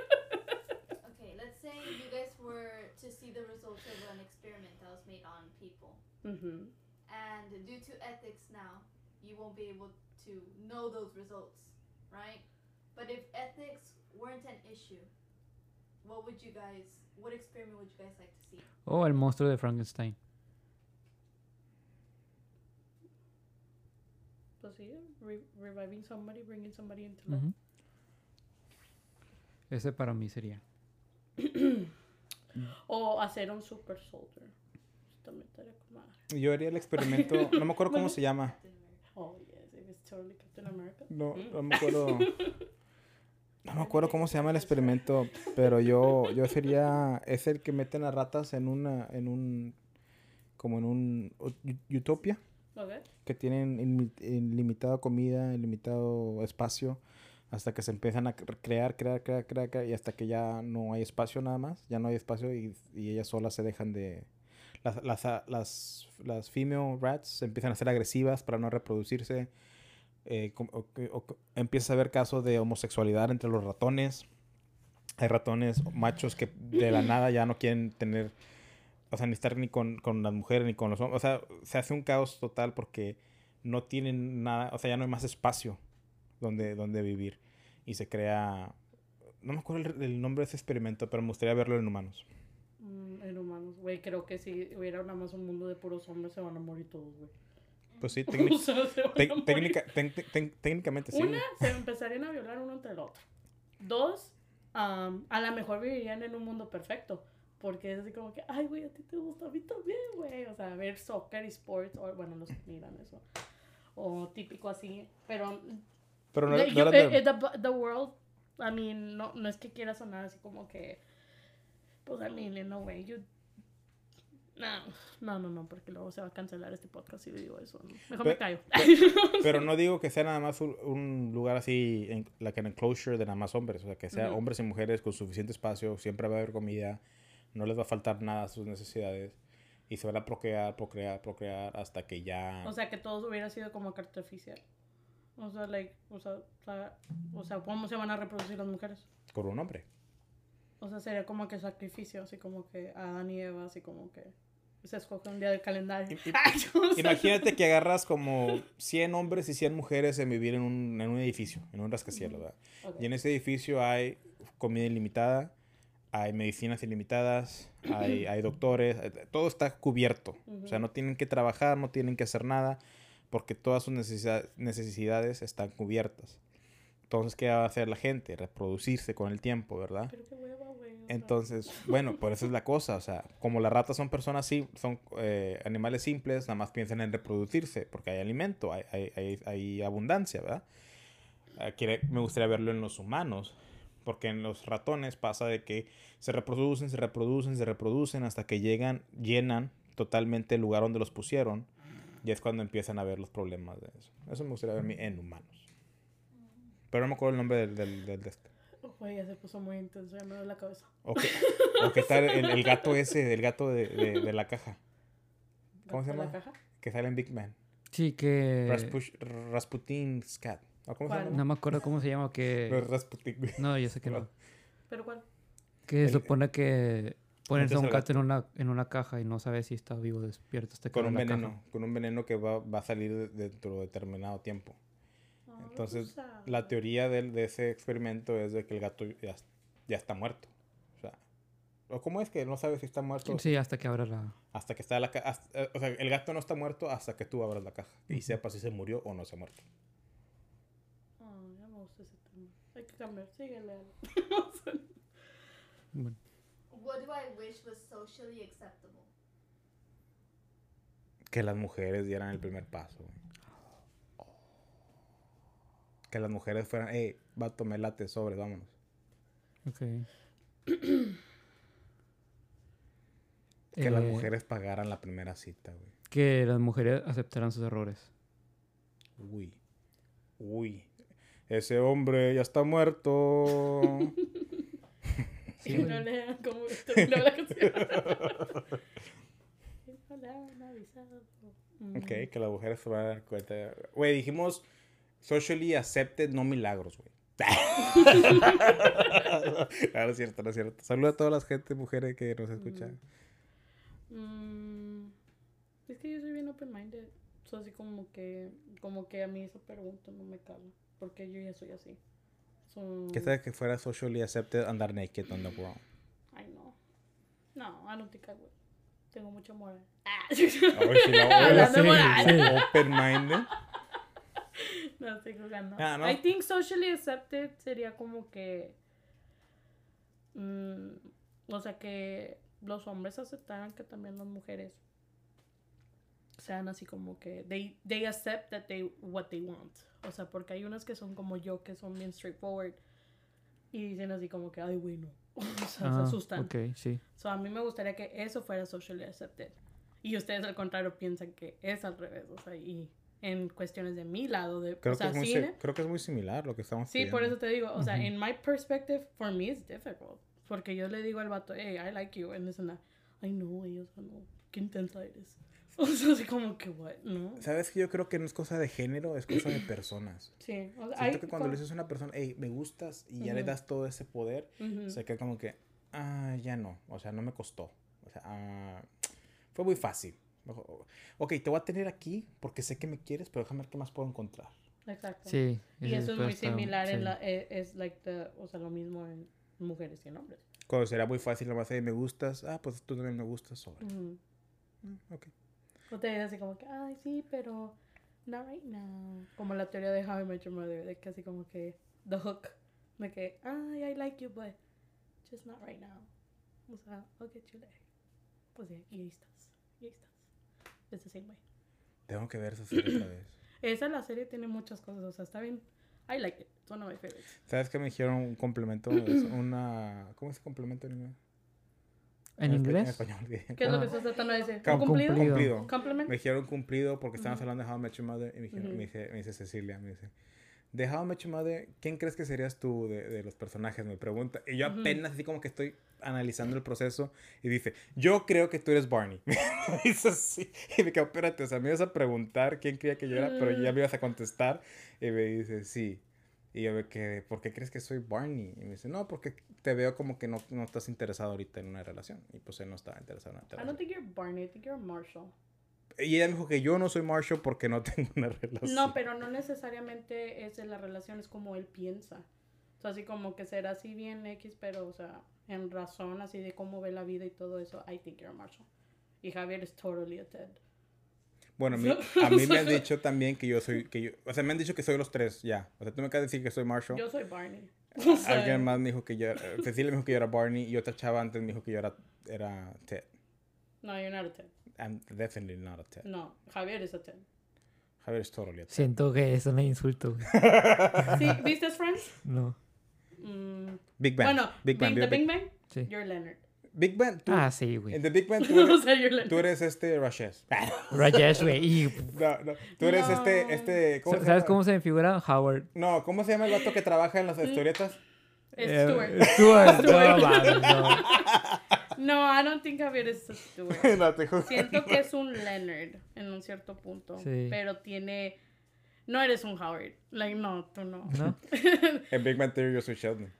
Speaker 5: Okay, let's say you guys were to see the results of an experiment that was made on people.
Speaker 4: Ujú.
Speaker 5: And due to ethics now, you won't be able to know those results, right? But if ethics weren't an issue, what would you guys, what experiment would you guys like to see?
Speaker 3: Oh, el monstruo de Frankenstein.
Speaker 4: Pues sí, re- reviving somebody, bringing somebody into life.
Speaker 3: Ujú. Ese para mí sería.
Speaker 4: O hacer un super soldier. Eso También estaría con madre.
Speaker 2: Yo haría el experimento. No me acuerdo cómo se llama.
Speaker 5: Captain America.
Speaker 4: Oh, yes, it was totally Captain America.
Speaker 2: No, no me acuerdo. ¿Mm? No me acuerdo cómo se llama el experimento, pero yo, yo sería, es el que meten a ratas en una, en un, como en un ut- utopia,
Speaker 4: Ok.
Speaker 2: que tienen inmi- ilimitada comida, ilimitado espacio, hasta que se empiezan a cr- crear, crear, crear, crear, crear, y hasta que ya no hay espacio nada más, ya no hay espacio y, y ellas solas se dejan de... Las, las, a- las, las female rats se empiezan a ser agresivas para no reproducirse. eh, com- o- o- o- empieza a haber casos de homosexualidad entre los ratones. Hay ratones machos que de la nada ya no quieren tener o sea, ni estar ni con, con las mujeres ni con los hombres. O sea, se hace un caos total porque no tienen nada, o sea, ya no hay más espacio donde, donde vivir. Y se crea, no me acuerdo el, el nombre de ese experimento, pero me gustaría verlo en humanos.
Speaker 4: Mm, en humanos, güey, creo que si hubiera nada más un mundo de puros hombres se van a morir todos, güey.
Speaker 2: Pues sí,
Speaker 4: O
Speaker 2: técnic-
Speaker 4: sea, se van
Speaker 2: tec-
Speaker 4: a morir.
Speaker 2: técnica- tec- tec- tec- técnicamente sí.
Speaker 4: Una, se empezarían a violar uno entre el otro. Dos, am, a lo mejor vivirían en un mundo perfecto. Porque es así como que, ay, güey, a ti te gusta, a mí también, güey. O sea, ver soccer y sports, o, bueno, los que miran eso. O típico así. Pero,
Speaker 2: Pero no, era-
Speaker 4: yo-
Speaker 2: no era
Speaker 4: eh,
Speaker 2: de-
Speaker 4: eh, the, the world, I mean, no, no es que quiera sonar así como que, pues, I mean, no, güey, you. No, no, no, no, porque luego se va a cancelar este podcast si digo eso. ¿no? Mejor me
Speaker 2: Pe-
Speaker 4: callo.
Speaker 2: pero no digo que sea nada más un, un lugar así, en, la que en enclosure de nada más hombres. O sea, que sea
Speaker 4: Ujú.
Speaker 2: hombres y mujeres con suficiente espacio, siempre va a haber comida, no les va a faltar nada a sus necesidades. Y se van a procrear, procrear, procrear hasta que ya...
Speaker 4: O sea, que todos hubiera sido como que artificial. O sea, like, o sea, o sea, o sea, ¿cómo se van a reproducir las mujeres?
Speaker 2: con un hombre.
Speaker 4: O sea, sería como que sacrificio, así como que Adán y Eva, así como que se escoge un día del calendario.
Speaker 2: Y- y-
Speaker 4: Ay, o sea,
Speaker 2: Imagínate que agarras como 100 hombres y 100 mujeres en vivir en un, en un edificio, en un rascacielos, ¿verdad?
Speaker 4: ok.
Speaker 2: Y en e- ese edificio hay comida ilimitada, hay medicinas ilimitadas, hay, hay doctores, eh, todo está cubierto. O sea,
Speaker 4: Ujú.
Speaker 2: no tienen que trabajar, no tienen que hacer nada, porque todas sus necesidad- necesidades están cubiertas. Entonces, ¿qué va a hacer la gente? Reproducirse con el tiempo, ¿verdad?
Speaker 4: Pero qué hueva, güey. o sea.
Speaker 2: Entonces, bueno, por eso es la cosa. O sea, como las ratas son personas, sim- son eh, animales simples, nada más piensan en reproducirse, porque hay alimento, hay, hay, hay- hay abundancia, ¿verdad? Ah, quiere- me gustaría verlo en los humanos, porque en los ratones pasa de que se reproducen, se reproducen, se reproducen, hasta que llegan, llenan totalmente el lugar donde los pusieron, y es cuando empiezan a ver los problemas de eso. Eso me gustaría ver a mí en humanos. Pero no me acuerdo el nombre del, del, del de este.
Speaker 4: Güey, ya se puso muy intenso, ya me duele la cabeza.
Speaker 2: O que, o que está el, el gato ese, el gato de, de- de la caja, ¿Cómo se
Speaker 4: ¿De la
Speaker 2: llama?
Speaker 4: caja?
Speaker 2: que sale en Big Man.
Speaker 3: Sí, que...
Speaker 2: Raspush- Rasputin's Cat. ¿O ¿Cómo
Speaker 4: ¿Cuál?
Speaker 2: se llama?
Speaker 3: Eh. No eh, me acuerdo cómo se llama,
Speaker 2: No, es
Speaker 3: que...
Speaker 2: Rasputin, güey.
Speaker 3: No, yo sé que no.
Speaker 4: ¿Pero cuál?
Speaker 3: Que
Speaker 2: El-
Speaker 3: supone que pones a
Speaker 2: Metes
Speaker 3: un
Speaker 2: al
Speaker 3: gato en una, en una caja y no sabes si está vivo o despierto hasta que
Speaker 2: Con
Speaker 3: abre
Speaker 2: un
Speaker 3: la caja.
Speaker 2: veneno, con un veneno que va, va a salir de- dentro de determinado tiempo.
Speaker 4: Ah,
Speaker 2: Entonces,
Speaker 4: pues, ah.
Speaker 2: La teoría del- de, ese experimento es de que el gato ya, ya está muerto. O sea, ¿o ¿cómo es que no sabes si está muerto
Speaker 3: Sí, hasta que abra la...
Speaker 2: hasta que está la caja? O sea, el gato no está muerto hasta que tú abras la caja y sepas si se murió o no se ha muerto.
Speaker 4: Ah, ya me gusta ese tema. Hay que cambiar, síguele. Ale.
Speaker 3: Bueno,
Speaker 5: What do I wish was socially acceptable?
Speaker 2: Que las mujeres dieran el primer paso. güey. Que las mujeres fueran, hey, va a tomar late sobre, vámonos.
Speaker 3: ok.
Speaker 2: Que las
Speaker 3: Eh,
Speaker 2: mujeres pagaran la primera cita, güey.
Speaker 3: Que las mujeres aceptaran sus errores.
Speaker 2: Uy. Uy. Ese hombre ya está muerto.
Speaker 4: Y
Speaker 3: Sí,
Speaker 4: no
Speaker 3: güey.
Speaker 4: lean cómo terminó la canción. No le han avisado. Mm.
Speaker 2: ok, que las mujeres se van a dar cuenta. Güey, dijimos socially accepted, no milagros, güey. no, no es cierto, no es cierto. Saluda a todas las gente, mujeres que nos escuchan.
Speaker 4: Mm, es que yo soy bien open minded. So, así como que, como que a mí esa pregunta no me cala. Porque yo ya soy así. So,
Speaker 2: Que sabes que fuera socially accepted andar naked on the ground.
Speaker 4: Ay, no. No, I don't think I would. Tengo mucha moral. Ah.
Speaker 2: Ay, sí, la-
Speaker 4: Hablando
Speaker 2: sí,
Speaker 4: de moral.
Speaker 2: sí. Open-minded.
Speaker 4: No estoy jugando.
Speaker 2: Ah, ¿no?
Speaker 4: I think socially accepted sería como que. mm, o sea, que los hombres aceptaran que también las mujeres sean así como que. They, they accept that they, what they want. O sea, porque hay unas que son como yo, que son bien straightforward. Y dicen así como que, ay, güey, no. O sea, se
Speaker 3: Ah,
Speaker 4: asustan.
Speaker 3: Ok, sí.
Speaker 4: So, a mí me gustaría que eso fuera socially accepted. Y ustedes al contrario piensan que es al revés, o sea, y en cuestiones de mi lado, de,
Speaker 2: Creo,
Speaker 4: o sea,
Speaker 2: que es muy,
Speaker 4: cine.
Speaker 2: si- creo que es muy similar lo que estamos
Speaker 4: Sí, por
Speaker 2: pidiendo.
Speaker 4: eso te digo, o sea, en my perspective, for me it's difficult. Porque yo le digo al vato, hey, I like you, and this and that. Ay, no, ellos, no, qué intensa eres. O sea, así como que, what, no.
Speaker 2: ¿Sabes que yo creo que no es cosa de género, es cosa de personas?
Speaker 4: Sí, o sea,
Speaker 2: Siento
Speaker 4: hay
Speaker 2: que cuando le
Speaker 4: cua-
Speaker 2: dices a una persona, hey, me gustas y ya le
Speaker 4: Ujú.
Speaker 2: das todo ese poder,
Speaker 4: Ujú.
Speaker 2: se queda como que, ah, ya no, o sea, no me costó. O sea, ah, fue muy fácil. Ojo, Ok, te voy a tener aquí porque sé que me quieres, pero déjame ver qué más puedo encontrar.
Speaker 4: Exacto.
Speaker 3: Sí.
Speaker 4: Y
Speaker 3: ese
Speaker 4: eso es
Speaker 3: puede
Speaker 4: muy
Speaker 3: estar-
Speaker 4: similar
Speaker 3: sí.
Speaker 4: en la, e- es, like the, o sea, lo mismo en mujeres y en hombres.
Speaker 2: Cuando será muy fácil, nomás, hey, me gustas, ah, pues tú también me gustas, sobre.
Speaker 4: Ujú.
Speaker 2: Mm, ok.
Speaker 4: O te dicen así como que, ay, sí, pero not right now. Como la teoría de How I Met Your Mother, de que así como que the hook, de que, ay, I like you, but just not right now. O sea, I'll get you later. Pues sí, y ahí estás, y ahí estás. Es the same way.
Speaker 2: Tengo que ver esa serie otra vez.
Speaker 4: Esa la serie tiene muchas cosas, o sea, está bien. I like it, it's one of my favorites.
Speaker 2: ¿Sabes qué me dijeron un complemento? Es una... ¿Cómo es el complemento en inglés?
Speaker 3: ¿En
Speaker 2: espa-
Speaker 3: inglés?
Speaker 2: En español. bien.
Speaker 4: ¿Qué es lo
Speaker 3: Ah.
Speaker 4: que estás tratando de decir?
Speaker 2: Cam-
Speaker 4: ¿Un cumplido?
Speaker 3: cumplido.
Speaker 2: Cumplido.
Speaker 4: ¿Compliment?
Speaker 2: Me dijeron cumplido porque estábamos hablando de How I Met Your Mother y me, dijeron-
Speaker 4: Ujú.
Speaker 2: me dice, me dice Cecilia, me dice, de How I Met Your Mother, ¿quién crees que serías tú de, de los personajes? Me pregunta. Y yo
Speaker 4: Ujú.
Speaker 2: apenas así como que estoy analizando el proceso y dice, yo creo que tú eres Barney. Me dice así. Y me quedo, espérate, o sea, me ibas a preguntar quién creía que yo era, pero ya me ibas a contestar. Y me dice, sí. Y yo me quedé, ¿por qué crees que soy Barney? Y me dice, no, porque te veo como que no, no estás interesado ahorita en una relación. Y pues él no estaba interesado en una
Speaker 4: I
Speaker 2: relación.
Speaker 4: don't think you're Barney, I think you're Marshall.
Speaker 2: Y ella me dijo que yo no soy Marshall porque no tengo una relación.
Speaker 4: No, pero no necesariamente es en la relación, es como él piensa. O sea, así como que será así bien X, pero, o sea, en razón así de cómo ve la vida y todo eso, I think you're Marshall. Y Javier es totally a Ted.
Speaker 2: Bueno, a mí, a mí me han dicho también que yo soy... que yo, O sea, me han dicho que soy los tres, ya. O sea, tú me acabas de decir que soy Marshall.
Speaker 4: Yo soy Barney. O sea,
Speaker 2: Alguien más me dijo que yo era... eh, Cecilia me dijo que yo era Barney y otra chava antes me dijo que yo era, era Ted.
Speaker 4: No, you're not a Ted.
Speaker 2: I'm definitely not a Ted.
Speaker 4: No, Javier es a Ted.
Speaker 2: Javier es totally a Ted.
Speaker 3: Siento que eso no es insulto, güey.
Speaker 4: ¿Sí? ¿Viste Friends?
Speaker 3: No.
Speaker 4: Mm,
Speaker 2: Big Bang.
Speaker 4: bueno,
Speaker 2: Big Bang.
Speaker 4: Big- The
Speaker 2: Big,
Speaker 4: Big Bang,
Speaker 3: Sí.
Speaker 4: you're Leonard.
Speaker 2: Big Bang. Tú,
Speaker 3: Ah, sí,
Speaker 2: en
Speaker 3: güey.
Speaker 2: The Big Bang tú
Speaker 4: o
Speaker 2: eres,
Speaker 4: sea, you're Leonard.
Speaker 2: tú eres este Rashes.
Speaker 3: Rajesh, güey. y-
Speaker 2: No, no. Tú eres
Speaker 4: No.
Speaker 2: este... este ¿cómo se
Speaker 3: ¿Sabes
Speaker 2: llama?
Speaker 3: cómo se me figura? Howard.
Speaker 2: No, ¿cómo se llama el gato que trabaja en las historietas?
Speaker 4: Es
Speaker 3: Eh,
Speaker 4: Stuart.
Speaker 3: Stuart. Ah,
Speaker 4: Stuart.
Speaker 3: No, mames, no.
Speaker 4: No, I don't think Javier es a Stuart.
Speaker 2: no, te juro.
Speaker 4: Siento que es un Leonard en un cierto punto.
Speaker 3: Sí.
Speaker 4: Pero tiene. No eres un Howard. Like, no, tú no.
Speaker 3: ¿No?
Speaker 2: En Big Bang Theory yo soy Sheldon.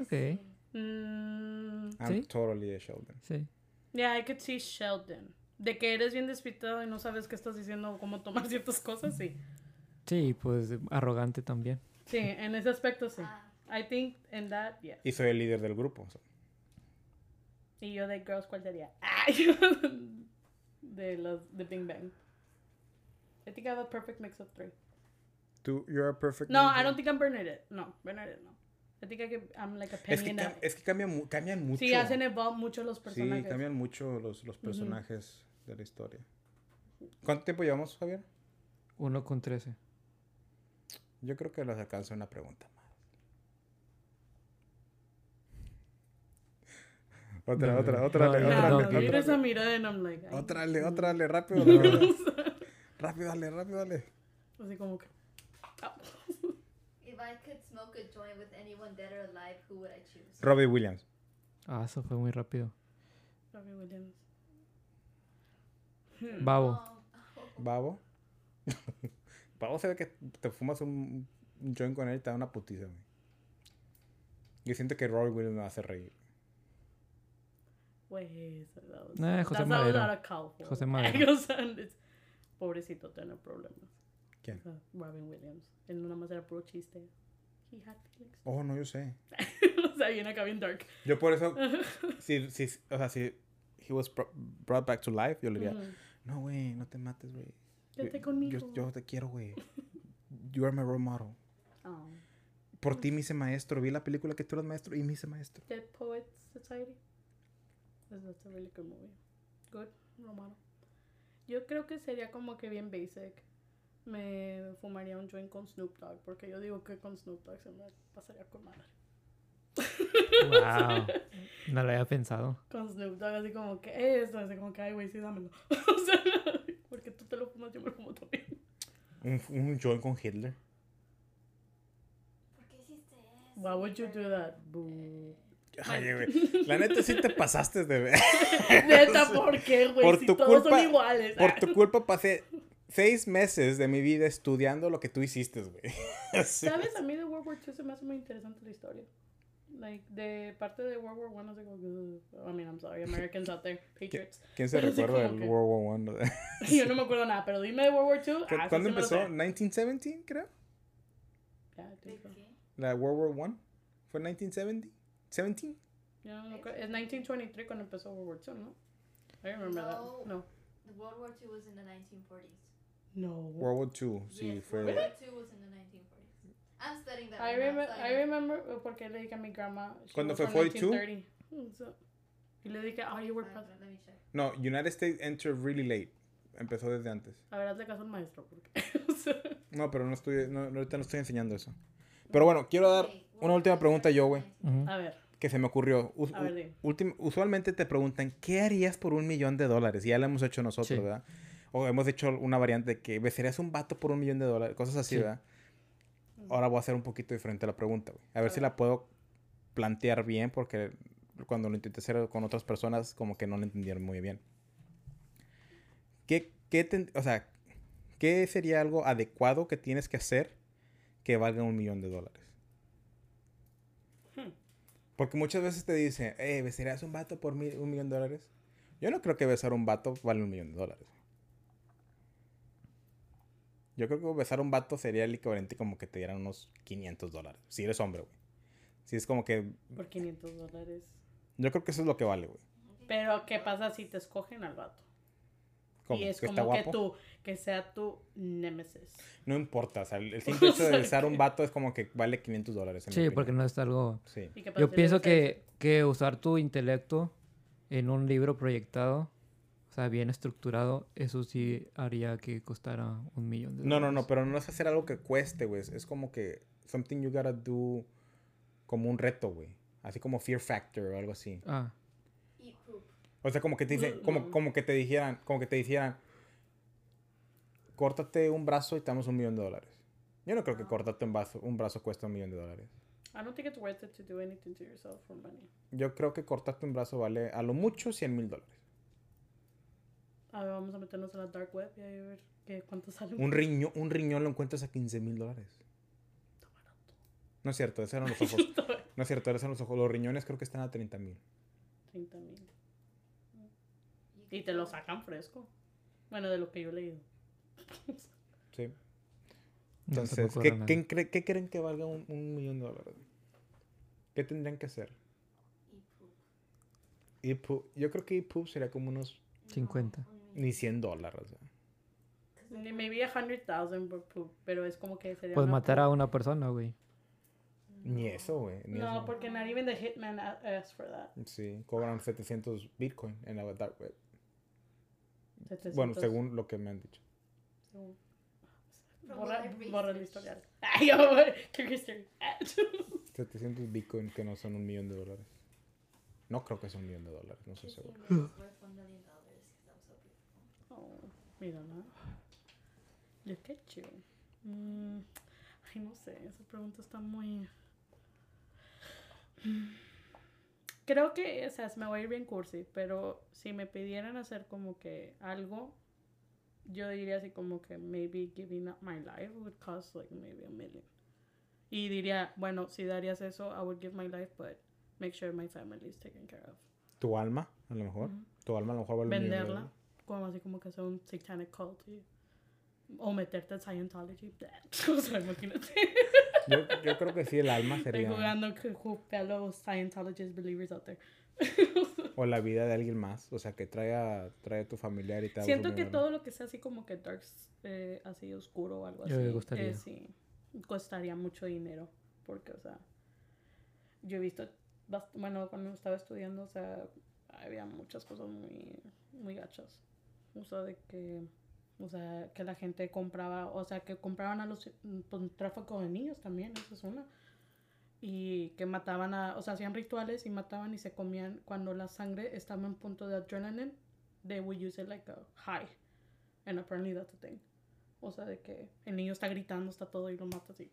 Speaker 3: Ok.
Speaker 4: Mm,
Speaker 2: I'm
Speaker 3: ¿Sí?
Speaker 2: totally a Sheldon.
Speaker 3: Sí.
Speaker 4: yeah, I could see Sheldon. De que eres bien despistado y no sabes qué estás diciendo, cómo tomar ciertas cosas, sí.
Speaker 3: Sí, pues arrogante también.
Speaker 4: Sí, en ese aspecto sí. I think in that, yeah.
Speaker 2: Y soy el líder del grupo. so.
Speaker 4: Y yo de Girls, ¿cuál sería? Ay, de los de Big Bang. I think I have a perfect mix of three.
Speaker 2: Tú, you're a perfect.
Speaker 4: No,
Speaker 2: ninja.
Speaker 4: I don't think I'm Bernadette. No, Bernadette, no. I think I could, I'm like a penny
Speaker 2: Es que,
Speaker 4: in a-
Speaker 2: cam- es que cambian, mu- cambian mucho.
Speaker 4: Sí, hacen evolve mucho los
Speaker 2: Sí,
Speaker 4: personajes.
Speaker 2: cambian mucho los, los personajes de la historia. ¿Cuánto tiempo llevamos, Javier?
Speaker 3: Uno con trece.
Speaker 2: Yo creo que les alcanza una pregunta más. Otra,
Speaker 3: No,
Speaker 2: otra,
Speaker 3: no,
Speaker 2: otra, otra,
Speaker 3: no, no,
Speaker 2: otra,
Speaker 4: Claro,
Speaker 3: no,
Speaker 2: otra,
Speaker 3: no,
Speaker 4: miro
Speaker 2: otra,
Speaker 4: esa mirada and I'm like, ay,
Speaker 2: otra, dale, otra, dale, rápido, la verdad. rápido, dale, rápido, dale.
Speaker 4: así como que, ah.
Speaker 5: If I could smoke a joint with anyone dead or alive, who would I choose?
Speaker 2: Robbie Williams.
Speaker 3: Ah, eso fue muy rápido.
Speaker 4: Robbie Williams.
Speaker 3: Babo.
Speaker 5: Um,
Speaker 2: Babo. Babo se ve que te fumas un un joint con él y te da una putiza, güey. Yo siento que Robbie Williams me hace reír.
Speaker 4: Wait, so that was,
Speaker 3: Nah, Eh, José
Speaker 4: pues, that's
Speaker 3: Madero.
Speaker 4: not a cowboy.
Speaker 3: José Madero.
Speaker 4: O sea, and it's- pobrecito tiene problemas.
Speaker 2: ¿Quién?
Speaker 4: O sea, Robin Williams. Él nada más era puro chiste. He had feelings.
Speaker 2: Oh, no, yo sé.
Speaker 4: o sea, viene acá bien dark.
Speaker 2: Yo por eso, si, si, o sea, si he was bro- brought back to life, yo le diría,
Speaker 4: Ujú.
Speaker 2: no, güey, no te mates, güey. Yo-
Speaker 4: Quédate conmigo.
Speaker 2: Yo, yo te quiero, güey. You are my role model.
Speaker 4: Oh.
Speaker 2: Por ti me hice maestro. Vi la película que tú eras maestro y me hice maestro.
Speaker 4: Dead Poets Society. That's, that's a really good movie. Good, Romano. Yo creo que sería como que bien basic. Me fumaría un joint con Snoop Dogg, porque yo digo que con Snoop Dogg se me pasaría con madre.
Speaker 3: Wow. No lo había pensado.
Speaker 4: Con Snoop Dogg, así como que esto, así como que, ay, güey, sí, dámelo. o sea, porque tú te lo fumas, yo me lo fumo también.
Speaker 2: Un, un joint con Hitler.
Speaker 5: ¿Por qué hiciste eso?
Speaker 4: Why would you do that? Boo.
Speaker 2: Ay, güey. La neta sí te pasaste de ver.
Speaker 4: Neta, ¿por qué, güey?
Speaker 2: Por
Speaker 4: si
Speaker 2: tu
Speaker 4: todos
Speaker 2: culpa-
Speaker 4: son iguales. Ah.
Speaker 2: Por tu culpa pasé seis meses de mi vida estudiando lo que tú hiciste, güey. Sí.
Speaker 4: ¿Sabes? A mí de World War II se me hace muy interesante la historia. Like, de parte de World War One, no sé cómo. uh, I mean, I'm sorry, Americans out there, patriots.
Speaker 2: ¿Quién se
Speaker 4: Pero sí
Speaker 2: recuerda del
Speaker 4: como que-
Speaker 2: World War One?
Speaker 4: Yo no me acuerdo nada, pero dime de World War II.
Speaker 2: ¿Cu-
Speaker 4: ah,
Speaker 2: ¿Cuándo
Speaker 4: sí se me lo
Speaker 2: empezó?
Speaker 4: sé.
Speaker 2: ¿1917, creo?
Speaker 4: Ya, I think so.
Speaker 5: ¿De qué?
Speaker 2: ¿La World War One? ¿Fue 1970? ¿17?
Speaker 4: Yo no me acuerdo. Es 1923 cuando empezó World War II, ¿no? I remember that. No.
Speaker 5: No. The World War II was in the 1940s.
Speaker 4: No.
Speaker 2: World War II, sí,
Speaker 5: yes,
Speaker 2: fue...
Speaker 5: World War II was in the 1940s. I'm studying that.
Speaker 4: I,
Speaker 5: right now,
Speaker 4: remember,
Speaker 5: so
Speaker 4: I remember uh, porque le dije a mi grandma. she
Speaker 2: ¿Cuándo
Speaker 4: was
Speaker 2: fue
Speaker 4: from
Speaker 2: 42?
Speaker 4: 1930. Mm, so- Y le dije, oh, you were
Speaker 5: Uh,
Speaker 4: president.
Speaker 5: Let me check.
Speaker 2: No, United States entered really late. Empezó desde antes.
Speaker 4: A ver, hazle caso al maestro. Porque, o sea,
Speaker 2: No, pero no estoy... no, no, ahorita no estoy enseñando eso. Pero bueno, quiero dar
Speaker 5: Okay, World
Speaker 2: una
Speaker 5: War
Speaker 2: última
Speaker 5: II
Speaker 2: pregunta yo, güey,
Speaker 5: started
Speaker 4: a ver,
Speaker 2: que se me ocurrió. Us-
Speaker 4: a ver, dime.
Speaker 2: Ultim- usualmente te preguntan, ¿qué harías por un millón de dólares? Ya lo hemos hecho nosotros,
Speaker 3: Sí.
Speaker 2: ¿verdad? O hemos hecho una variante de que besarías un vato por un millón de dólares, cosas así,
Speaker 3: Sí.
Speaker 2: ¿verdad? Ahora voy a hacer un poquito diferente la pregunta, güey. A ver si la puedo plantear bien, porque cuando lo intenté hacer con otras personas, como que no lo entendieron muy bien. ¿Qué, qué ten- o sea, ¿qué sería algo adecuado que tienes que hacer que valga un millón de dólares? Porque muchas veces te dicen, eh, ¿besarías un vato por mil- un millón de dólares? Yo no creo que besar un vato vale un millón de dólares. Yo creo que besar un vato sería el equivalente como que te dieran unos 500 dólares. Si eres hombre, güey. Si es como que...
Speaker 4: Por 500 dólares.
Speaker 2: Yo creo que eso es lo que vale, güey.
Speaker 4: Pero, ¿qué pasa si te escogen al vato?
Speaker 2: Como
Speaker 4: y es
Speaker 2: que
Speaker 4: como
Speaker 2: está
Speaker 4: que
Speaker 2: guapo.
Speaker 4: tú, que sea tu némesis.
Speaker 2: No importa, o sea, el el simple hecho de besar un vato es como que vale 500 dólares. en mi
Speaker 3: Sí,
Speaker 2: opinión.
Speaker 3: porque no es algo...
Speaker 2: Sí.
Speaker 4: ¿Y qué pasa
Speaker 3: Yo
Speaker 4: si
Speaker 3: pienso
Speaker 4: le dices,
Speaker 3: que, que usar tu intelecto en un libro proyectado, o sea, bien estructurado, eso sí haría que costara un millón de
Speaker 2: No, no,
Speaker 3: dólares.
Speaker 2: no, pero no es hacer algo que cueste, güey. Es- Es como que something you gotta do como un reto, güey. Así como Fear Factor o algo así.
Speaker 3: Ah,
Speaker 5: Eat poop.
Speaker 2: O sea, como que te dicen,
Speaker 4: Mm,
Speaker 2: como,
Speaker 4: no.
Speaker 2: como que te dijeran, como que te dijeran, córtate un brazo y te damos un millón de dólares. Yo no creo que cortarte un brazo, un brazo cuesta un millón de dólares.
Speaker 4: I don't think it's worth it to do anything to yourself for money.
Speaker 2: Yo creo que cortarte un brazo vale a lo mucho 100 mil dólares.
Speaker 4: A ver, vamos a meternos en la dark web y ahí a ver qué, cuánto sale.
Speaker 2: Un riñón, un riñón lo encuentras a 15 mil dólares. No es cierto, esos eran los ojos. No es cierto, esos eran los ojos. Los riñones creo que están a 30 mil.
Speaker 4: 30 mil.
Speaker 5: You
Speaker 4: Y
Speaker 5: can
Speaker 4: te lo
Speaker 5: go-
Speaker 4: sacan fresco. Bueno, de lo que yo he leído.
Speaker 2: Sí.
Speaker 3: no se me
Speaker 2: Entonces,
Speaker 3: ocurre
Speaker 2: ¿qué,
Speaker 3: nada.
Speaker 2: qué cre- qué creen que valga un, un millón de dólares? ¿Qué tendrían que hacer?
Speaker 5: Eat poop.
Speaker 2: Ipu- yo creo que Ipu sería como unos
Speaker 3: 50.
Speaker 2: ni 100 dólares. o sea.
Speaker 4: Ni- Maybe a hundred thousand por poop, pero es como que sería.
Speaker 3: Pues
Speaker 4: una-
Speaker 3: matar a una persona, güey.
Speaker 2: Ni eso, güey. ni
Speaker 4: No,
Speaker 2: eso.
Speaker 4: porque nadie vende Hitman a- asked for that.
Speaker 2: Sí, cobran 700 Bitcoin en la dark web. Bueno,
Speaker 4: 700.
Speaker 2: según lo que me han dicho.
Speaker 4: Según-
Speaker 5: From
Speaker 4: Borra,
Speaker 5: what I
Speaker 4: borra el
Speaker 5: researched.
Speaker 4: historial. Ay, yo, güey, qué history.
Speaker 2: 700 Bitcoin que no son un millón de dólares. No creo que sea un millón de dólares, no estoy
Speaker 5: Kissing
Speaker 2: seguro.
Speaker 5: me is worth one million dollars 'cause I'm so beautiful.
Speaker 4: Oh, mira, ¿no? Look at you. Mm, ay, no sé, esa pregunta está muy... Creo que, o sea, se me voy a ir bien cursi, pero si me pidieran hacer como que algo, yo diría así como que maybe giving up my life would cost like maybe a million. Y diría, bueno, si darías eso, I would give my life, but make sure my family is taken care of
Speaker 2: Tu alma, a lo mejor. Tu alma a lo mejor vale un millón de
Speaker 4: venderla
Speaker 2: dólares.
Speaker 4: como así como que sea un satanic cult y- o meterte en Scientology o sea imagínate
Speaker 2: Yo, yo creo que sí, el alma
Speaker 4: estoy
Speaker 2: sería.
Speaker 4: jugando con con fellow Scientologist believers out there
Speaker 2: O la vida de alguien más. O sea, que traiga, traiga a tu familiar y te hagas un
Speaker 4: siento que
Speaker 2: millón de
Speaker 4: todo lo que sea así como que dark eh, así oscuro o algo
Speaker 3: Yo
Speaker 4: así
Speaker 3: me gustaría.
Speaker 4: eh, sí costaría mucho dinero porque o sea yo he visto bast- bueno cuando estaba estudiando o sea había muchas cosas muy muy gachas o sea de que o sea que la gente compraba o sea que compraban a los mm, pues, tráfico de niños también eso es una y que mataban a, o sea, hacían rituales y mataban y se comían cuando la sangre estaba en punto de adrenaline, they would use it like a high. And apparently that's a thing. O sea, de que el niño está gritando, está todo y lo matas y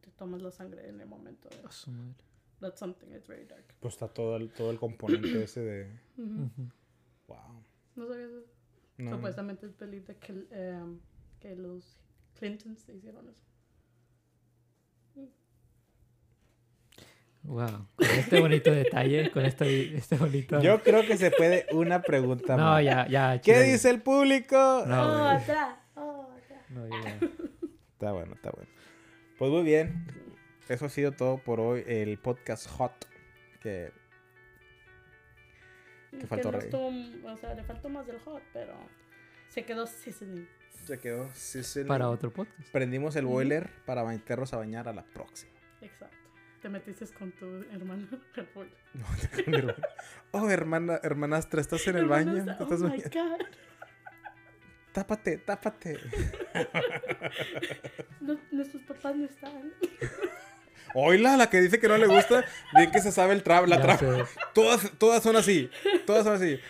Speaker 4: te tomas la sangre en el momento. de-
Speaker 3: A su madre.
Speaker 4: That's something, it's very dark.
Speaker 2: Pues está todo el, todo el componente ese de.
Speaker 3: Mm.
Speaker 4: Ujú.
Speaker 2: Wow.
Speaker 4: ¿No sabías eso?
Speaker 2: No, no.
Speaker 4: Supuestamente es película que, em, que los Clintons se hicieron eso.
Speaker 3: Wow. Con este bonito detalle, con este, este bonito.
Speaker 2: Yo creo que se puede una pregunta
Speaker 3: No,
Speaker 2: más.
Speaker 3: ya, ya.
Speaker 2: ¿Qué
Speaker 3: chido.
Speaker 2: dice el público?
Speaker 3: No, güey.
Speaker 4: Otra, otra.
Speaker 3: No, yo ya.
Speaker 2: Está bueno, está bueno. Pues muy bien. Eso ha sido todo por hoy. El podcast Hot. Que
Speaker 4: Que
Speaker 2: faltó
Speaker 4: no
Speaker 2: re-
Speaker 4: estuvo- o sea, le faltó más del hot, pero se quedó seasoning.
Speaker 2: se quedó. sí, sí,
Speaker 3: Para otro podcast.
Speaker 2: Prendimos el boiler para meternos a bañar a la próxima.
Speaker 4: Exacto. Te metiste con tu hermano al pollo.
Speaker 2: oh, hermana, hermanastra, estás en el baño.
Speaker 4: Hermanos,
Speaker 2: ¿Te estás
Speaker 4: Oh my
Speaker 2: bañando?
Speaker 4: god.
Speaker 2: Tápate, tápate.
Speaker 4: No- nuestros papás no estaban.
Speaker 2: Oila, la que dice que no le gusta, bien que se sabe el trap, la
Speaker 3: Ya
Speaker 2: trap.
Speaker 3: sé.
Speaker 2: Todas, todas son así. Todas son así.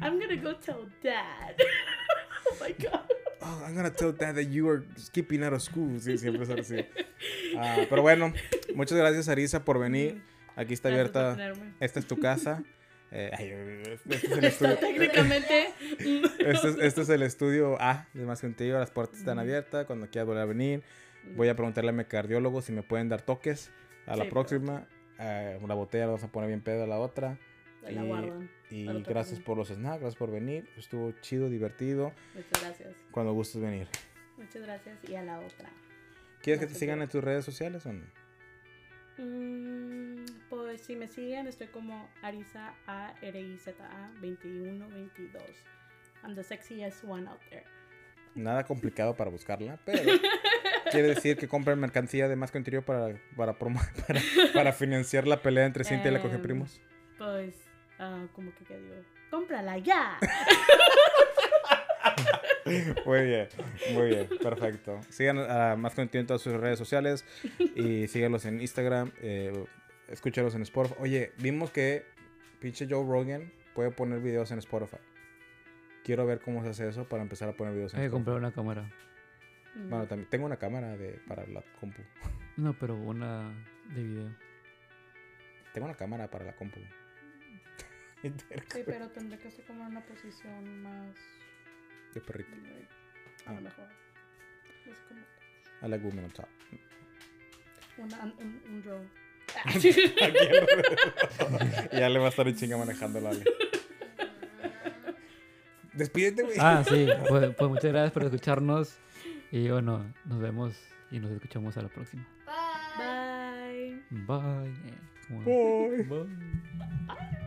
Speaker 4: I'm gonna go tell dad. oh my god.
Speaker 2: Oh, I'm gonna tell dad that you are skipping out of school. Sí, siempre es así. Ah, pero bueno, muchas gracias, Arisa, por venir. Aquí está
Speaker 4: Gracias por
Speaker 2: abierta.
Speaker 4: tenerme.
Speaker 2: Esta es tu casa. Eh, ay, este es el
Speaker 4: Está
Speaker 2: estudio.
Speaker 4: técnicamente.
Speaker 2: Este es, este es el estudio A de Más que un Tío. Las puertas están abiertas. Cuando quieras volver a venir, voy a preguntarle a mi cardiólogo si me pueden dar toques a la
Speaker 4: Sí,
Speaker 2: próxima. Eh, la botella la vas a poner bien pedo a la otra.
Speaker 4: La
Speaker 2: Y-
Speaker 4: guardan.
Speaker 2: Y
Speaker 4: Al otro
Speaker 2: gracias
Speaker 4: también.
Speaker 2: por los snacks, gracias por venir. Estuvo chido, divertido.
Speaker 4: Muchas gracias.
Speaker 2: Cuando gustes venir.
Speaker 4: Muchas gracias. Y a la otra.
Speaker 2: ¿Quieres que
Speaker 4: No
Speaker 2: te
Speaker 4: te
Speaker 2: sigan en
Speaker 4: pierdas.
Speaker 2: tus redes sociales o no?
Speaker 4: Mm, pues si me siguen, estoy como Arisa A R I Z A 2122. I'm the sexiest one out there.
Speaker 2: Nada complicado para buscarla, pero quiere decir que compren mercancía de más que interior para, para, promo- para, para financiar la pelea entre Cintia y la coge
Speaker 4: Em,
Speaker 2: primos.
Speaker 4: Pues, ah, como que que digo, cómprala ya.
Speaker 2: Muy bien, muy bien, perfecto. Sigan a Más que Interior en todas sus redes sociales y síganlos en Instagram, eh, escúchalos en Spotify. Oye, vimos que pinche Joe Rogan puede poner videos en Spotify. Quiero ver cómo se hace eso para empezar a poner videos en
Speaker 3: Hay que
Speaker 2: Spotify.
Speaker 3: comprar una cámara.
Speaker 2: Bueno, también tengo una cámara de, para la compu.
Speaker 3: No, pero una de video.
Speaker 2: Tengo una cámara para la compu.
Speaker 4: Sí, pero tendré que estar como en una posición más.
Speaker 2: De perrito.
Speaker 4: A
Speaker 2: Ah.
Speaker 4: lo mejor. Es como
Speaker 2: A la woman on top.
Speaker 4: una, un, un drone.
Speaker 2: Y ya le va a estar en chinga manejando la Ale. Despídete, güey.
Speaker 3: Ah, sí. Pues, pues muchas gracias por escucharnos. Y bueno, nos vemos y nos escuchamos a la próxima.
Speaker 5: Bye.
Speaker 4: Bye.
Speaker 3: Bye. Eh, como-
Speaker 2: Bye.
Speaker 3: Bye.